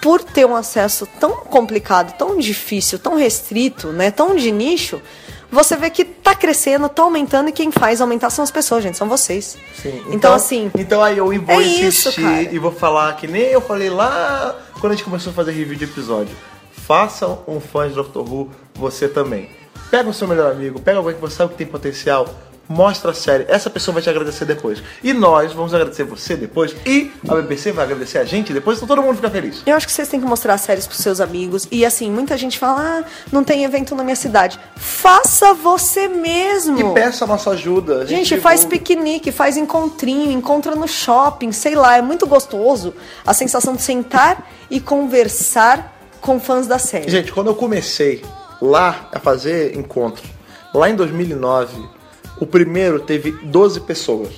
B: por ter um acesso tão complicado, tão difícil, tão restrito, né? Tão de nicho, você vê que tá crescendo, tá aumentando e quem faz aumentar são as pessoas, gente, são vocês.
A: Sim.
B: Então, assim,
A: Então aí eu vou
B: é isso,
A: insistir
B: cara.
A: e vou falar que nem eu falei lá quando a gente começou a fazer review de episódio. Faça um fã de Doctor Who você também. Pega o seu melhor amigo, pega alguém que você sabe que tem potencial, mostra a série. Essa pessoa vai te agradecer depois. E nós vamos agradecer você depois. E a BBC vai agradecer a gente depois, então todo mundo fica feliz.
B: Eu acho que vocês têm que mostrar séries pros seus amigos. E assim, muita gente fala, ah, não tem evento na minha cidade. Faça você mesmo.
A: E peça a nossa ajuda. A
B: Gente,
A: gente
B: faz
A: divulga.
B: piquenique, faz encontrinho, encontra no shopping, sei lá, é muito gostoso a sensação de sentar e conversar com fãs da série.
A: Gente, quando eu comecei lá a fazer encontro, lá em 2009, o primeiro teve 12 pessoas.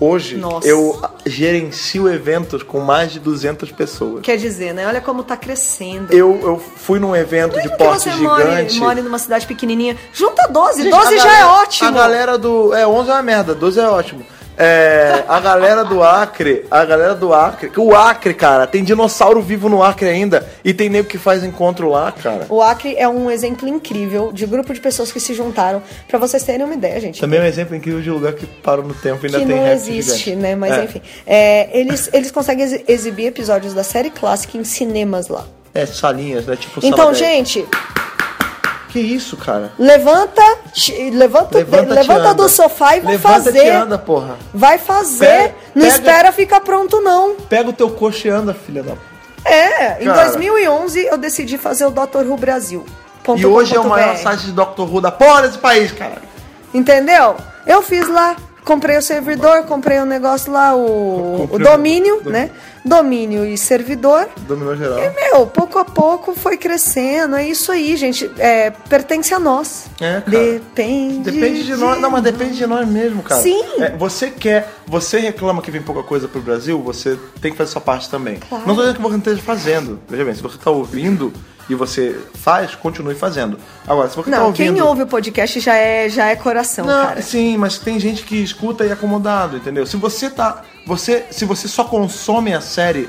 A: Hoje,
B: Nossa.
A: eu gerencio eventos com mais de 200 pessoas.
B: Quer dizer, né? Olha como tá crescendo.
A: Eu, eu fui num evento de
B: Mesmo que
A: porte
B: você é more,
A: gigante.
B: more numa cidade pequenininha, junta 12,
A: Gente,
B: 12
A: a
B: já
A: galera-
B: é ótimo.
A: A galera do. É, 11 é uma merda, 12 é ótimo. É, a galera do Acre, a galera do Acre, que o Acre, cara, tem dinossauro vivo no Acre ainda e tem nego que faz encontro lá, cara.
B: O Acre é um exemplo incrível de grupo de pessoas que se juntaram. Pra vocês terem uma ideia, gente.
A: Também é um exemplo incrível de lugar que parou no tempo e ainda
B: que
A: tem
B: não
A: réptil
B: existe,
A: gigante.
B: né? Mas
A: É.
B: enfim. É, eles, eles conseguem exi- exibir episódios da série clássica em cinemas lá.
A: É, salinhas, né? Tipo sala
B: Então,
A: dez.
B: gente,
A: Que isso, cara?
B: levanta, chi- levanta,
A: Levanta,
B: levanta,
A: te anda.
B: do sofá e vai
A: Levanta,
B: fazer.
A: te anda, porra.
B: Vai fazer,
A: Pega-
B: não
A: pega-
B: espera ficar pronto não.
A: Pega o teu coxo e anda, filha da.
B: É, em
A: Cara.
B: 2011 eu decidi fazer o Dr. Who Brasil. Ponto
A: E hoje é o
B: com ponto
A: maior
B: BR.
A: site de Dr. Who da porra desse país, cara.
B: Entendeu? Eu fiz lá, comprei o servidor, comprei o negócio lá, o, o
A: Comprei o-
B: domínio, né? Domínio e servidor.
A: Dominou geral.
B: E, meu, pouco a pouco foi crescendo. É isso aí, gente. É, pertence a nós.
A: É, cara.
B: Depende.
A: Depende de nós, não, mas depende de nós mesmo, cara.
B: Sim.
A: É, você quer, você reclama que vem pouca coisa pro Brasil, você tem que fazer sua parte também. Não tô dizendo que você não esteja fazendo. Veja bem, se você tá ouvindo e você faz, continue fazendo. Agora, se você tá
B: Não,
A: ouvindo.
B: quem ouve o podcast já é, já é coração,
A: Não,
B: cara.
A: sim, mas tem gente que escuta e é acomodado, entendeu? Se você tá. Você, se você só consome a série,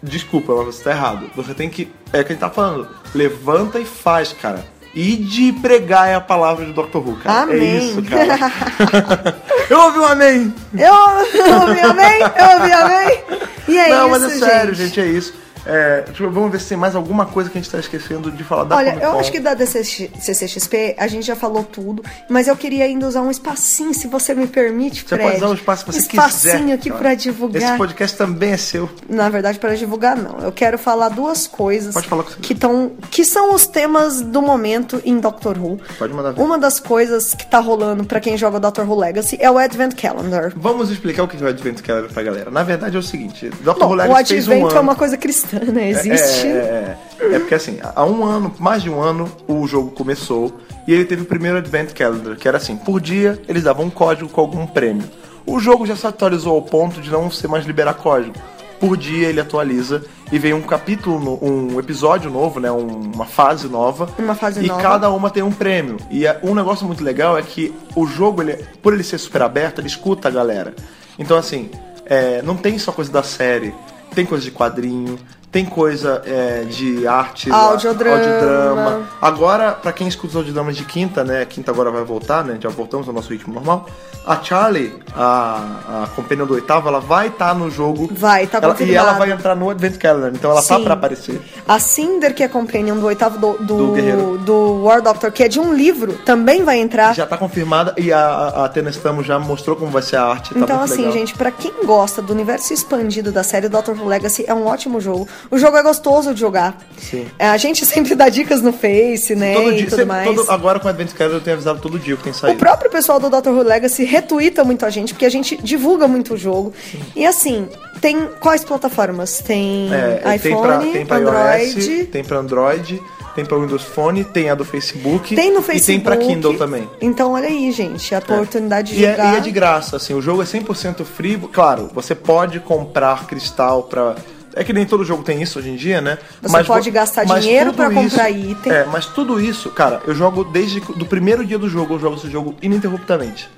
A: desculpa, mas você tá errado. Você tem que. É quem tá falando. Levanta e faz, cara. E de pregar é a palavra do Dr. Who, cara. É
B: Amém.
A: isso, cara. Eu ouvi um amém!
B: Eu, eu ouvi amém? Eu ouvi amém? E é
A: Não,
B: isso,
A: mas é sério, gente, é isso. É, deixa eu- vamos ver se tem mais alguma coisa que a gente tá esquecendo de falar da
B: Olha,
A: Comic
B: eu
A: Con.
B: acho que da DCX CCXP a gente já falou tudo, mas eu queria ainda usar um espacinho, se você me permite,
A: Você
B: Fred.
A: pode usar o espaço que você quiser.
B: Espacinho aqui
A: cara.
B: pra divulgar.
A: Esse podcast também é seu.
B: Na verdade, para divulgar, não. Eu quero falar duas coisas
A: Pode falar o que você
B: que, tão, que são os temas do momento em Doctor Who.
A: Pode mandar ver.
B: Uma das coisas que tá rolando pra quem joga Doctor Who Legacy é o Advent Calendar.
A: Vamos explicar o que é o Advent Calendar pra galera. Na verdade é o seguinte, Dr.
B: Bom,
A: Who
B: o
A: Legacy fez
B: Advent
A: um ano...
B: é uma coisa cristã, né? Existe.
A: É, é, é. É porque assim, há um ano, mais de um ano, o jogo começou e ele teve o primeiro Advent Calendar, que era assim, por dia eles davam um código com algum prêmio. O jogo já se atualizou ao ponto de não ser mais liberar código. Por dia ele atualiza e vem um capítulo, no- um episódio novo, né? um- uma fase nova.
B: Uma fase
A: e
B: nova.
A: cada uma tem um prêmio. E é- um negócio muito legal é que o jogo, ele, por ele ser super aberto, ele escuta a galera. Então, assim, é, não tem só coisa da série. Tem coisa de quadrinho, tem coisa é, de arte,
B: Audiodrama.
A: audiodrama. Agora, pra quem escuta os audiodramas de quinta, né? Quinta agora vai voltar, né? Já voltamos ao nosso ritmo normal. A Charlie, a, a companheira do oitavo, ela vai estar no jogo.
B: Vai, tá
A: ela, E ela
B: confirmado.
A: vai entrar no Advent Calendar, então ela tá
B: Sim.
A: pra aparecer.
B: A Cinder, que é companion do oitavo do, do,
A: Do Guerreiro.
B: do War Doctor, que é de um livro, também vai entrar.
A: Já tá confirmada e a, a Atena Stamos já mostrou como vai ser a arte. Tá
B: Então,
A: muito
B: assim,
A: legal.
B: gente, pra quem gosta do universo expandido da série Doctor Who Legacy, é um ótimo jogo. O jogo é gostoso de jogar.
A: Sim.
B: É, A gente sempre dá dicas no Face, né?
A: Todo
B: e
A: dia,
B: tudo
A: sempre-
B: mais.
A: todo- Ah, agora com o Advent Calendar eu tenho avisado todo dia que tem
B: O
A: saído.
B: próprio pessoal do Doctor Who Legacy retuita muito a gente, porque a gente divulga muito o jogo. E assim, tem quais plataformas? Tem
A: É, tem pra,
B: iPhone,
A: tem pra
B: Android.
A: iOS, tem pra Android, tem pra Windows Phone, tem a do Facebook.
B: Tem no
A: E
B: Facebook.
A: tem pra Kindle também.
B: Então olha aí, gente, a oportunidade de
A: E é,
B: jogar.
A: e é de graça, assim, o jogo é 100% free. Claro, você pode comprar cristal pra. É que nem todo jogo tem isso hoje em dia, né?
B: Você pode
A: vo-
B: gastar
A: mas
B: dinheiro
A: tudo
B: pra comprar
A: isso-
B: item.
A: É, mas tudo isso, cara, eu jogo desde que- do primeiro dia do jogo, eu jogo esse jogo ininterruptamente.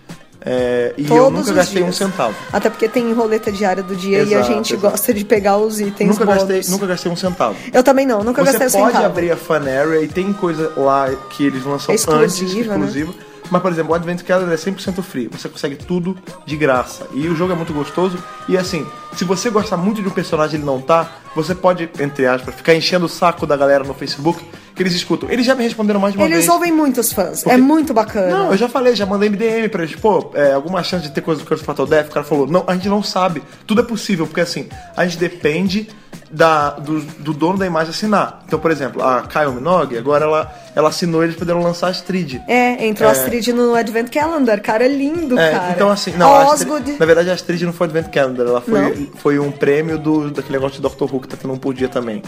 A: É, e eu
B: Todos
A: nunca
B: os
A: gastei um
B: dias.
A: centavo.
B: Até porque tem roleta diária do dia e a
A: Exato,
B: gente
A: exato.
B: gosta de pegar os itens
A: Nunca
B: bônus.
A: gastei, nunca gastei um centavo.
B: Eu também não, nunca
A: Você
B: gastei
A: pode
B: o centavo.
A: abrir a Fan Area e tem coisa lá que eles lançam
B: Exclusiva,
A: antes,
B: né?
A: exclusiva. Mas, por exemplo, o Advent Calendar é 100% free. Você consegue tudo de graça. E o jogo é muito gostoso. E, assim, se você gosta muito de um personagem e ele não tá, você pode, entre aspas, ficar enchendo o saco da galera no Facebook, que eles escutam. Eles já me responderam mais de uma
B: Eles
A: vez.
B: ouvem muitos fãs,
A: Porque-
B: é muito bacana.
A: Não, eu já falei, já mandei MDM pra eles, pô, é, alguma chance de ter coisa do Curse Fatal Death? O cara falou, não, a gente não sabe. Tudo é possível, porque assim, a gente depende da, do, do dono da imagem assinar. Então, por exemplo, a Kyle Minogue, agora ela, ela assinou e eles puderam lançar a Astrid.
B: É, entrou
A: É.
B: a Astrid no Advent Calendar, cara, é lindo,
A: É,
B: cara.
A: então assim, não,
B: a
A: a Astrid-
B: Osgood...
A: na verdade a Astrid não foi Advent Calendar, ela foi, foi um prêmio do, daquele negócio de Doctor Who que tá tendo um por dia também.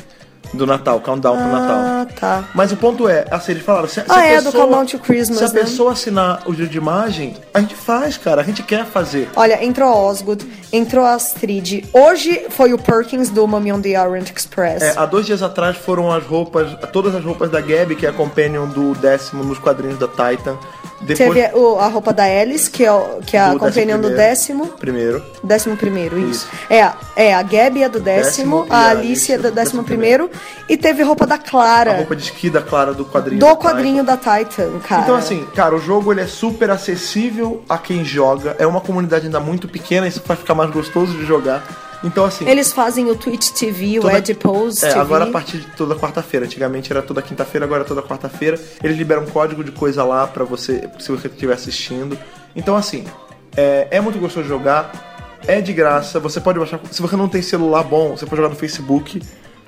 A: Do Natal, countdown pro Natal.
B: Ah, tá.
A: Mas o ponto é, assim, eles falaram, se, se
B: Ah,
A: a
B: é, do
A: pessoa,
B: Countdown to Christmas,
A: se a
B: né?
A: pessoa assinar o dia de imagem, a gente faz, cara, a gente quer fazer.
B: Olha, entrou a Osgood, entrou a Astrid. Hoje foi o Perkins do Mummy on the Orient Express.
A: É, há dois dias atrás foram as roupas, todas as roupas da Gabi, que é a companion do décimo nos quadrinhos da Titan. Depois,
B: Teve o- a roupa da Alice, que é, o- que é a
A: Do
B: companion do
A: décimo
B: décimo.
A: primeiro.
B: Décimo primeiro, isso.
A: Isso.
B: É, a- é, a Gabi é do décimo,
A: décimo e
B: a
A: a
B: Alice é do décimo primeiro.
A: primeiro.
B: E teve roupa da
A: A
B: Clara,
A: roupa de esqui da Clara do quadrinho.
B: É. do
A: da
B: quadrinho da Titan, cara.
A: Então, assim, cara, o jogo ele é super acessível a quem joga. É uma comunidade ainda muito pequena, isso vai ficar mais gostoso de jogar. Então, assim.
B: Eles fazem o Twitch TV, o
A: toda-
B: Ed Pose
A: É,
B: TV.
A: agora a partir de toda quarta-feira. Antigamente era toda quinta-feira, agora é toda quarta-feira. Eles liberam um código de coisa lá pra você, se você estiver assistindo. Então, assim, é, é muito gostoso de jogar. É de graça. Você pode baixar. Se você não tem celular bom, você pode jogar no Facebook.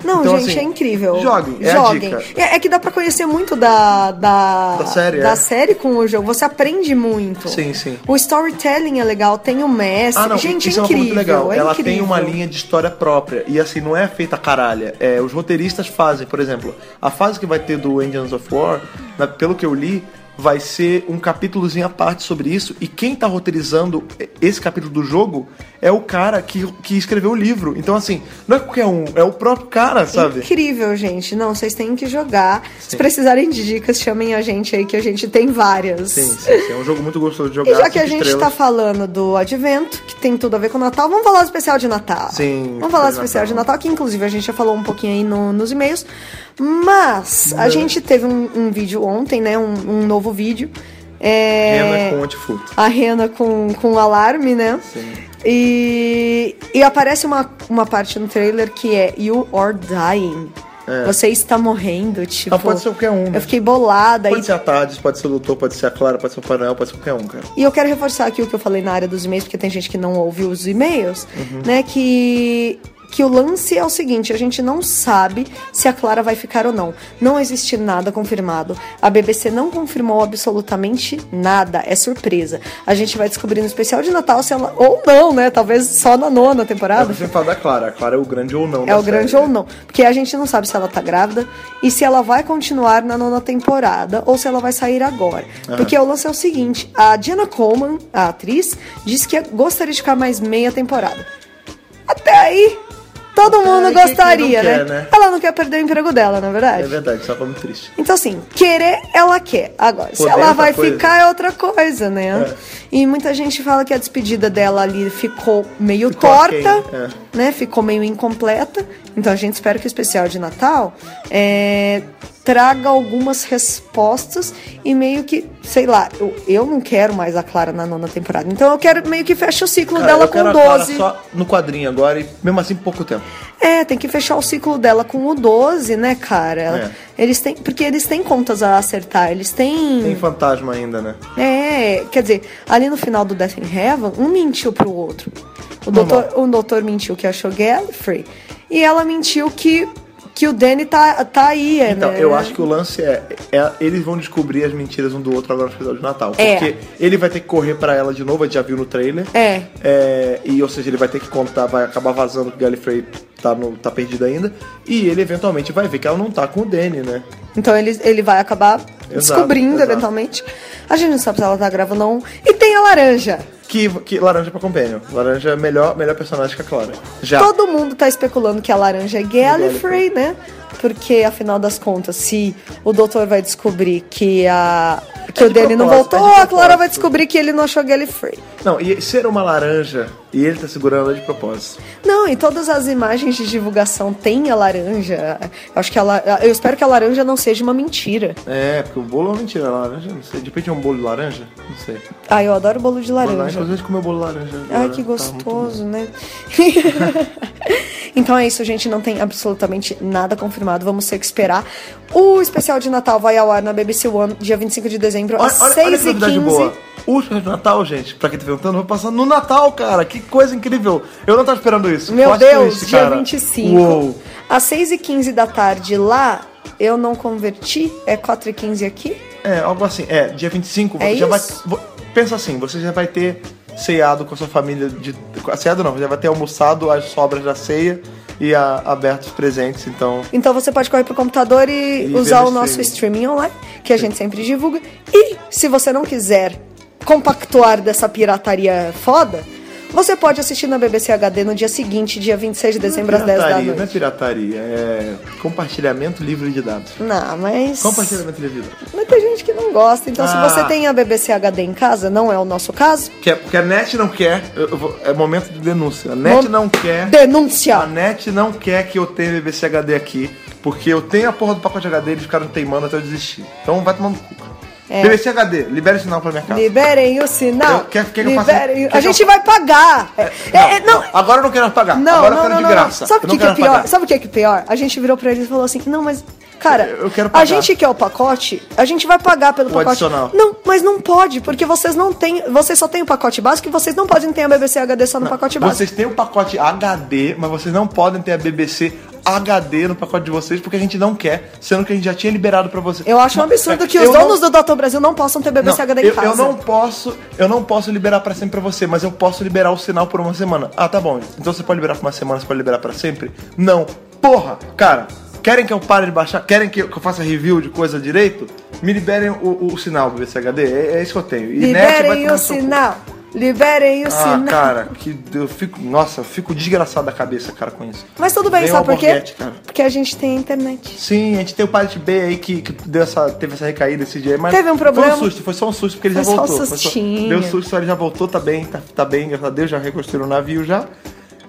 B: Não,
A: Então,
B: gente,
A: assim,
B: é incrível.
A: Joguem, é
B: Joguem.
A: a dica.
B: É, é que dá pra conhecer muito da, da,
A: Da série,
B: da
A: é.
B: série com o jogo. Você aprende muito.
A: Sim, sim.
B: O storytelling é legal, tem o mestre.
A: Ah, não,
B: gente,
A: isso
B: é
A: é uma coisa
B: incrível.
A: muito legal.
B: é
A: Ela
B: incrível.
A: tem uma linha de história própria. E assim, não é feita a caralha. É, os roteiristas fazem, por exemplo, a fase que vai ter do Engines of War, na- pelo que eu li, vai ser um capítulozinho à parte sobre isso. E quem tá roteirizando esse capítulo do jogo é o cara que, que escreveu o livro. Então, assim, não é qualquer um, é o próprio cara, sabe?
B: Incrível, gente. Não, vocês têm que jogar. Se
A: Sim.
B: precisarem de dicas, chamem a gente aí que a gente tem várias.
A: Sim, sim, sim. É um jogo muito gostoso de jogar.
B: E já que a
A: cinco
B: gente
A: estrelas.
B: tá falando do advento, que tem tudo a ver com o Natal, vamos falar do especial de Natal.
A: Sim,
B: Vamos falar
A: de
B: do especial de
A: Natal.
B: Natal, que inclusive a gente já falou um pouquinho aí no- nos e-mails. Mas
A: Né.
B: a gente teve um, um vídeo ontem, né? Um, um novo vídeo. É...
A: Rena com antifuto.
B: A rena com, com alarme, né?
A: Sim.
B: E, e aparece uma, uma parte no trailer que é You are dying. Você está morrendo, tipo.
A: Ah, É. pode ser qualquer um, né?
B: Eu fiquei bolada.
A: Pode
B: e
A: ser a Tades, pode ser o Doutor, pode ser a Clara, pode ser o Papai Noel, pode ser qualquer um, cara.
B: E eu quero reforçar aqui o que eu falei na área dos e-mails, porque tem gente que não ouviu os e-mails,
A: Uhum.
B: né? Que, que o lance é o seguinte: a gente não sabe se a Clara vai ficar ou não. Não existe nada confirmado. A BBC não confirmou absolutamente nada. É surpresa. A gente vai descobrir no especial de Natal se ela. Ou não, né? Talvez só na nona temporada.
A: Mas você fala da Clara. A Clara é o grande ou não.
B: Ah,
A: né?
B: É o grande ou não. Porque a gente não sabe se ela tá grávida e se ela vai continuar na nona temporada ou se ela vai sair agora. Porque o lance é o seguinte: a Diana Coleman, a atriz, disse que gostaria de ficar mais meia temporada. Até aí, todo mundo
A: aí, quem que não
B: gostaria,
A: quer,
B: né?
A: né?
B: Ela não quer perder o emprego dela, na
A: É verdade, só como triste.
B: então, assim, querer, ela quer. Agora, se
A: Poder é
B: ela
A: outra
B: vai
A: coisa.
B: ficar, é outra coisa, né?
A: É.
B: E muita gente fala que a despedida dela ali ficou meio
A: Ficou aquém,
B: torta,
A: é.
B: né? Ficou meio incompleta. Então, a gente espera que o especial de Natal é, traga algumas respostas e meio que, sei lá, eu, eu não quero mais a Clara na nona temporada. Então, eu quero meio que feche o ciclo
A: Cara,
B: dela
A: eu quero
B: com
A: a Clara
B: 12.
A: só no quadrinho agora e mesmo assim pouco tempo.
B: É, tem que fechar o ciclo dela com o 12, né, cara?
A: É.
B: Eles têm, porque eles têm contas a acertar, eles têm.
A: Tem fantasma ainda, né?
B: É, quer dizer, ali no final do Death in Heaven, um mentiu pro outro. O doutor, o doutor mentiu que achou Gallifrey e ela mentiu que, que o Danny tá, tá aí, né?
A: Então, eu acho que o lance é, é- Eles vão descobrir as mentiras um do outro agora no especial de Natal.
B: É.
A: Porque ele vai ter que correr pra ela de novo, a gente já viu no trailer.
B: É.
A: É, e, ou seja, ele vai ter que contar, vai acabar vazando que o Gallifrey tá, no, tá perdido ainda. E ele eventualmente vai ver que ela não tá com o Danny, né?
B: Então ele, ele vai acabar descobrindo
A: exato.
B: eventualmente. A gente não sabe se ela tá gravando ou não. E tem a laranja.
A: Que, que laranja pra companion. Laranja é melhor, melhor personagem que a Clara. Já.
B: Todo mundo tá especulando que a laranja é Gallifrey,
A: Gallifrey.
B: né? Porque, afinal das contas, se o doutor vai descobrir que a. Que
A: É
B: o
A: de
B: Danny não
A: propósito,
B: voltou,
A: é de
B: a Clara vai
A: propósito.
B: descobrir que ele não achou Gallifrey.
A: Não, e ser uma laranja e ele tá segurando ela de propósito.
B: Não, e todas as imagens de divulgação tem a laranja. Eu Acho que a la- eu espero que a laranja não seja uma mentira.
A: É, porque o bolo é uma mentira, laranja, não sei. De repente é um bolo de laranja? Não sei.
B: Ah, eu adoro bolo
A: Bolo
B: de
A: de laranja,
B: laranja.
A: às vezes comeu bolo de laranja.
B: Ai,
A: Tá
B: que
A: muito
B: gostoso, né? então é isso, gente. Não tem absolutamente nada confirmado. Vamos ter que esperar. O especial de Natal vai ao ar na BBC One, dia 25 de dezembro,
A: bom. Olha,
B: às
A: olha, olha que
B: 6 h
A: novidade
B: 15
A: boa. O especial de Natal, gente, pra quem tá perguntando, vai passar no Natal, cara. Que coisa incrível. Eu não tava esperando isso.
B: Meu
A: Plot
B: Deus,
A: twist,
B: dia
A: cara.
B: 25.
A: Uou.
B: Às 6 h 15 da tarde lá, eu não converti. É 4 h 15 aqui?
A: É, algo assim. É, dia 25,
B: É
A: você já vai.
B: isso?
A: vo- Pensa assim, você já vai ter ceado com a sua família de. com a Ceado não, já vai ter almoçado as sobras da ceia e a- aberto os presentes, então.
B: Então você pode correr pro computador e,
A: E
B: usar
A: ver
B: o
A: no
B: nosso streaming.
A: streaming.
B: online, que a gente sempre divulga. E se você não quiser compactuar dessa pirataria foda, Você pode assistir na BBC HD no dia seguinte, dia 26 de dezembro, às 10 da
A: Pirataria, não é
B: noite.
A: pirataria, é compartilhamento livre de dados.
B: Não, mas.
A: Compartilhamento livre de dados.
B: Mas tem gente que não gosta. Então,
A: Ah.
B: se você tem a BBC HD em casa, não é o nosso caso,
A: Que é- porque a net não quer, eu- eu vou- é momento de denúncia. A net
B: Mom-
A: não quer, a
B: denúncia.
A: net não quer que eu tenha BBC HD aqui, porque eu tenho a porra do pacote HD e eles ficaram teimando até eu desistir. Então vai tomando cu. cara.
B: É.
A: BBC HD, libera o sinal pra minha casa.
B: Liberem o sinal.
A: Eu- quer- quer que eu faça-
B: Liberem.
A: quer que
B: a
A: eu-
B: gente vai pagar. É, é, é, não,
A: Agora eu não quero mais pagar.
B: Não,
A: Agora eu
B: não,
A: quero
B: não,
A: de
B: não,
A: graça.
B: Sabe
A: Eu
B: o
A: não
B: que, que é
A: quero
B: pior?
A: pagar.
B: Sabe o que que é pior? A gente virou pra eles e falou assim que não, mas cara,
A: Eu- eu quero
B: a
A: pagar.
B: gente quer o pacote, a gente vai pagar pelo
A: O
B: pacote.
A: adicional.
B: Não, mas não pode, porque vocês não têm, vocês só têm o pacote básico e vocês não podem ter a BBC HD só no pacote básico.
A: Vocês têm o pacote HD, mas vocês não podem ter a BBC HD no pacote de vocês porque a gente não quer, sendo que a gente já tinha liberado pra vocês.
B: Eu acho
A: Não,
B: um absurdo
A: é,
B: que os
A: eu não-
B: donos do Doutor Brasil não possam ter BBC
A: não,
B: HD em
A: eu,
B: casa.
A: eu não posso, eu não posso liberar pra sempre pra você, mas eu posso liberar o sinal por uma semana. Ah, tá bom. Então você pode liberar por uma semana, você pode liberar pra sempre? Não. Porra, cara. Querem que eu pare de baixar? Querem que eu, que eu faça review de coisa direito? Me liberem o, o sinal BBC HD. É, é isso que eu tenho. E net vai
B: Liberem
A: tomar
B: o
A: no seu cu.
B: sinal. Liberem o
A: Ah,
B: sinal.
A: cara, que eu fico. Nossa, eu fico desgraçado da cabeça, cara, com isso.
B: Mas tudo bem,
A: Vem o
B: sabe por quê?
A: Alborguete, cara.
B: Porque a gente tem a internet.
A: Sim, a gente tem o Pilot B aí que, que deu essa, teve essa recaída esse dia, mas.
B: Teve um problema.
A: Foi um susto, foi só um susto, porque ele
B: Foi
A: já
B: só um
A: voltou.
B: sustinho.
A: deu susto, ele já voltou, tá bem, tá, tá bem, graças a Deus, já reconstruiu o navio já.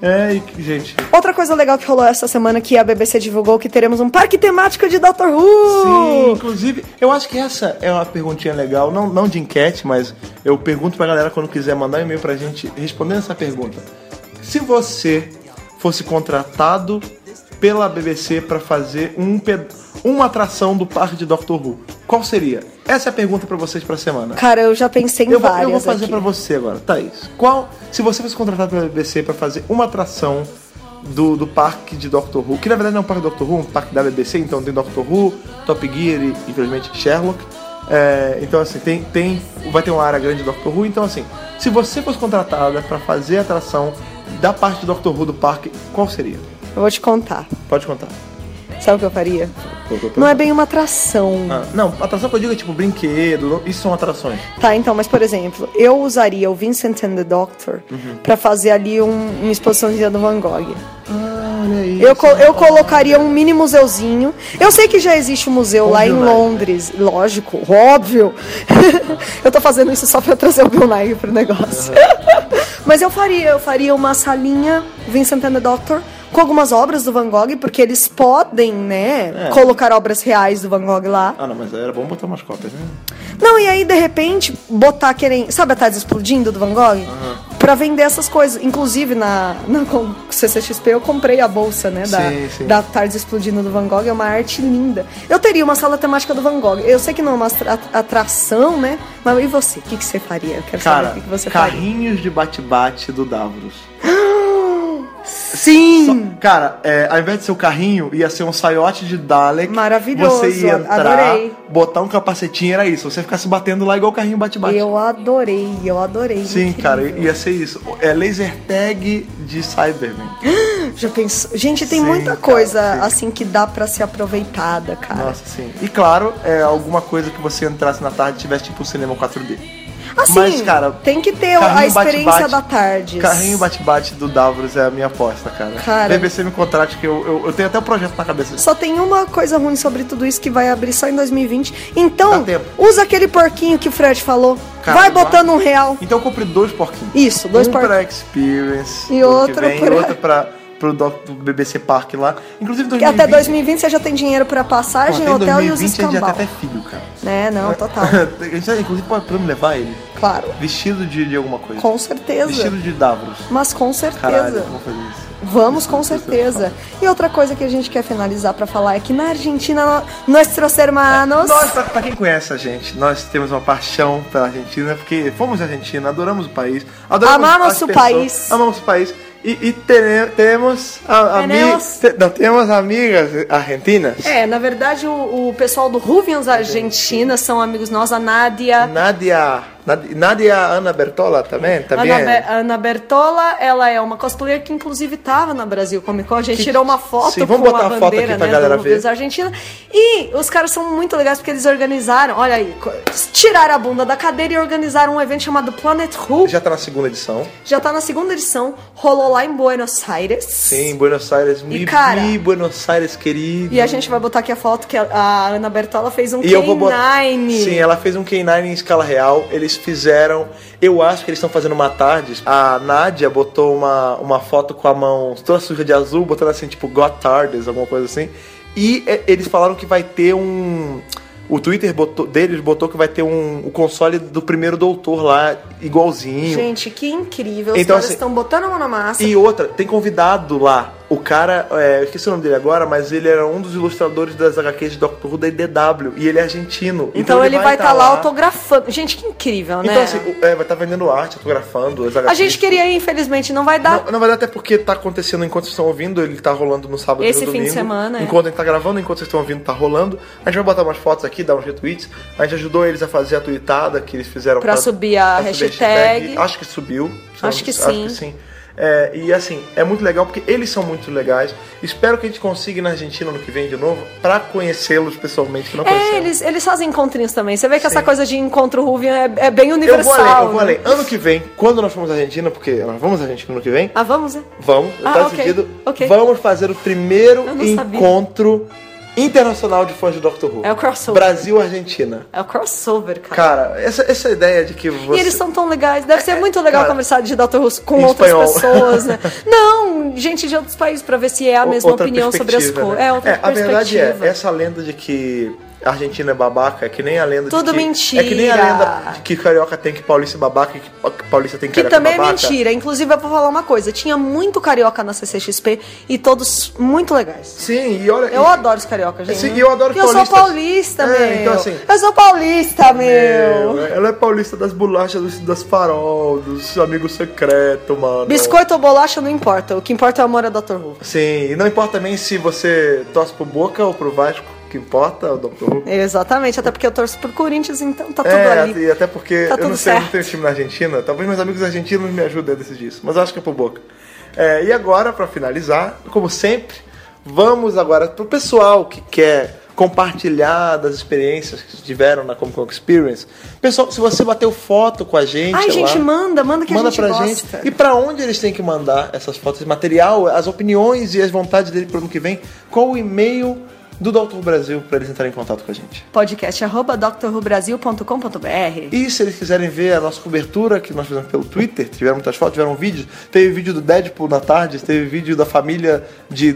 A: É, e, que, gente.
B: Outra coisa legal que rolou essa semana que a BBC divulgou que teremos um parque temático de Doctor Who.
A: Sim, inclusive, eu acho que essa é uma perguntinha legal, não, não de enquete, mas eu pergunto pra galera quando quiser mandar um e-mail pra gente respondendo essa pergunta. Se você fosse contratado pela BBC pra fazer um ped- uma atração do parque de Doctor Who, qual seria? Essa é a pergunta pra vocês pra semana.
B: Cara, eu já pensei em
A: Eu vou,
B: várias
A: eu vou fazer
B: aqui.
A: pra você agora, Thaís. Qual, se você fosse contratado pela BBC pra fazer uma atração do, do parque de Doctor Who, que na verdade não é um parque de Doctor Who, é um parque da BBC, então tem Doctor Who, Top Gear e, infelizmente, Sherlock. É, então, assim, tem, tem, vai ter uma área grande de Doctor Who. Então, assim, se você fosse contratada pra fazer a atração da parte de Doctor Who do parque, qual seria?
B: Eu vou te contar.
A: Pode contar.
B: Sabe o que eu faria? Não é bem uma atração.
A: Ah, não, atração que eu digo é tipo brinquedo, isso são atrações.
B: Tá, então, mas por exemplo, eu usaria o Vincent and the Doctor
A: Uhum.
B: pra fazer ali um- uma exposiçãozinha do Van Gogh.
A: Ah, olha aí.
B: Eu, co- eu colocaria um mini museuzinho. Eu sei que já existe um museu lá em
A: Bill Nye,
B: Londres, lógico, óbvio. eu tô fazendo isso só pra trazer o Bill Nye pro negócio. Mas eu faria, eu faria uma salinha Vincent and the Doctor com algumas obras do Van Gogh, porque eles podem, né,
A: É.
B: colocar obras reais do Van Gogh lá.
A: Ah, não, mas era bom botar umas cópias, né?
B: Não, e aí, de repente, botar querem. Sabe a Tardes Explodindo do Van Gogh? Pra vender essas coisas. Inclusive, na, na com- CCXP eu comprei a bolsa, né? Da,
A: Sim, sim.
B: da Tardes Explodindo do Van Gogh. É uma arte linda. Eu teria uma sala temática do Van Gogh. Eu sei que não é uma atra- atração, né? Mas e você? O que, que você faria? Eu quero
A: Cara,
B: saber o que, que você faria.
A: carrinhos de bate-bate do Davros.
B: Sim!
A: Só- cara, é, ao invés de ser o carrinho, ia ser um saiote de Dalek.
B: Maravilhoso,
A: Você ia entrar,
B: adorei.
A: botar um capacetinho, era isso. Você ficasse batendo lá igual carrinho bate-bate.
B: Eu adorei, eu adorei.
A: Sim,
B: incrível.
A: cara, ia ser isso. É laser tag de Cyberman.
B: Já pensou? Gente, tem
A: Sim,
B: muita
A: cara,
B: coisa
A: sim.
B: assim que dá pra ser aproveitada, cara.
A: Nossa, sim. E claro, é alguma coisa que você entrasse na tarde e tivesse tipo um cinema 4D.
B: Assim,
A: Mas, cara,
B: tem que ter a
A: carrinho
B: experiência
A: bate-bate-
B: da tarde.
A: Carrinho bate-bate do Davros é a minha aposta, cara.
B: Cara.
A: BBC me contrate que eu, eu, eu tenho até o um projeto na cabeça.
B: Só tem uma coisa ruim sobre tudo isso que vai abrir só em 2020.
A: Dá
B: Então,
A: tempo.
B: usa aquele porquinho que o Fred falou.
A: Cara,
B: vai botando um real.
A: Então eu comprei dois porquinhos.
B: Isso, dois
A: um
B: porquinhos.
A: pra Experience.
B: E
A: do ano que
B: outro
A: vem,
B: pra-
A: outro pra pro doc- do BBC Park lá. Inclusive
B: Que
A: 2020.
B: até 2020 você já tem dinheiro pra
A: Pô,
B: passagem,
A: até
B: hotel e os
A: 2020 a gente já
B: escambau.
A: tem até filho, cara.
B: Né, não, total.
A: A gente já, inclusive pode podemos levar ele
B: claro,
A: vestido de, de alguma coisa.
B: com certeza.
A: Vestido de Davros.
B: Mas com certeza.
A: Caralho, vamos fazer isso.
B: Vamos, com certeza. E outra coisa que a gente quer finalizar pra falar é que na Argentina, no- nossos hermanos...
A: É, Nós, pra, pra quem conhece a gente, nós temos uma paixão pela Argentina, porque fomos à Argentina, adoramos o país, adoramos
B: Amamos
A: as
B: o
A: pessoas,
B: país.
A: Amamos o país. E, e tene- temos, a,
B: Tenemos.
A: ami- te- não, temos amigas argentinas.
B: É, na verdade, o, o pessoal do Ruvians Argentina são amigos nossos, a Nádia,
A: Nadia. Nad- Nadia Ana Bertola também? também
B: Ana,
A: é?
B: Be- Ana Bertola, ela é uma cosplayer que inclusive estava na Brasil Comic Con. A gente
A: Que-
B: tirou uma foto
A: Sim,
B: com
A: vamos botar
B: a
A: a foto
B: bandeira
A: aqui pra
B: né,
A: galera
B: do Movies
A: ver.
B: Argentina. E os caras são muito legais porque eles organizaram, olha aí, co- tiraram a bunda da cadeira e organizaram um evento chamado Planet Who.
A: Já
B: Já,
A: tá na segunda edição.
B: tá na segunda edição, rolou lá em Buenos Aires.
A: Sim, Buenos Aires. me-
B: cara-
A: me Buenos Aires, querido.
B: E a gente vai botar aqui a foto que a, a Ana Bertola fez um
A: E eu vou botar.
B: K9.
A: Sim, ela fez um K9 em escala real. Eles fizeram. Eu acho que eles estão fazendo uma tarde. A Nádia botou uma, uma foto com a mão toda suja de azul, botando assim, tipo, Got Tardes, alguma coisa assim. E é, eles falaram que vai ter um. O Twitter botou- deles botou que vai ter um, o console do primeiro doutor lá, igualzinho.
B: Gente, que incrível. Os
A: Então,
B: caras
A: assim,
B: estão botando a mão na massa.
A: E outra, tem convidado lá. O cara, é, eu esqueci o nome dele agora, mas ele era um dos ilustradores das HQs de Doctor Who da IDW. E ele é argentino.
B: Então, ele, vai estar
A: tá
B: lá autografando. Gente, que incrível, né?
A: Então, assim, o- é, vai estar vendendo arte, autografando as
B: A
A: HQs.
B: gente queria ir, infelizmente, não vai dar.
A: Não, na verdade, até porque tá acontecendo enquanto vocês estão ouvindo, ele tá rolando no sábado
B: Esse
A: e no
B: fim de
A: domingo.
B: semana, é.
A: Enquanto a gente tá gravando, enquanto vocês estão ouvindo, tá rolando. A gente vai botar umas fotos aqui, dar uns retweets. A gente ajudou eles a fazer a tweetada que eles fizeram
B: Pra subir a
A: pra subir
B: hashtag.
A: Acho que subiu. se
B: Acho
A: não-
B: que
A: Acho
B: sim.
A: que sim. É, e assim, é muito legal porque eles são muito legais. Espero que a gente consiga ir na Argentina ano que vem de novo pra conhecê-los pessoalmente. que Não
B: É,
A: conhecemos.
B: eles, eles fazem encontrinhos também. Você vê que essa
A: Sim.
B: coisa de encontro Ruvian é, é bem
A: Eu vou
B: universal.
A: além, eu vou
B: né?
A: além. Ano que vem, quando nós formos à Argentina, porque nós vamos à Argentina ano que vem,
B: Ah, vamos? né?
A: Vamos,
B: Ah,
A: tá
B: ok,
A: decidido.
B: ok.
A: Vamos fazer o primeiro
B: Eu não sabia.
A: encontro internacional de fãs de Doctor Who.
B: É o crossover.
A: Brasil-Argentina.
B: É o crossover, cara.
A: Cara, essa, essa ideia de que você... É,
B: E eles são tão legais. Deve ser muito legal
A: cara,
B: conversar de Dr. Russo com
A: em
B: outras
A: espanhol.
B: pessoas, né? Não, gente de outros países, pra ver se é a
A: o-
B: mesma
A: outra
B: opinião sobre as
A: perspectiva,
B: coisas.
A: né?
B: É, outra
A: a
B: perspectiva.
A: verdade é, essa lenda de que a Argentina é babaca, é que nem a lenda
B: Tudo
A: de que...
B: mentira.
A: É que nem a lenda de que carioca tem que paulista é babaca e que paulista tem
B: Que
A: carioca
B: também
A: babaca.
B: é mentira. Inclusive, eu vou falar uma coisa. Tinha muito carioca na CCXP e todos muito legais.
A: Sim, e olha...
B: Eu
A: e-
B: adoro os cariocas, gente.
A: Sim, e eu adoro
B: Porque Eu sou
A: paulistas.
B: paulista,
A: É,
B: meu.
A: então, assim-
B: Eu sou paulista, meu.
A: Meu, Ela é paulista das bolachas, dos- das farol, dos amigos secretos, mano.
B: Biscoito ou bolacha não importa. O que importa é o amor a Dr. Who.
A: Sim, e não importa também se você torce pro Boca ou pro Vasco, que importa, é o Dr. Who.
B: Exatamente. Até porque eu torço pro Corinthians, então tá tudo
A: É,
B: ali.
A: e até porque
B: Tá
A: eu não
B: tudo
A: sei, eu não
B: certo.
A: tenho time na Argentina, talvez meus amigos argentinos me ajudem a decidir isso, mas eu acho que é pro Boca. É, e agora, pra finalizar, como sempre, vamos agora pro pessoal que quer compartilhar das experiências que tiveram na Comic Con Experience. Pessoal, se você bateu foto com a gente é
B: Ai,
A: lá,
B: gente, manda, manda que
A: manda
B: a gente
A: pra
B: gosta.
A: gente. E pra onde eles têm que mandar essas fotos, esse material, as opiniões e as vontades dele pro ano que vem? Qual o e-mail do Doutor Brasil pra eles entrarem em contato com a gente?
B: Podcast arroba drrubrasil.com.br.
A: E se eles quiserem ver a nossa cobertura que nós fizemos pelo Twitter, tiveram muitas fotos, tiveram vídeos, teve vídeo do Deadpool na tarde, teve vídeo da família de,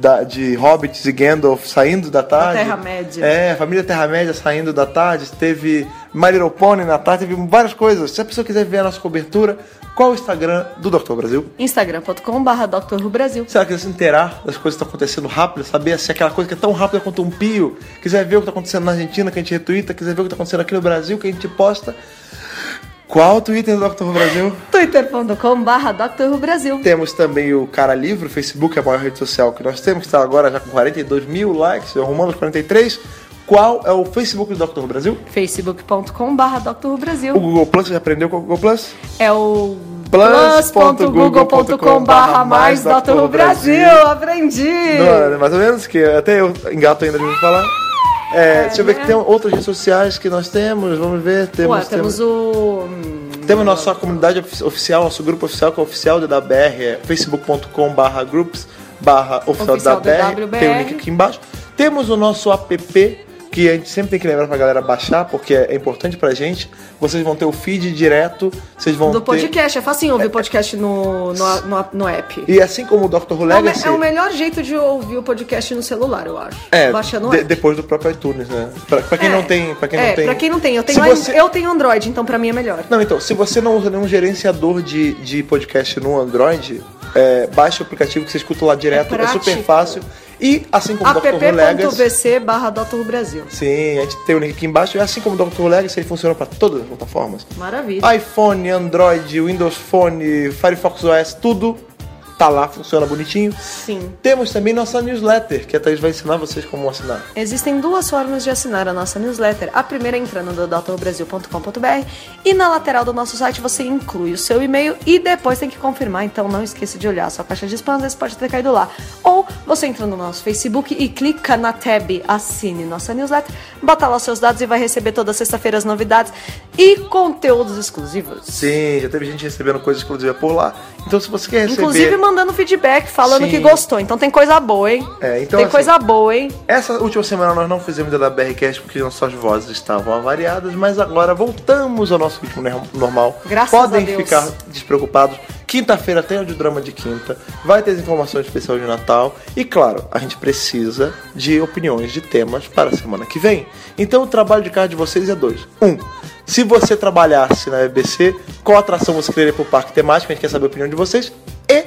A: da- de Hobbits e Gandalf saindo da tarde.
B: Terra-média.
A: É, família Terra-média saindo da tarde, teve My Little Pony na tarde, teve várias coisas. Se a pessoa quiser ver a nossa cobertura, qual o Instagram do Doutor Brasil?
B: Instagram.com.br drrubrasil.
A: Se ela quiser se inteirar das coisas que estão acontecendo rápido, saber se aquela coisa que é tão rápida quanto um pio, quiser ver o que está acontecendo na Argentina, que a gente retuita, quiser ver o que está acontecendo aqui no Brasil, que a gente posta. Qual o Twitter do Dr. Who Brasil?
B: twitter.com.br drrubrasil.
A: Temos também o Cara Livre, o Facebook é a maior rede social que nós temos, que está agora já com 42 mil likes, arrumando os 43. Qual é o Facebook do Dr. Who Brasil?
B: facebook.com.br
A: O
B: drrubrasil.
A: Google Plus, você já aprendeu com o Google Plus?
B: É o
A: plus.google.com.br
B: plus.google.com.br mais drrubrasil. Aprendi!
A: Não, mais ou menos, que até eu engato ainda de me falar. É, deixa eu ver que tem outras redes sociais que nós temos, vamos ver. Temos,
B: Ué, temos o... hum,
A: temos nossa comunidade ofi- oficial, nosso grupo oficial, que é o oficial da BR, é facebook.com barra groups barra oficial da
B: Oficial da
A: BR,
B: WBR.
A: tem o link aqui embaixo. Temos o nosso app, que a gente sempre tem que lembrar pra galera baixar, porque é importante pra gente. Vocês vão ter o feed direto, vocês vão
B: do
A: ter...
B: podcast. É facinho ouvir podcast no, no, no, no app.
A: E assim como o Dr. Who
B: É o, me-
A: Legacy...
B: é o melhor jeito de ouvir o podcast no celular, eu acho.
A: É,
B: Baixando o
A: de-
B: app.
A: depois do próprio iTunes, né? Pra, pra quem
B: É.
A: não tem. Pra quem
B: é,
A: não tem.
B: pra quem não tem. Eu
A: Se
B: tenho,
A: você-
B: eu tenho Android, então pra mim é melhor.
A: Não, então, se você não usa nenhum gerenciador de, de podcast no Android, é, baixa o aplicativo que você escuta lá direto, é,
B: prático.
A: super fácil. E assim como o Dr. Who Legacy.
B: app.vc barra Dr. Who Brasil.
A: Sim, a gente tem o link aqui embaixo. E assim como o Dr. Who Legacy, ele funciona pra todas as plataformas.
B: Maravilha.
A: iPhone, Android, Windows Phone, Firefox OS, tudo tá lá, funciona bonitinho.
B: Sim.
A: Temos também nossa newsletter, que a Thaís vai ensinar vocês como assinar.
B: Existem duas formas de assinar a nossa newsletter. A primeira é entrando no doutorbrasil.com.br e na lateral do nosso site você inclui o seu e-mail e depois tem que confirmar, então não esqueça de olhar a sua caixa de spam, às vezes pode ter caído lá. Ou você entra no nosso Facebook e clica na tab Assine Nossa Newsletter, bota lá os seus dados e vai receber toda sexta-feira as novidades e conteúdos exclusivos.
A: Sim, já teve gente recebendo coisas exclusiva por lá. Então se você quer receber...
B: Inclusive mandando feedback, falando
A: Sim.
B: que gostou. Então tem coisa boa, hein?
A: É, então,
B: tem
A: assim,
B: coisa boa, hein?
A: Essa última semana nós não fizemos da BRCast porque nossas vozes estavam avariadas, mas agora voltamos ao nosso ritmo ner- normal.
B: Graças
A: Podem
B: a Deus.
A: ficar despreocupados. Quinta-feira tem o de drama de quinta, vai ter as informações especiais de Natal e, claro, a gente precisa de opiniões de temas para a semana que vem. Então o trabalho de casa de vocês é dois. Um, se você trabalhasse na BBC, qual atração você quereria para o parque temático? A gente quer saber a opinião de vocês. E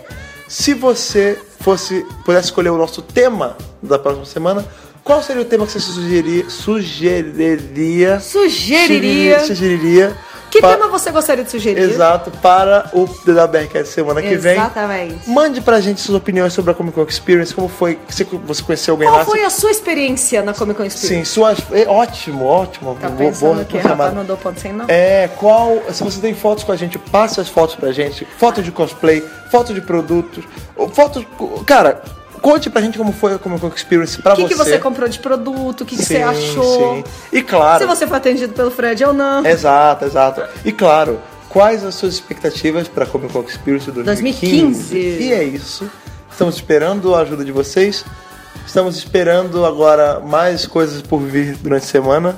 A: se você fosse pudesse escolher o nosso tema da próxima semana, qual seria o tema que você sugeriria? Sugeriria.
B: Sugeriria.
A: Sugeriria.
B: Que
A: pa-
B: tema você gostaria de sugerir?
A: Exato, para o DWRCast semana que vem.
B: Exatamente.
A: Mande pra gente suas opiniões sobre a Comic Con Experience, como foi que você, você conheceu alguém lá?
B: Qual
A: você-
B: foi a sua experiência na Comic Con
A: Sim,
B: Experience?
A: suas. é, Ótimo, ótimo.
B: Tá
A: boa-
B: pensando
A: boa
B: que
A: chamada.
B: rapaz não dou ponto sem não?
A: É, qual. Se você tem fotos com a gente, passe as fotos pra gente. Foto de cosplay, foto de produtos, foto. Cara, conte pra gente como foi a Comic Con Experience pra
B: O que,
A: você.
B: que você comprou de produto? O que, que você
A: Sim,
B: achou?
A: sim. E claro. É
B: Se você foi atendido pelo Fred ou não.
A: Exato, exato. E claro, quais as suas expectativas pra Comic Con Experience 2015?
B: 2015?
A: E é isso. Estamos esperando a ajuda de vocês. Estamos esperando agora mais coisas por vir durante a semana,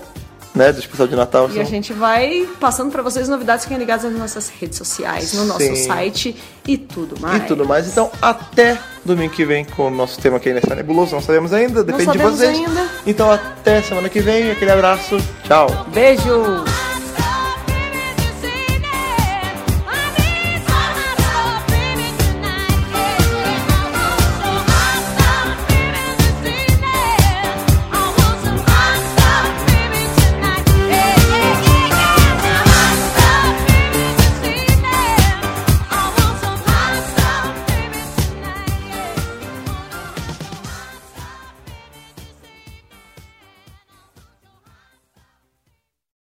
A: né? Do especial de Natal.
B: E a
A: Então,
B: gente vai passando pra vocês novidades, fiquem ligados nas nossas redes sociais, no nosso
A: Sim.
B: site e tudo mais.
A: e tudo mais. Então, até domingo que vem com o nosso tema que ainda está nebuloso, não sabemos ainda, depende de
B: sabemos
A: vocês.
B: ainda.
A: Então, até semana que vem, aquele abraço, tchau.
B: Beijo!